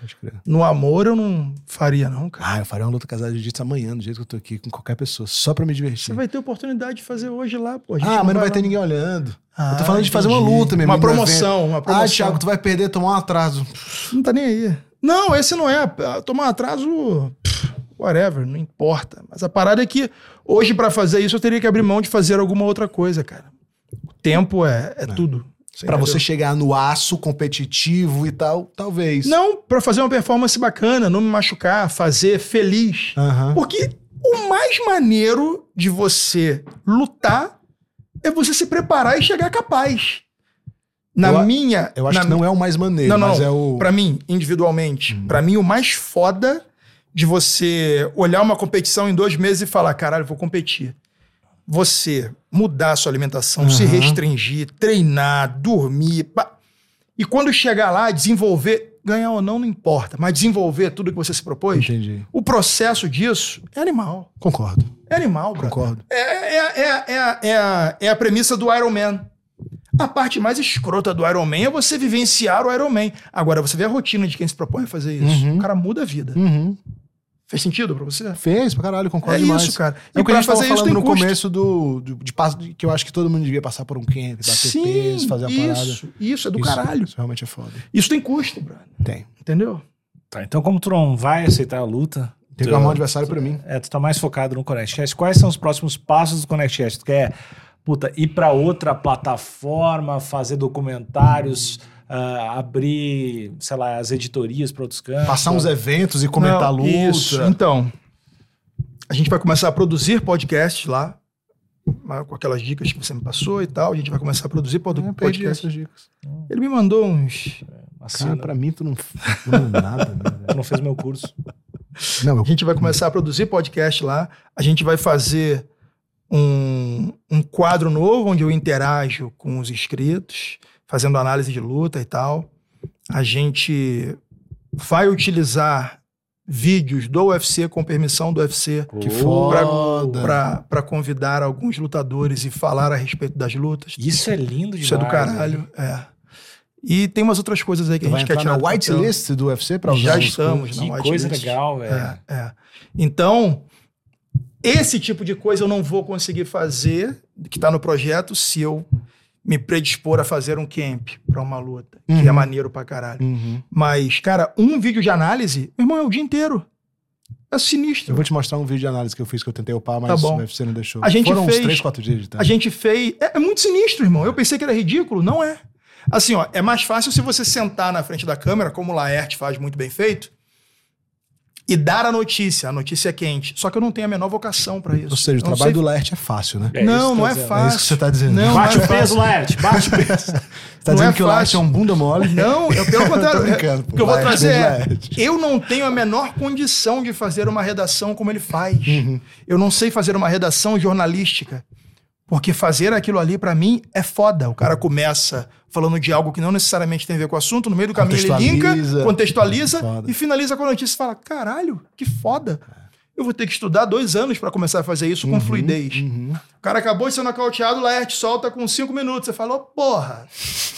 Speaker 2: Pode crer.
Speaker 3: No amor eu não faria não, cara.
Speaker 2: Ah, eu farei uma luta casada de jiu-jitsu amanhã, do jeito que eu tô aqui, com qualquer pessoa, só pra me
Speaker 3: Você
Speaker 2: divertir.
Speaker 3: vai ter oportunidade de fazer hoje lá, pô.
Speaker 2: Ah, mas não vai ter ninguém olhando. eu tô falando de fazer uma luta, meu
Speaker 3: mesmo. Ah, Uma
Speaker 2: amigo, um
Speaker 3: promoção, uma promoção.
Speaker 2: Ah, Thiago, tu vai perder, tomar um atraso.
Speaker 3: Não tá nem aí. Não, esse não é. Tomar atraso, pff, whatever, não importa. Mas a parada é que hoje, pra fazer isso, eu teria que abrir mão de fazer alguma outra coisa, cara. O tempo é, é tudo.
Speaker 2: Pra
Speaker 3: entendeu?
Speaker 2: você chegar no aço competitivo e tal, talvez.
Speaker 3: Não, pra fazer uma performance bacana, não me machucar, fazer feliz.
Speaker 2: Aham.
Speaker 3: Porque o mais maneiro de você lutar é você se preparar e chegar capaz. Na
Speaker 2: Eu a-
Speaker 3: minha,
Speaker 2: Eu acho
Speaker 3: na
Speaker 2: que não Uhum. é o mais maneiro,
Speaker 3: Não, não,
Speaker 2: mas é o...
Speaker 3: Pra mim, individualmente, pra mim o mais foda de você olhar uma competição em dois meses e falar, caralho, vou competir. Você mudar a sua alimentação, se
Speaker 2: Aham.
Speaker 3: restringir, treinar, dormir, pá. e quando chegar lá, desenvolver, ganhar ou não, não importa, mas desenvolver tudo que você se propôs,
Speaker 2: Entendi.
Speaker 3: o processo disso é animal.
Speaker 2: Concordo,
Speaker 3: É animal, brother.
Speaker 2: concordo.
Speaker 3: É, é, é, é, a- é a- é a premissa do Iron Man. A parte mais escrota do Iron Man é você vivenciar o Iron Man. Agora, você vê a rotina de quem se propõe a fazer isso.
Speaker 2: Uhum.
Speaker 3: O cara muda a vida.
Speaker 2: Uhum.
Speaker 3: Fez sentido pra você?
Speaker 2: Fez pra caralho,
Speaker 3: é
Speaker 2: concordo demais.
Speaker 3: isso, cara.
Speaker 2: É o que a
Speaker 3: pra
Speaker 2: gente tava falando no
Speaker 3: custo.
Speaker 2: começo do, do- de, passo- de- que eu acho que todo mundo devia passar por um camp, bater
Speaker 3: Sim,
Speaker 2: peso, fazer uma parada.
Speaker 3: isso, isso, é do
Speaker 2: Isso-
Speaker 3: caralho.
Speaker 2: Isso realmente é foda.
Speaker 3: Isso tem custo, brother.
Speaker 2: Tem.
Speaker 3: Entendeu?
Speaker 1: Tá, então como tu não vai aceitar a luta,
Speaker 2: Teve um adversário pra mim.
Speaker 1: É, tu tá mais focado no ConnectCast. Quais são os próximos passos do ConnectCast? Tu quer, puta, ir pra outra plataforma, fazer documentários, ah, abrir, sei lá, as editorias pra outros cantos? Então,
Speaker 2: Passar um uns eventos e comentar a
Speaker 3: Não,
Speaker 2: luta.
Speaker 3: Isso. Então, a gente vai começar a produzir podcasts lá, lá com aquelas dicas que você me passou e tal. A gente vai começar a produzir pod
Speaker 2: Eu É, perdi
Speaker 3: podcast.
Speaker 2: essas dicas.
Speaker 3: Ele me mandou uns.
Speaker 1: Assina.
Speaker 2: Cara, pra mim tu não, tu não nada, né? velho?
Speaker 1: Tu assim, não fez meu curso.
Speaker 2: Não,
Speaker 3: A <laughs>
Speaker 2: eu...
Speaker 3: gente vai começar a produzir podcast lá. A gente vai fazer um, um quadro novo onde eu interajo com os inscritos, fazendo análise de luta e tal. A gente vai utilizar vídeos do UFC com permissão do UFC
Speaker 2: Que
Speaker 1: Pô,
Speaker 2: foda.
Speaker 3: para convidar alguns lutadores e falar a respeito das lutas.
Speaker 1: Isso é lindo demais.
Speaker 3: Isso é do
Speaker 1: né?
Speaker 3: caralho, é. E tem umas outras coisas aí que
Speaker 2: Tu
Speaker 3: a
Speaker 2: vai
Speaker 3: gente quer
Speaker 2: entrar
Speaker 3: tirar
Speaker 2: na
Speaker 3: do papel.
Speaker 2: whitelist do UFC pra
Speaker 3: Já
Speaker 2: usar os-
Speaker 3: estamos na
Speaker 1: Que
Speaker 3: whitelist.
Speaker 1: coisa legal, velho.
Speaker 3: É, é. Então, esse tipo de coisa eu não vou conseguir fazer, que está no projeto, se eu me predispor a fazer um camp para uma luta, que é
Speaker 2: Uhum.
Speaker 3: maneiro pra caralho.
Speaker 2: Uhum.
Speaker 3: Mas, cara, um vídeo de análise, meu irmão, é o dia inteiro. É
Speaker 2: Eu
Speaker 3: sinistro.
Speaker 2: vou te mostrar um vídeo de análise que eu fiz que eu tentei upar, mas
Speaker 3: Tá bom.
Speaker 2: o UFC não deixou.
Speaker 3: A gente
Speaker 2: Foram
Speaker 3: fez-
Speaker 2: uns 3, 4 dias de
Speaker 3: A
Speaker 2: tarde.
Speaker 3: gente fez. É, é muito sinistro, irmão. Eu pensei que era ridículo, não é. Assim, ó, é mais fácil se você sentar na frente da câmera, como o Laerte faz muito bem feito, e dar a notícia, a notícia é quente. Só que eu não tenho a menor vocação pra isso.
Speaker 2: Ou seja, o
Speaker 3: Eu não
Speaker 2: trabalho
Speaker 3: sei-
Speaker 2: do Laerte é fácil, né?
Speaker 1: É isso que eu
Speaker 3: não,
Speaker 1: tô
Speaker 3: não é
Speaker 1: dizendo.
Speaker 3: fácil.
Speaker 2: É isso que você tá dizendo.
Speaker 3: Não,
Speaker 1: Bate
Speaker 3: não é
Speaker 1: o peso,
Speaker 3: fácil.
Speaker 1: Laerte. Bate o peso.
Speaker 2: Você tá
Speaker 3: Não
Speaker 2: dizendo
Speaker 3: é
Speaker 2: que o Laerte é
Speaker 3: fácil.
Speaker 2: um bunda mole?
Speaker 3: Não, eu, pelo contrário.
Speaker 2: Tô brincando, pô.
Speaker 3: o que eu vou
Speaker 2: Laerte
Speaker 3: trazer
Speaker 2: mesmo,
Speaker 3: é,
Speaker 2: Laerte.
Speaker 3: eu não tenho a menor condição de fazer uma redação como ele faz. Eu não sei fazer uma redação jornalística. Porque fazer aquilo ali, pra mim, é foda. O cara começa falando de algo que não necessariamente tem a ver com o assunto, no meio do caminho ele linka,
Speaker 2: Contextualiza.
Speaker 3: contextualiza
Speaker 2: Foda.
Speaker 3: e finaliza com a notícia e fala: caralho, que foda. Eu vou ter que estudar dois anos pra começar a fazer isso com fluidez.
Speaker 2: Uhum.
Speaker 3: O cara acabou de ser nocauteado, o Laerte solta com cinco minutos. Você falou, porra,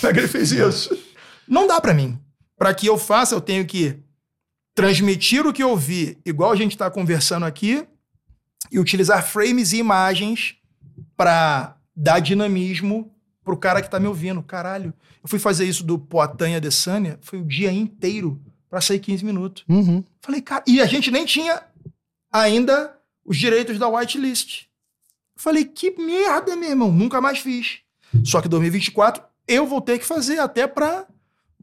Speaker 3: como é que ele fez isso? Não dá pra mim. Pra que eu faça, eu tenho que transmitir o que eu vi, igual a gente tá conversando aqui, e utilizar frames e imagens pra dar dinamismo pro cara que tá me ouvindo. Caralho, eu fui fazer isso do Poitanha de Sânia, foi o dia inteiro pra sair 15 minutos.
Speaker 2: Uhum.
Speaker 3: Falei, cara, e a gente nem tinha ainda os direitos da whitelist. Falei, que merda, meu irmão, nunca mais fiz. Só que 2024 eu vou ter que fazer até pra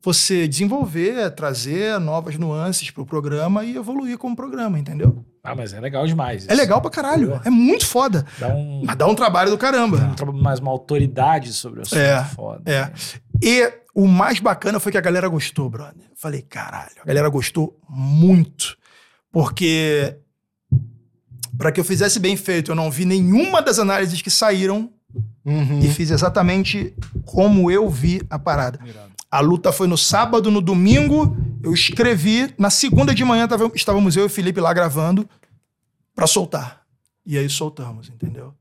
Speaker 3: você desenvolver, trazer novas nuances pro programa e evoluir como programa, entendeu?
Speaker 1: Ah, mas é legal demais.
Speaker 3: É
Speaker 1: isso.
Speaker 3: legal pra caralho, é muito foda,
Speaker 1: Dá um,
Speaker 3: mas dá um trabalho do caramba.
Speaker 1: um tra- mais uma autoridade sobre o assunto.
Speaker 3: É,
Speaker 1: Foda.
Speaker 3: é. E o mais bacana foi que a galera gostou, brother. Eu Falei, caralho, a galera gostou muito. Porque para que eu fizesse bem feito, eu não vi nenhuma das análises que saíram
Speaker 2: Uhum.
Speaker 3: e fiz exatamente como eu vi a parada.
Speaker 2: Irado.
Speaker 3: A luta foi no sábado, no domingo, eu escrevi, na segunda de manhã tava- estávamos eu e o Felipe lá gravando para soltar. E aí soltamos, entendeu?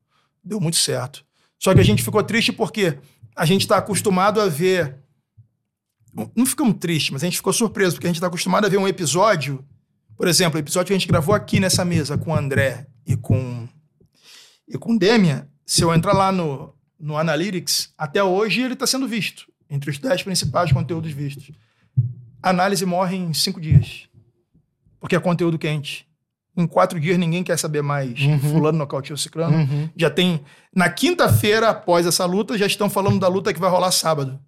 Speaker 3: Deu muito certo. Só que a gente ficou triste porque a gente está acostumado a ver. Não ficamos tristes, mas a gente ficou surpreso, porque a gente está acostumado a ver um episódio. Por exemplo, o episódio que a gente gravou aqui nessa mesa com o André e com e com o Demian. Se eu entrar lá no, no Analytics, até hoje ele está sendo visto, entre os 10 principais conteúdos vistos. A análise morre em 5 dias, porque é conteúdo quente. Em quatro dias ninguém quer saber mais.
Speaker 2: Uhum.
Speaker 3: Fulano nocauteou ciclano.
Speaker 2: Uhum.
Speaker 3: Já tem. Na quinta-feira, após essa luta, já estão falando da luta que vai rolar sábado.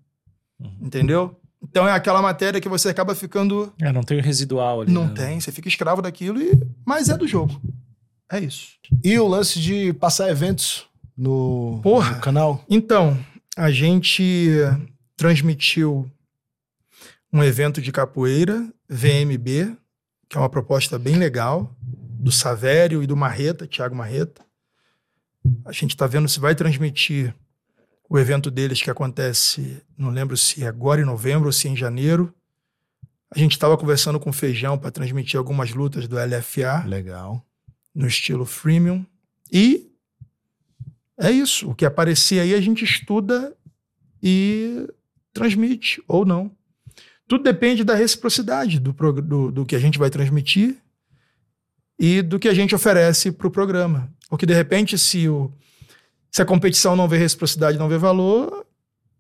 Speaker 3: Entendeu? Então é aquela matéria que você acaba ficando.
Speaker 1: É, não tem o residual ali.
Speaker 3: Não
Speaker 1: né?
Speaker 3: tem, você fica escravo daquilo, e... mas é do jogo. É isso.
Speaker 2: E o lance de passar eventos no,
Speaker 3: Porra.
Speaker 2: no canal?
Speaker 3: Então, a gente transmitiu um evento de capoeira, VMB, que é uma proposta bem legal, do Savério e do Marreta, Tiago Marreta. A gente está vendo se vai transmitir o evento deles que acontece, não lembro se é agora em novembro ou se é em janeiro. A gente estava conversando com o Feijão para transmitir algumas lutas do LFA
Speaker 2: Legal.
Speaker 3: no estilo freemium. E é isso. O que aparecer aí a gente estuda e transmite ou não. Tudo depende da reciprocidade do, prog- do, do que a gente vai transmitir e do que a gente oferece para o programa. Porque, de repente, se, o, se a competição não vê reciprocidade, não vê valor,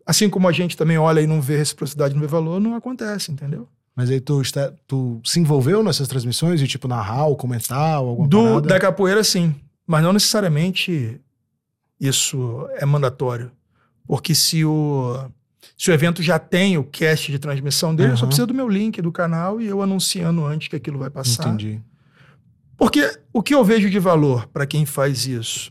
Speaker 3: assim como a gente também olha e não vê reciprocidade, não vê valor, não acontece, entendeu?
Speaker 2: Mas aí tu, está- tu se envolveu nessas transmissões de tipo narrar ou comentar ou alguma
Speaker 3: Do,
Speaker 2: parada?
Speaker 3: da capoeira, sim. Mas não necessariamente isso é mandatório. Porque se o, se o evento já tem o cast de transmissão dele, eu só
Speaker 2: Aham.
Speaker 3: preciso do meu link, do canal, e eu anunciando antes que aquilo vai passar.
Speaker 2: Entendi.
Speaker 3: Porque o que eu vejo de valor para quem faz isso?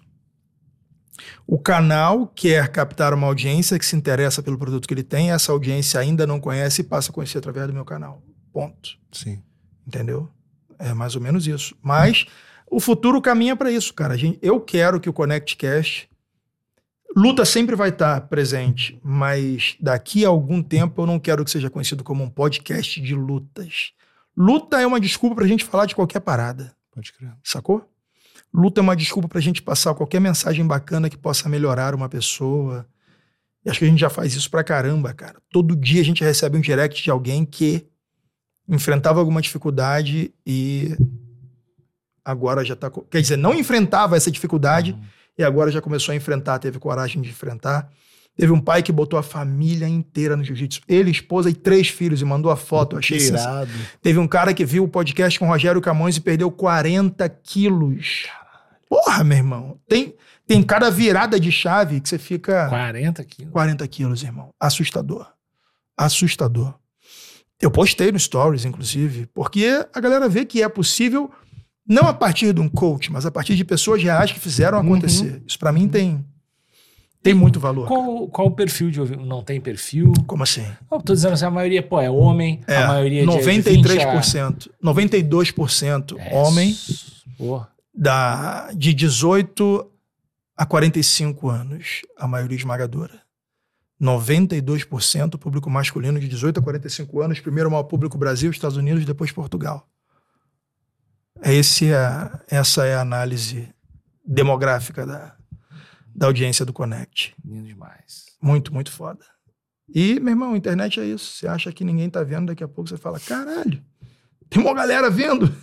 Speaker 3: O canal quer captar uma audiência que se interessa pelo produto que ele tem, essa audiência ainda não conhece e passa a conhecer através do meu canal. Ponto.
Speaker 2: Sim.
Speaker 3: Entendeu? É mais ou menos isso. Mas o futuro caminha para isso, cara. A gente- Eu quero que o ConnectCast. Luta sempre vai estar presente, mas daqui a algum tempo eu não quero que seja conhecido como um podcast de lutas. Luta é uma desculpa para a gente falar de qualquer parada
Speaker 2: Pode crer.
Speaker 3: sacou? Luta é uma desculpa pra gente passar qualquer mensagem bacana que possa melhorar uma pessoa. E acho que a gente já faz isso pra caramba, cara. Todo dia a gente recebe um direct de alguém que enfrentava alguma dificuldade e agora já tá. co- Quer dizer, não enfrentava essa dificuldade e agora já começou a enfrentar, teve coragem de enfrentar. Teve um pai que botou a família inteira no jiu-jitsu. Ele, esposa e três filhos, e mandou a foto. Eu achei sensacional.
Speaker 2: Irado.
Speaker 3: Teve um cara que viu o podcast com o Rogério Camões e perdeu 40 quilos. Porra, meu irmão. Tem, tem cada virada de chave que você fica
Speaker 1: 40 quilos.
Speaker 3: 40 quilos, irmão. Assustador. Assustador. Eu postei no Stories, inclusive, porque a galera vê que é possível, não a partir de um coach, mas a partir de pessoas reais que
Speaker 1: Uhum.
Speaker 3: fizeram acontecer. Isso pra mim tem, tem muito valor.
Speaker 1: Qual, qual o perfil de ouvido? Não tem perfil?
Speaker 3: Como assim?
Speaker 1: Não, tô dizendo assim, a maioria, pô, é homem,
Speaker 3: É,
Speaker 1: a É maioria é de- de 20
Speaker 3: 93%, 92%
Speaker 1: a-
Speaker 3: homem.
Speaker 1: É, pô.
Speaker 3: da, de 18 a 45 anos, a maioria esmagadora. 92% público masculino de 18 a 45 anos, primeiro maior público Brasil, Estados Unidos, depois Portugal. Esse é, essa é a análise demográfica da, da audiência do Connect.
Speaker 1: Lindo demais.
Speaker 3: Muito, muito foda. E, meu irmão, a internet é isso. Você acha que ninguém tá vendo, daqui a pouco você fala, caralho, tem uma galera vendo.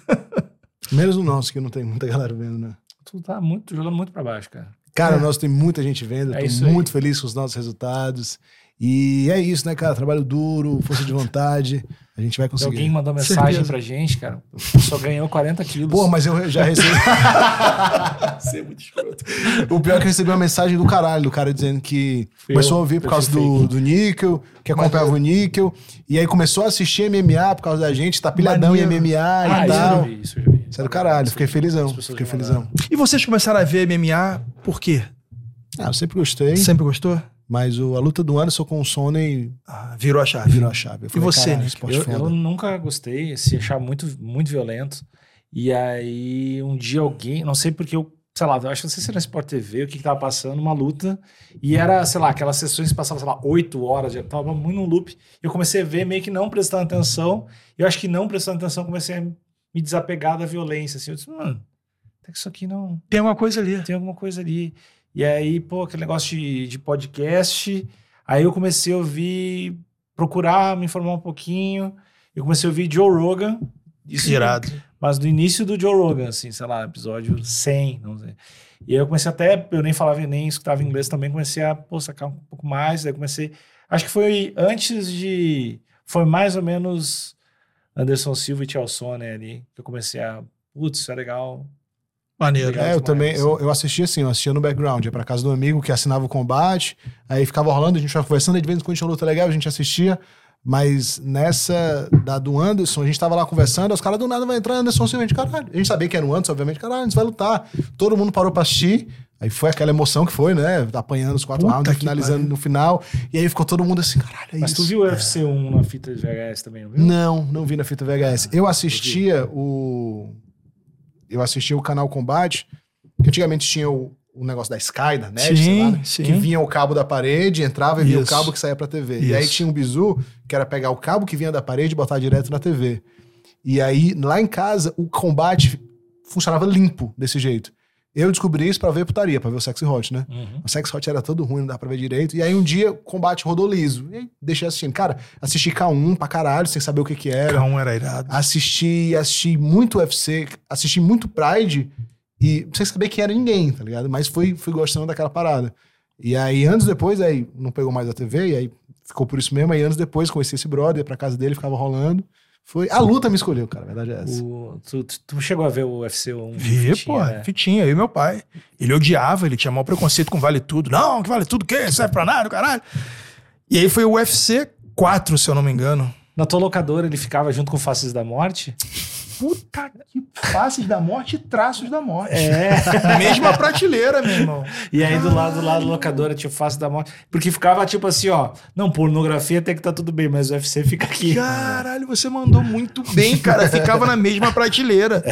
Speaker 2: Menos o nosso, que não tem muita galera vendo, né?
Speaker 1: Tu tá muito, jogando muito pra baixo, cara.
Speaker 2: Cara,
Speaker 3: É.
Speaker 2: o nosso tem muita gente vendo.
Speaker 1: É
Speaker 2: Eu
Speaker 1: isso
Speaker 2: tô
Speaker 1: aí.
Speaker 2: muito feliz com os nossos resultados. E é isso, né, cara? Trabalho duro, força de vontade. A gente vai conseguir.
Speaker 1: Alguém mandou mensagem
Speaker 3: Certeza.
Speaker 1: pra gente, cara. Só ganhou 40 quilos.
Speaker 2: Pô, mas eu já recebi.
Speaker 3: Você é muito escroto.
Speaker 2: o pior é que eu recebi uma mensagem do caralho, do cara dizendo que
Speaker 1: Foi
Speaker 2: começou
Speaker 1: eu,
Speaker 2: a ouvir por
Speaker 1: eu
Speaker 2: causa
Speaker 1: fui
Speaker 2: do, do níquel, que acompanhava
Speaker 1: é-
Speaker 2: o níquel. E aí começou a assistir MMA por causa da gente, tá pilhadão em
Speaker 3: Maneiro.
Speaker 2: MMA
Speaker 1: Ah,
Speaker 2: e
Speaker 1: isso eu já
Speaker 2: tal.
Speaker 1: vi, isso eu já vi.
Speaker 2: Isso é do caralho,
Speaker 1: Isso
Speaker 2: fiquei
Speaker 1: eu já vi.
Speaker 2: felizão.
Speaker 1: As pessoas
Speaker 2: Fiquei
Speaker 1: já
Speaker 2: felizão.
Speaker 1: mandaram.
Speaker 3: E vocês começaram a ver MMA por quê?
Speaker 2: Ah, eu sempre gostei,
Speaker 3: Sempre gostou?
Speaker 2: mas o, a luta do Anderson com o Sony
Speaker 3: Ah, virou a chave.
Speaker 2: virou a chave. Eu falei,
Speaker 3: você,
Speaker 2: caralho,
Speaker 3: Nick?
Speaker 2: esporte
Speaker 1: eu,
Speaker 2: foda.
Speaker 1: eu nunca gostei, se achar muito, muito violento. E aí, um dia alguém, não sei porque eu, sei lá, eu acho que não sei se era Sport TV, o que, que tava passando, uma luta. E era, sei lá, aquelas sessões que passavam, sei lá, 8 horas, eu tava muito num loop. E eu comecei a ver, meio que não prestando atenção. E eu acho que não prestando atenção, comecei a me desapegar da violência. Assim, eu disse, mano, até que isso aqui não
Speaker 3: Tem uma coisa ali.
Speaker 1: tem alguma coisa ali. E aí, pô, aquele negócio de, de podcast. Aí eu comecei a ouvir, procurar, me informar um pouquinho. Eu comecei a ouvir Joe Rogan. Isso,
Speaker 3: Irado.
Speaker 1: Mas do início do Joe Rogan, assim, sei lá, episódio 100, não sei. E aí eu comecei até, eu nem falava, nem escutava inglês também, comecei a, pô, sacar um pouco mais. Daí comecei, acho que foi antes de, foi mais ou menos Anderson Silva e Tchelson, né, ali, que eu comecei a, putz, isso é legal.
Speaker 3: Maneiro.
Speaker 1: Legal.
Speaker 2: É, eu
Speaker 1: demais,
Speaker 2: também,
Speaker 1: assim.
Speaker 2: eu, eu assistia assim, eu assistia no background, ia pra casa do amigo que assinava o combate, aí ficava rolando, a gente ficava conversando, aí de vez em quando tinha uma luta legal, a gente assistia, mas nessa da do Anderson, a gente tava lá conversando, aí os caras do nada vai entrar, Anderson Silva, a gente, caralho, a gente sabia que era o Anderson, obviamente, caralho, a gente vai lutar, todo mundo parou pra assistir, aí foi aquela emoção que foi, né, apanhando os quatro
Speaker 3: Puta
Speaker 2: rounds,
Speaker 3: que
Speaker 2: finalizando
Speaker 3: pariu.
Speaker 2: no final, e aí ficou todo mundo assim, caralho, é
Speaker 1: Mas
Speaker 2: isso.
Speaker 1: tu viu o UFC 1 na fita de VHS também, não viu?
Speaker 2: Não, não vi na fita VHS.
Speaker 3: Ah,
Speaker 2: Eu assistia o. Eu assistia o canal Combate, que antigamente tinha o, o negócio da Sky, da NET, sei lá, né?
Speaker 3: Sim, sim.
Speaker 2: que vinha o cabo da parede, entrava e via o
Speaker 3: Isso.
Speaker 2: cabo que saía pra TV. E aí
Speaker 3: Isso.
Speaker 2: tinha um bizu, que era pegar o cabo que vinha da parede e botar direto na TV. E aí, lá em casa, o combate funcionava limpo desse jeito. Eu descobri isso pra ver putaria, pra ver o sexy hot, né?
Speaker 1: Uhum.
Speaker 2: O Sex Hot era todo ruim, não dá pra ver direito. E aí um dia o combate rodou liso. E aí deixei assistindo. Cara, assisti K1 pra caralho, sem saber o que que era.
Speaker 3: Cão era irado.
Speaker 2: Assisti, assisti muito UFC, assisti muito Pride e sem saber quem era ninguém, tá ligado? Mas fui, fui gostando daquela parada. E aí, anos depois, aí não pegou mais a TV, e aí ficou por isso mesmo. Aí anos depois conheci esse brother, ia pra casa dele, ficava rolando. Foi. A luta me escolheu, cara. A verdade é essa.
Speaker 1: O- tu, tu- tu chegou a ver o UFC 1?
Speaker 3: Vi, pô,
Speaker 1: né?
Speaker 3: fitinha, eu e meu pai. Ele odiava, ele tinha mau preconceito com Vale Tudo. Não, que Vale Tudo o quê? Serve pra nada, caralho. E aí foi o UFC 4, se eu não me engano.
Speaker 1: né? Na tua locadora ele ficava junto com Faces da Morte?
Speaker 3: Puta que faces da morte e traços da morte.
Speaker 1: É.
Speaker 3: <laughs> Mesma prateleira, meu irmão.
Speaker 1: <laughs> E aí do lado, do lado da locadora tinha o Faces da Morte. Porque ficava tipo assim, ó. Não, pornografia até que tá tudo bem, mas o UFC fica aqui. <laughs>
Speaker 3: Caralho, você mandou muito bem, cara. Ficava na mesma prateleira.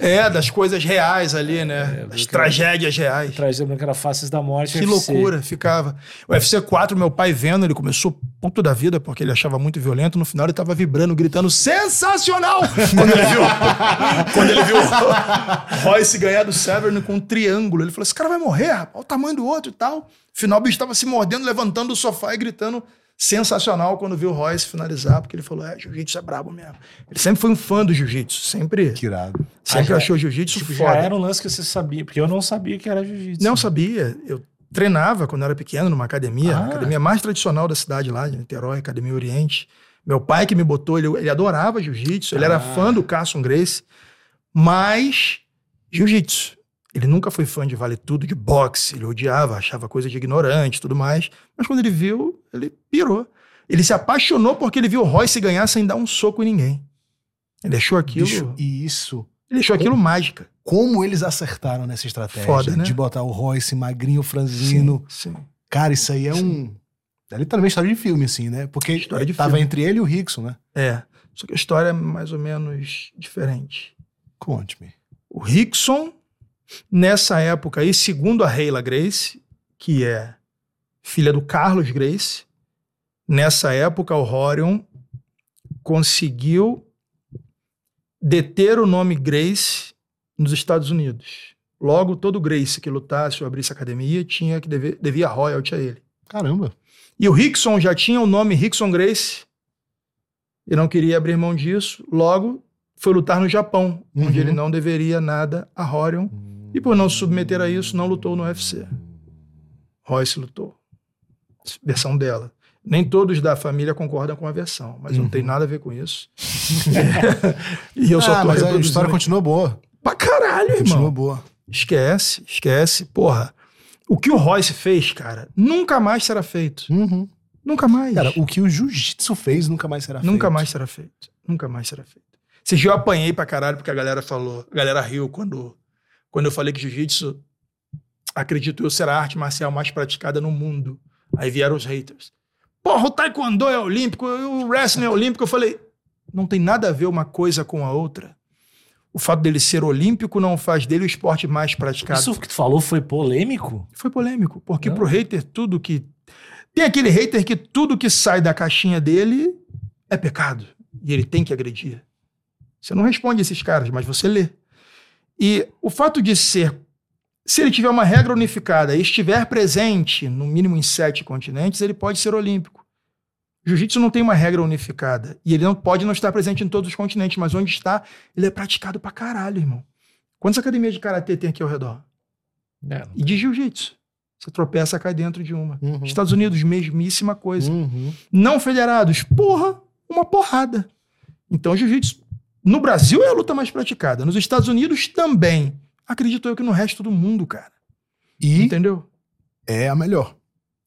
Speaker 3: É, das coisas reais ali, né? Das tragédias reais.
Speaker 1: Atrás lembra que era Faces da Morte.
Speaker 3: Que
Speaker 1: UFC.
Speaker 3: loucura, ficava. O UFC 4, meu pai vendo, ele começou puto da vida, porque ele achava muito violento. No final ele tava vibrando, gritando, sensacional! <laughs> Quando ele viu, quando ele viu o <laughs> Royce ganhar do Severn com um triângulo. Ele falou: esse cara vai morrer, rapaz, olha o tamanho do outro e tal. No final o bicho tava se mordendo, levantando do sofá e gritando. Sensacional quando viu o Royce finalizar, porque ele falou: é, jiu-jitsu é brabo mesmo. Ele sempre foi um fã do jiu-jitsu, sempre,
Speaker 2: Que irado.
Speaker 1: Ah,
Speaker 3: sempre
Speaker 1: já-
Speaker 3: achou jiu-jitsu
Speaker 1: Tipo, já
Speaker 3: foda.
Speaker 1: era um lance que você sabia, porque eu não sabia que era jiu-jitsu.
Speaker 3: Não sabia. Eu treinava quando era pequeno numa academia,
Speaker 1: Ah.
Speaker 3: a academia mais tradicional da cidade lá, de Niterói, Academia Oriente. Meu pai que me botou, ele, ele adorava jiu-jitsu, ele
Speaker 1: Ah.
Speaker 3: era fã do Carson Grace, mas jiu-jitsu. Ele nunca foi fã de vale tudo, de boxe, ele odiava, achava coisa de ignorante e tudo mais. Mas quando ele viu, ele pirou. Ele se apaixonou porque ele viu o Royce ganhar sem dar um soco em ninguém. Ele achou aquilo,
Speaker 2: Bicho, e isso.
Speaker 3: ele achou aquilo mágica.
Speaker 2: Como eles acertaram nessa estratégia
Speaker 3: Foda, né?
Speaker 2: de botar o Royce, magrinho, franzino.
Speaker 3: sim.
Speaker 2: Cara, isso aí é um. É literalmente história de filme, assim, né? Porque
Speaker 3: História de
Speaker 2: tava
Speaker 3: filme.
Speaker 2: entre ele e o Rickson, né?
Speaker 3: É. Só que a história é mais ou menos diferente.
Speaker 2: Conte-me.
Speaker 3: O Rickson, nessa época aí, segundo a Rayla Grace, que é filha do Carlos Grace, nessa época o Horion conseguiu deter o nome Grace nos Estados Unidos. Logo, todo Grace que lutasse ou abrisse academia tinha que dever, devia royalty a ele.
Speaker 2: Caramba.
Speaker 3: E o Rickson já tinha o nome Rickson Grace e não queria abrir mão disso. Logo, foi lutar no Japão, onde
Speaker 2: Uhum.
Speaker 3: ele não deveria nada a Horion. E por não se submeter a isso, não lutou no UFC. Royce lutou. Versão dela. Nem todos da família concordam com a versão, mas não tem nada a ver
Speaker 2: <laughs>
Speaker 3: com isso. <laughs> e eu só
Speaker 2: Uhum. ah,
Speaker 3: tô
Speaker 2: mas a
Speaker 3: reproduzindo
Speaker 2: história
Speaker 3: aqui.
Speaker 2: continua boa.
Speaker 3: pra caralho, irmão.
Speaker 2: Continua boa.
Speaker 3: Esquece, esquece. Porra, o que o Royce fez, cara, nunca mais será feito.
Speaker 2: Uhum.
Speaker 3: Nunca mais.
Speaker 2: Cara, o que o jiu-jitsu fez nunca mais será feito.
Speaker 3: Nunca mais será feito. Nunca mais será feito. Esse dia eu apanhei pra caralho, porque a galera falou, a galera riu quando, quando eu falei que jiu-jitsu, acredito eu, será a arte marcial mais praticada no mundo. Aí vieram os haters. Porra, o taekwondo é olímpico, o wrestling é olímpico. Eu falei, não tem nada a ver uma coisa com a outra. O fato dele ser olímpico não faz dele o esporte mais praticado.
Speaker 1: Isso que tu falou foi polêmico?
Speaker 3: Foi polêmico, porque
Speaker 1: Não?
Speaker 3: pro hater tudo que. Tem aquele hater que tudo que sai da caixinha dele é pecado. E ele tem que agredir. Você não responde esses caras, mas você lê. E o fato de ser. Se ele tiver uma regra unificada e estiver presente, no mínimo em sete continentes, ele pode ser olímpico. Jiu-jitsu não tem uma regra unificada. E ele não pode não estar presente em todos os continentes, mas onde está, ele é praticado pra caralho, irmão. Quantas academias de karatê tem aqui ao redor?
Speaker 1: É,
Speaker 3: e de jiu-jitsu. Você tropeça cai dentro de uma.
Speaker 2: Uhum.
Speaker 3: Estados Unidos, mesmíssima coisa.
Speaker 2: Uhum.
Speaker 3: Não federados, porra, uma porrada. Então, jiu-jitsu no Brasil é a luta mais praticada. Nos Estados Unidos também. Acredito eu que no resto do mundo, cara.
Speaker 2: E
Speaker 3: Entendeu?
Speaker 2: é a melhor.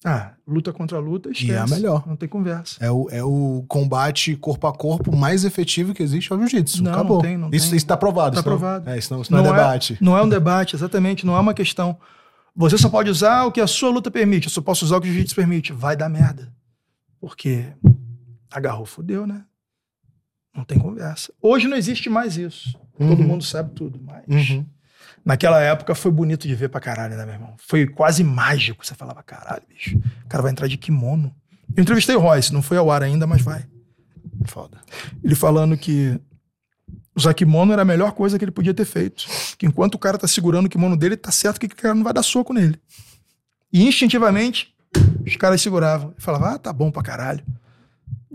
Speaker 3: Ah, luta contra luta, esquece.
Speaker 2: é a melhor.
Speaker 3: Não tem conversa.
Speaker 2: É o, é o combate corpo a corpo mais efetivo que existe ao jiu-jitsu.
Speaker 3: Não, não
Speaker 2: Acabou.
Speaker 3: tem, não
Speaker 2: isso,
Speaker 3: tem.
Speaker 2: isso tá provado.
Speaker 3: Tá
Speaker 2: isso não-
Speaker 3: provado.
Speaker 2: É, isso não, isso não, é debate.
Speaker 3: não é um debate, exatamente. Não é uma questão. Você só pode usar o que a sua luta permite. Eu só posso usar o que o jiu-jitsu permite. Vai dar merda. Porque agarrou, fudeu, né? Não tem conversa. Hoje não existe mais isso. Todo
Speaker 2: Uhum.
Speaker 3: mundo sabe tudo, mas...
Speaker 2: Uhum.
Speaker 3: Naquela época foi bonito de ver pra caralho, né, meu irmão? Foi quase mágico. Você falava, caralho, bicho. O cara vai entrar de kimono. Eu entrevistei o Royce. Não foi ao ar ainda, mas vai.
Speaker 2: Foda.
Speaker 3: Ele falando que usar kimono era a melhor coisa que ele podia ter feito. Que enquanto o cara tá segurando o kimono dele, tá certo que o cara não vai dar soco nele. E instintivamente, os caras seguravam. E falava, ah, tá bom pra caralho.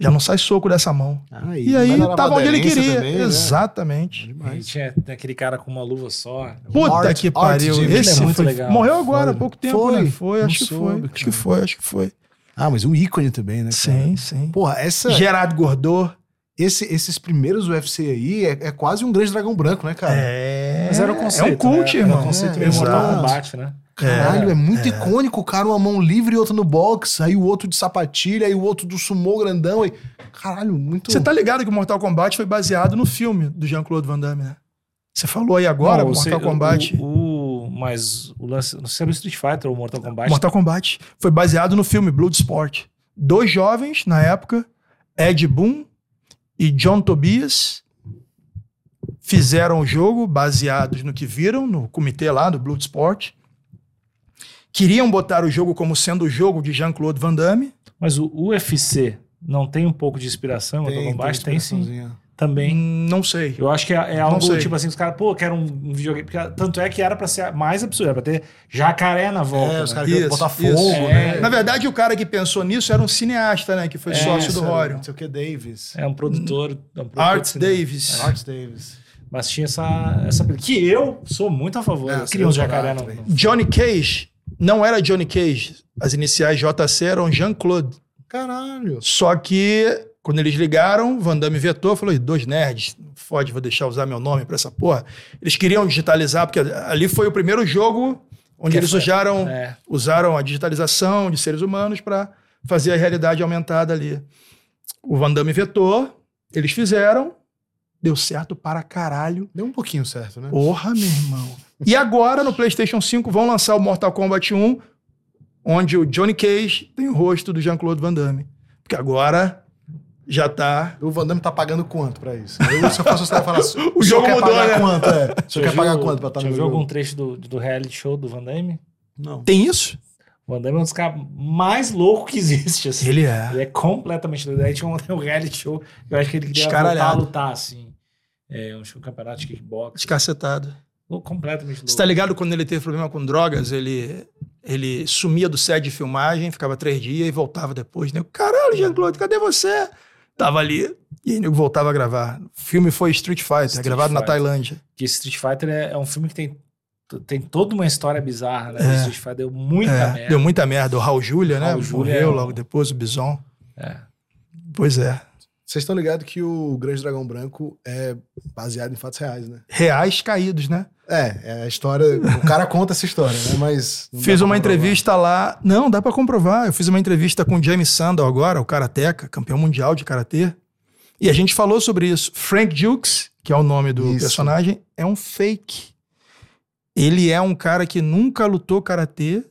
Speaker 3: Já não sai soco dessa mão.
Speaker 2: Ah,
Speaker 3: E, aí
Speaker 2: melhorava
Speaker 3: tava
Speaker 2: a
Speaker 3: onde ele
Speaker 2: aderência
Speaker 3: queria.
Speaker 2: é também, né?
Speaker 3: Exatamente.
Speaker 1: E
Speaker 2: Demais.
Speaker 1: tinha aquele cara com uma luva só.
Speaker 3: Puta
Speaker 2: Art-
Speaker 3: que
Speaker 2: Art
Speaker 3: pariu.
Speaker 2: Jimmy,
Speaker 1: ele é
Speaker 3: Esse
Speaker 1: muito
Speaker 3: foi-
Speaker 1: legal.
Speaker 3: morreu agora, há pouco tempo,
Speaker 2: Foi?
Speaker 3: né? Foi,
Speaker 2: Não
Speaker 3: acho que foi.
Speaker 2: soube,
Speaker 3: Acho
Speaker 2: cara.
Speaker 3: que foi, acho que foi.
Speaker 2: Ah, mas um ícone também, né? cara?
Speaker 3: Sim, sim.
Speaker 2: Porra, essa.
Speaker 3: Gerardo Gordô,
Speaker 2: esse- esses primeiros UFC aí é, é quase um grande dragão branco, né, cara?
Speaker 3: É.
Speaker 1: Mas era o conceito.
Speaker 3: É um coach,
Speaker 1: né? Era
Speaker 3: irmão.
Speaker 1: o conceito
Speaker 2: É,
Speaker 1: meio Mortal
Speaker 3: exato.
Speaker 1: Kombat, né?
Speaker 2: Caralho, é, muito icônico, cara. Uma mão livre e outra no box, aí o outro de sapatilha, aí o outro do sumô grandão. Aí... Caralho, muito.
Speaker 3: Você tá ligado que o Mortal Kombat foi baseado no filme do Jean-Claude Van Damme, né? Você falou aí agora,
Speaker 1: Não, o
Speaker 3: Mortal
Speaker 1: se-
Speaker 3: Kombat.
Speaker 1: O, o- mas o lance. Não sei se é o Street Fighter ou Mortal Kombat.
Speaker 3: Mortal Kombat foi baseado no filme Bloodsport. Dois jovens, na época, Ed Boon e John Tobias, fizeram o jogo baseados no que viram no comitê lá do Bloodsport. Queriam botar o jogo como sendo o jogo de Jean-Claude Van Damme.
Speaker 1: Mas o UFC não tem um pouco de inspiração em Mortal Kombat? Tem, sim.
Speaker 2: inspiraçãozinha.
Speaker 1: Também.
Speaker 3: Não sei.
Speaker 1: Eu acho que é, é algo
Speaker 3: sei.
Speaker 1: tipo assim, os caras, pô, quero um um videogame. porque- tanto é que era pra ser mais absurdo, era pra ter jacaré na volta.
Speaker 2: É,
Speaker 1: né?
Speaker 2: os caras queriam
Speaker 3: Isso,
Speaker 2: botar
Speaker 3: isso.
Speaker 2: fogo, né?
Speaker 3: Na verdade, o cara que pensou nisso era um cineasta, né? Que foi sócio do
Speaker 2: É, Isso,
Speaker 3: Rorion.
Speaker 2: Não sei o que, Davis.
Speaker 1: É um produtor. é um produtor
Speaker 3: Art
Speaker 1: de cinema.
Speaker 3: Davis.
Speaker 2: Art Davis.
Speaker 1: Mas tinha essa, essa. Que eu sou muito a favor.
Speaker 2: É,
Speaker 1: Eu
Speaker 2: você
Speaker 1: queria um
Speaker 2: é
Speaker 1: jacaré na
Speaker 2: barato, velho.
Speaker 3: Johnny Cage não era Johnny Cage. As iniciais JC eram Jean-Claude.
Speaker 2: Caralho.
Speaker 3: Só que, quando eles ligaram, Van Damme vetou, falou: "Ih, dois nerds, fode, vou deixar usar meu nome pra essa porra. Eles queriam digitalizar, porque ali foi o primeiro jogo onde
Speaker 1: Que
Speaker 3: eles
Speaker 1: foi-
Speaker 3: usaram,
Speaker 1: É.
Speaker 3: usaram a digitalização de seres humanos pra fazer a realidade aumentada ali. O Van Damme vetou, eles fizeram, deu certo para caralho.
Speaker 2: Deu um pouquinho certo, né?
Speaker 3: Porra, meu irmão. E agora no PlayStation 5 vão lançar o Mortal Kombat 1, onde o Johnny Cage tem o rosto do Jean-Claude Van Damme. Porque agora já tá.
Speaker 2: O Van Damme tá pagando quanto pra isso? Eu, se eu fosse você, eu ia
Speaker 3: <laughs>
Speaker 2: falar assim,
Speaker 3: O jogo
Speaker 2: quer
Speaker 3: mudou,
Speaker 2: pagar
Speaker 3: né?
Speaker 2: quanto,
Speaker 3: <laughs>
Speaker 2: é? O senhor
Speaker 1: Você
Speaker 2: quer pagar
Speaker 1: viu-
Speaker 2: quanto pra estar
Speaker 1: você
Speaker 2: no
Speaker 1: viu
Speaker 2: jogo?
Speaker 1: algum trecho do, do reality show do Van Damme?
Speaker 2: Não.
Speaker 3: Tem isso?
Speaker 1: O Van Damme é um dos caras mais loucos que existe, assim.
Speaker 3: Ele é.
Speaker 1: Ele é completamente doido. Aí tinha um, <laughs> um reality show que eu acho que ele queria voltar a
Speaker 3: Escaralhado.
Speaker 1: lutar, assim. É, um show- um campeonato de kickbox.
Speaker 3: Descacetado.
Speaker 1: Louco, Completamente louco.
Speaker 3: Você tá ligado quando ele teve problema com drogas, ele, ele sumia do set de filmagem, ficava três dias e voltava depois. Nego, caralho,
Speaker 1: É.
Speaker 3: Jean-Claude, cadê você? Tava ali. E aí nego voltava a gravar. O filme foi Street Fighter,
Speaker 1: Street
Speaker 3: gravado na
Speaker 1: Fighter.
Speaker 3: Tailândia.
Speaker 1: Porque Street Fighter é, é um filme que tem, tem toda uma história bizarra, né?
Speaker 3: É.
Speaker 1: Street Fighter deu muita
Speaker 3: É,
Speaker 1: merda.
Speaker 3: Deu muita merda. O Raul Júlia, né?
Speaker 1: Raul Júlia
Speaker 3: Morreu
Speaker 1: é um-
Speaker 3: logo depois, o Bison.
Speaker 1: É.
Speaker 3: Pois é.
Speaker 2: Vocês estão ligados que o Grande Dragão Branco é baseado em fatos reais, né?
Speaker 3: Reais caídos, né?
Speaker 2: É, é a história. O cara conta essa história, né? Mas. não dá
Speaker 3: fiz
Speaker 2: pra
Speaker 3: uma
Speaker 2: comprovar.
Speaker 3: entrevista lá. Não, dá pra comprovar. Eu fiz uma entrevista com o James Sandow agora, o karateca, campeão mundial de karatê. E a gente falou sobre isso. Frank Dukes, que é o nome do
Speaker 2: Isso.
Speaker 3: personagem, é um fake. Ele é um cara que nunca lutou karatê,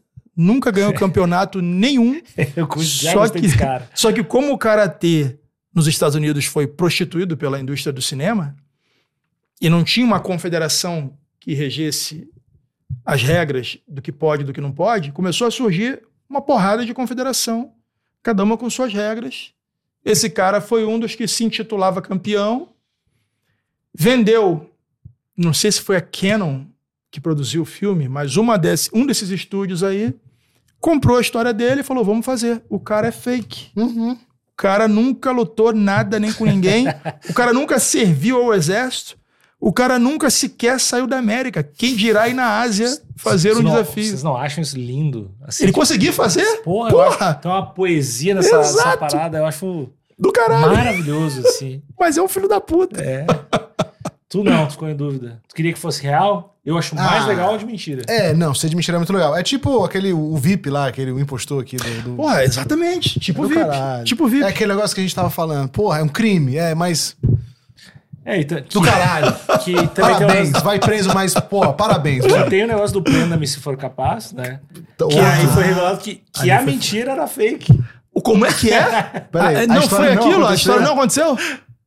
Speaker 2: <laughs>
Speaker 3: nunca ganhou campeonato nenhum.
Speaker 1: <laughs> Eu curto
Speaker 3: Só
Speaker 1: já que...
Speaker 3: que-
Speaker 1: desse cara.
Speaker 3: Só que como o karatê nos Estados Unidos foi prostituído pela indústria do cinema e não tinha uma confederação que regesse as regras do que pode e do que não pode, começou a surgir uma porrada de confederação, cada uma com suas regras. Esse cara foi um dos que se intitulava campeão, vendeu, não sei se foi a Canon que produziu o filme, mas uma desse, um desses estúdios aí comprou a história dele e falou: vamos fazer. O cara é fake.
Speaker 2: Uhum.
Speaker 3: O cara nunca lutou nada nem com ninguém. o cara nunca serviu ao exército. O cara nunca sequer saiu da América. Quem dirá ir na Ásia fazer
Speaker 1: Vocês
Speaker 3: um
Speaker 1: não-
Speaker 3: desafio?
Speaker 1: Vocês não acham isso lindo? Assim,
Speaker 3: Ele conseguiu fazer?
Speaker 1: porra, eu acho-
Speaker 3: Porra!
Speaker 1: tem uma poesia nessa, nessa
Speaker 3: Exato!
Speaker 1: parada, eu acho
Speaker 3: Do caralho!
Speaker 1: maravilhoso,
Speaker 3: <laughs>
Speaker 1: assim.
Speaker 3: Mas é um filho da puta.
Speaker 1: É. Tu não, tu ficou em dúvida. Tu queria que fosse real? Eu acho mais
Speaker 2: Ah.
Speaker 1: legal de mentira.
Speaker 2: É, não, ser de mentira é muito legal. É tipo aquele o VIP lá, aquele o impostor aqui do. do-
Speaker 3: Porra, exatamente. Tipo
Speaker 2: do
Speaker 3: VIP.
Speaker 2: caralho.
Speaker 3: Tipo VIP.
Speaker 2: É aquele negócio que a gente tava falando. Porra, é um crime, é, mas.
Speaker 1: É, então, que,
Speaker 2: Do caralho.
Speaker 3: <laughs>
Speaker 1: que também tem o
Speaker 2: Parabéns,
Speaker 1: negócio-
Speaker 2: vai preso, mas, porra, parabéns.
Speaker 1: que tem o negócio do Prenda-me se for capaz, né? Que
Speaker 2: Ah,
Speaker 1: aí foi revelado que, que
Speaker 3: Então, Ali
Speaker 1: a
Speaker 3: foi-
Speaker 1: mentira era
Speaker 3: <laughs>
Speaker 1: fake.
Speaker 3: O- Como é que é?
Speaker 2: <laughs> Peraí,
Speaker 3: Ah,
Speaker 2: a
Speaker 3: não
Speaker 2: história
Speaker 3: foi
Speaker 2: não
Speaker 3: aquilo? a
Speaker 2: aconteceu?
Speaker 3: história não aconteceu?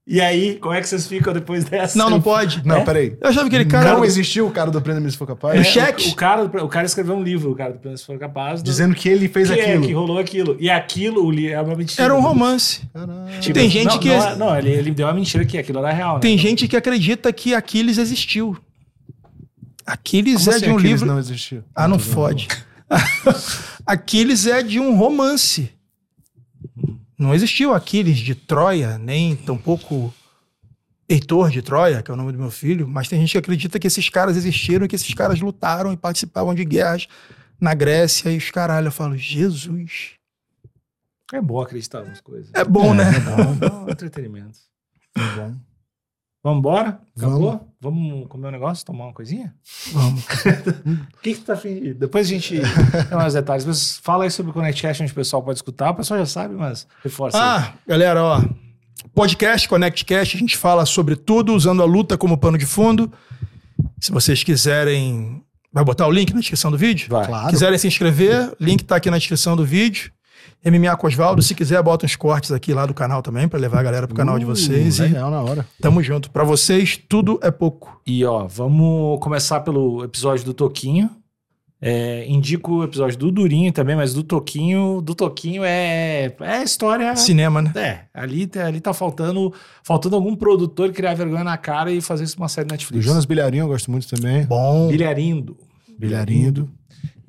Speaker 1: E aí, como é que vocês ficam depois dessa? Né,
Speaker 3: Não, não pode.
Speaker 2: Não, peraí.
Speaker 3: Eu achava que aquele cara.
Speaker 2: não
Speaker 3: era- um
Speaker 2: existiu o cara do Prêmio Miss for Capaz
Speaker 3: É,
Speaker 1: É,
Speaker 3: o cheque?
Speaker 1: O, o cara, o cara escreveu um livro, o cara do Prenda-me se for capaz. do-
Speaker 2: dizendo que ele fez
Speaker 1: que, é,
Speaker 2: aquilo.
Speaker 1: que rolou aquilo. E aquilo o li- é uma mentira.
Speaker 3: Era um romance.
Speaker 2: Caralho.
Speaker 1: Tipo,
Speaker 3: Tem gente
Speaker 1: não,
Speaker 3: que- é
Speaker 1: Não, não, ele, ele deu uma mentira que aquilo era real, né?
Speaker 3: Tem gente que acredita que Aquiles existiu. Aquiles
Speaker 2: Como
Speaker 3: é
Speaker 2: assim
Speaker 3: de um
Speaker 2: aqueles
Speaker 3: livro.
Speaker 2: não existiu?
Speaker 3: Ah, não fode. <laughs> Aquiles é de um romance. Não existiu Aquiles de Troia, nem tampouco Heitor de Troia, que é o nome do meu filho, mas tem gente que acredita que esses caras existiram e que esses caras lutaram e participavam de guerras na Grécia e os caralho. Eu falo, Jesus.
Speaker 1: É bom acreditar em algumas coisas.
Speaker 3: É bom, né?
Speaker 1: É bom, é bom entretenimento.
Speaker 2: Tá bom.
Speaker 1: Vamos embora?
Speaker 2: Vamos.
Speaker 1: Acabou? Vamos comer um negócio, tomar uma coisinha?
Speaker 3: Vamos.
Speaker 1: <laughs> O que que tá fingindo? Depois a gente tem mais detalhes. Mas fala aí sobre o Connectcast, onde o pessoal pode escutar. O pessoal já sabe, mas reforça. aí.
Speaker 3: Ah, galera, ó. Podcast, ConnectCast, a gente fala sobre tudo, usando a luta como pano de fundo. Se vocês quiserem. Vai botar o link na descrição do vídeo?
Speaker 1: Vai.
Speaker 2: Claro.
Speaker 3: Quiserem se inscrever, link tá aqui na descrição do vídeo. MMA Cosvaldo, se quiser, bota uns cortes aqui lá do canal também, pra levar a galera pro canal de vocês.
Speaker 2: Uh,
Speaker 3: E
Speaker 2: Legal, na hora.
Speaker 3: tamo junto. Pra vocês, tudo é pouco.
Speaker 1: E ó, vamos começar pelo episódio do Toquinho. É, indico o episódio do Durinho também, mas do Toquinho, do Toquinho é é história.
Speaker 3: Cinema, né?
Speaker 1: É, ali, tá- ali tá faltando faltando algum produtor criar vergonha na cara e fazer isso uma série
Speaker 2: Do
Speaker 1: Netflix.
Speaker 2: Jonas Bilharinho eu gosto muito também.
Speaker 3: Bom.
Speaker 1: Bilharindo.
Speaker 2: Bilharindo.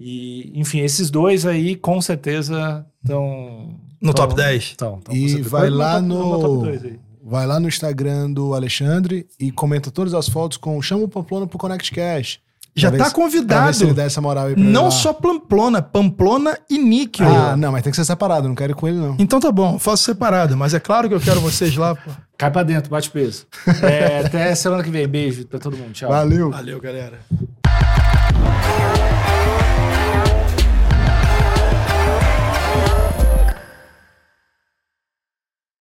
Speaker 1: E, enfim, esses dois aí com certeza estão
Speaker 3: No top 10.
Speaker 1: Então, então,
Speaker 2: E
Speaker 1: com certeza.
Speaker 2: vai lá
Speaker 1: top-
Speaker 2: no-
Speaker 1: top dois aí.
Speaker 2: Vai lá no Instagram do Alexandre e comenta todas as fotos com Chama o Pamplona pro Connect Cash.
Speaker 3: Já
Speaker 2: Talvez-
Speaker 3: tá
Speaker 2: Pra ver se ele
Speaker 3: convidado.
Speaker 2: dá essa moral aí pra ele
Speaker 3: Não
Speaker 2: lá.
Speaker 3: só Pamplona, Pamplona e Níquel.
Speaker 2: Ah, não, mas tem que ser separado, não quero ir com ele, não.
Speaker 3: Então tá bom, faço separado, mas é claro que eu quero vocês lá, pô.
Speaker 1: Cai pra dentro, bate peso. É, até semana que vem. Beijo pra todo mundo. Tchau.
Speaker 2: Valeu.
Speaker 3: Valeu, galera.
Speaker 4: Thank